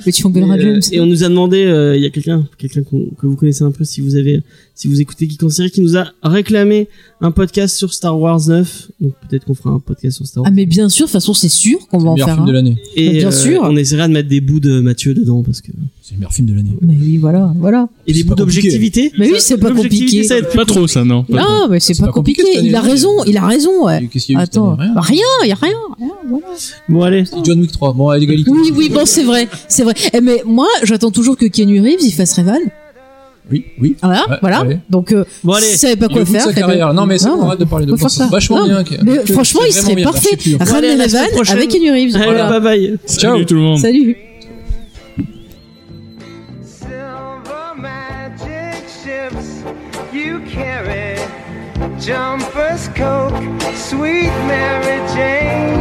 C: Mais tu engueuleras
B: Et, euh,
C: James.
B: et on nous a demandé, euh, il y a quelqu'un, quelqu'un qu'on- que vous connaissez un peu, si vous avez, si vous écoutez Geek en série, qui nous a réclamé un podcast sur Star Wars 9. Donc peut-être qu'on fera un podcast sur Star
C: Ah
B: Wars.
C: mais bien sûr, de toute façon c'est sûr qu'on va en
F: meilleur
C: faire
F: film
C: un.
F: de l'année.
B: et
C: bien
B: euh,
C: sûr.
B: on essaiera de mettre des bouts de Mathieu dedans parce que.
F: C'est le meilleur film de l'année.
C: Mais oui, voilà, voilà.
B: Et des
F: C'est
B: bouts
F: pas compliqué.
B: d'objectivité.
C: Mais oui,
B: Ça-
C: c'est pas
B: l'objectivité,
C: compliqué.
B: ça aide plus.
D: Pas trop ça, non. pas trop.
C: Non, mais c'est
F: C'est
C: pas
F: pas
C: compliqué.
F: compliqué cette
C: il a
F: année.
C: raison, il a raison. ouais.
F: Et Qu'est-ce qu'il y a eu cette
C: Attends,
F: année Rien.
C: Bah, rien, il y a rien.
B: Bon allez.
F: C'est John Wick 3. Bon, à l'égalité.
C: Oui, oui, bon, c'est vrai, c'est vrai. Eh, mais moi, j'attends toujours que Keanu Reeves il fasse Revan.
F: Oui, oui.
C: Voilà,
F: Ouais,
C: voilà.
F: allez.
C: Donc, euh,
B: Bon
C: si
B: allez.
C: tu savais pas
F: Il
C: quoi
F: est au bout de
C: faire.
F: sa
C: fais-le.
F: carrière. Non, mais c'est
C: Non.
F: bon, arrête de parler de
C: Faut faire
F: pensée.
C: ça.
F: Vachement
C: Non.
F: bien. que-
C: Mais
F: que-
C: franchement,
F: c'est
C: il
F: vraiment
C: serait
F: bien,
C: parfait.
F: d'architecture.
B: Bon, allez, à
C: Ramenez
B: la
C: Revan
B: semaine prochaine.
C: avec Keanu Reeves.
B: Allez, bye
C: Voilà.
B: bye.
D: Salut tout le monde.
C: Salut.
H: Silver magic ships you carry. Jumpers, Coke, sweet Mary Jane.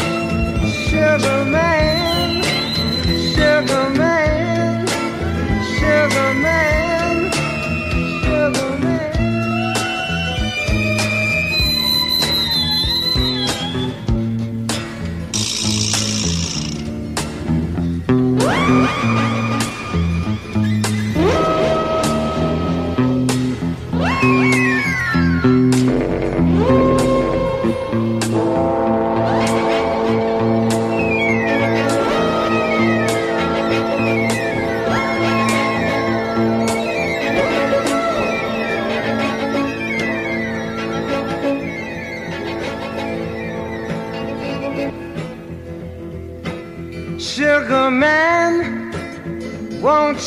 H: sugar man, sugar man, sugar man, sugar man. Sugar man, won't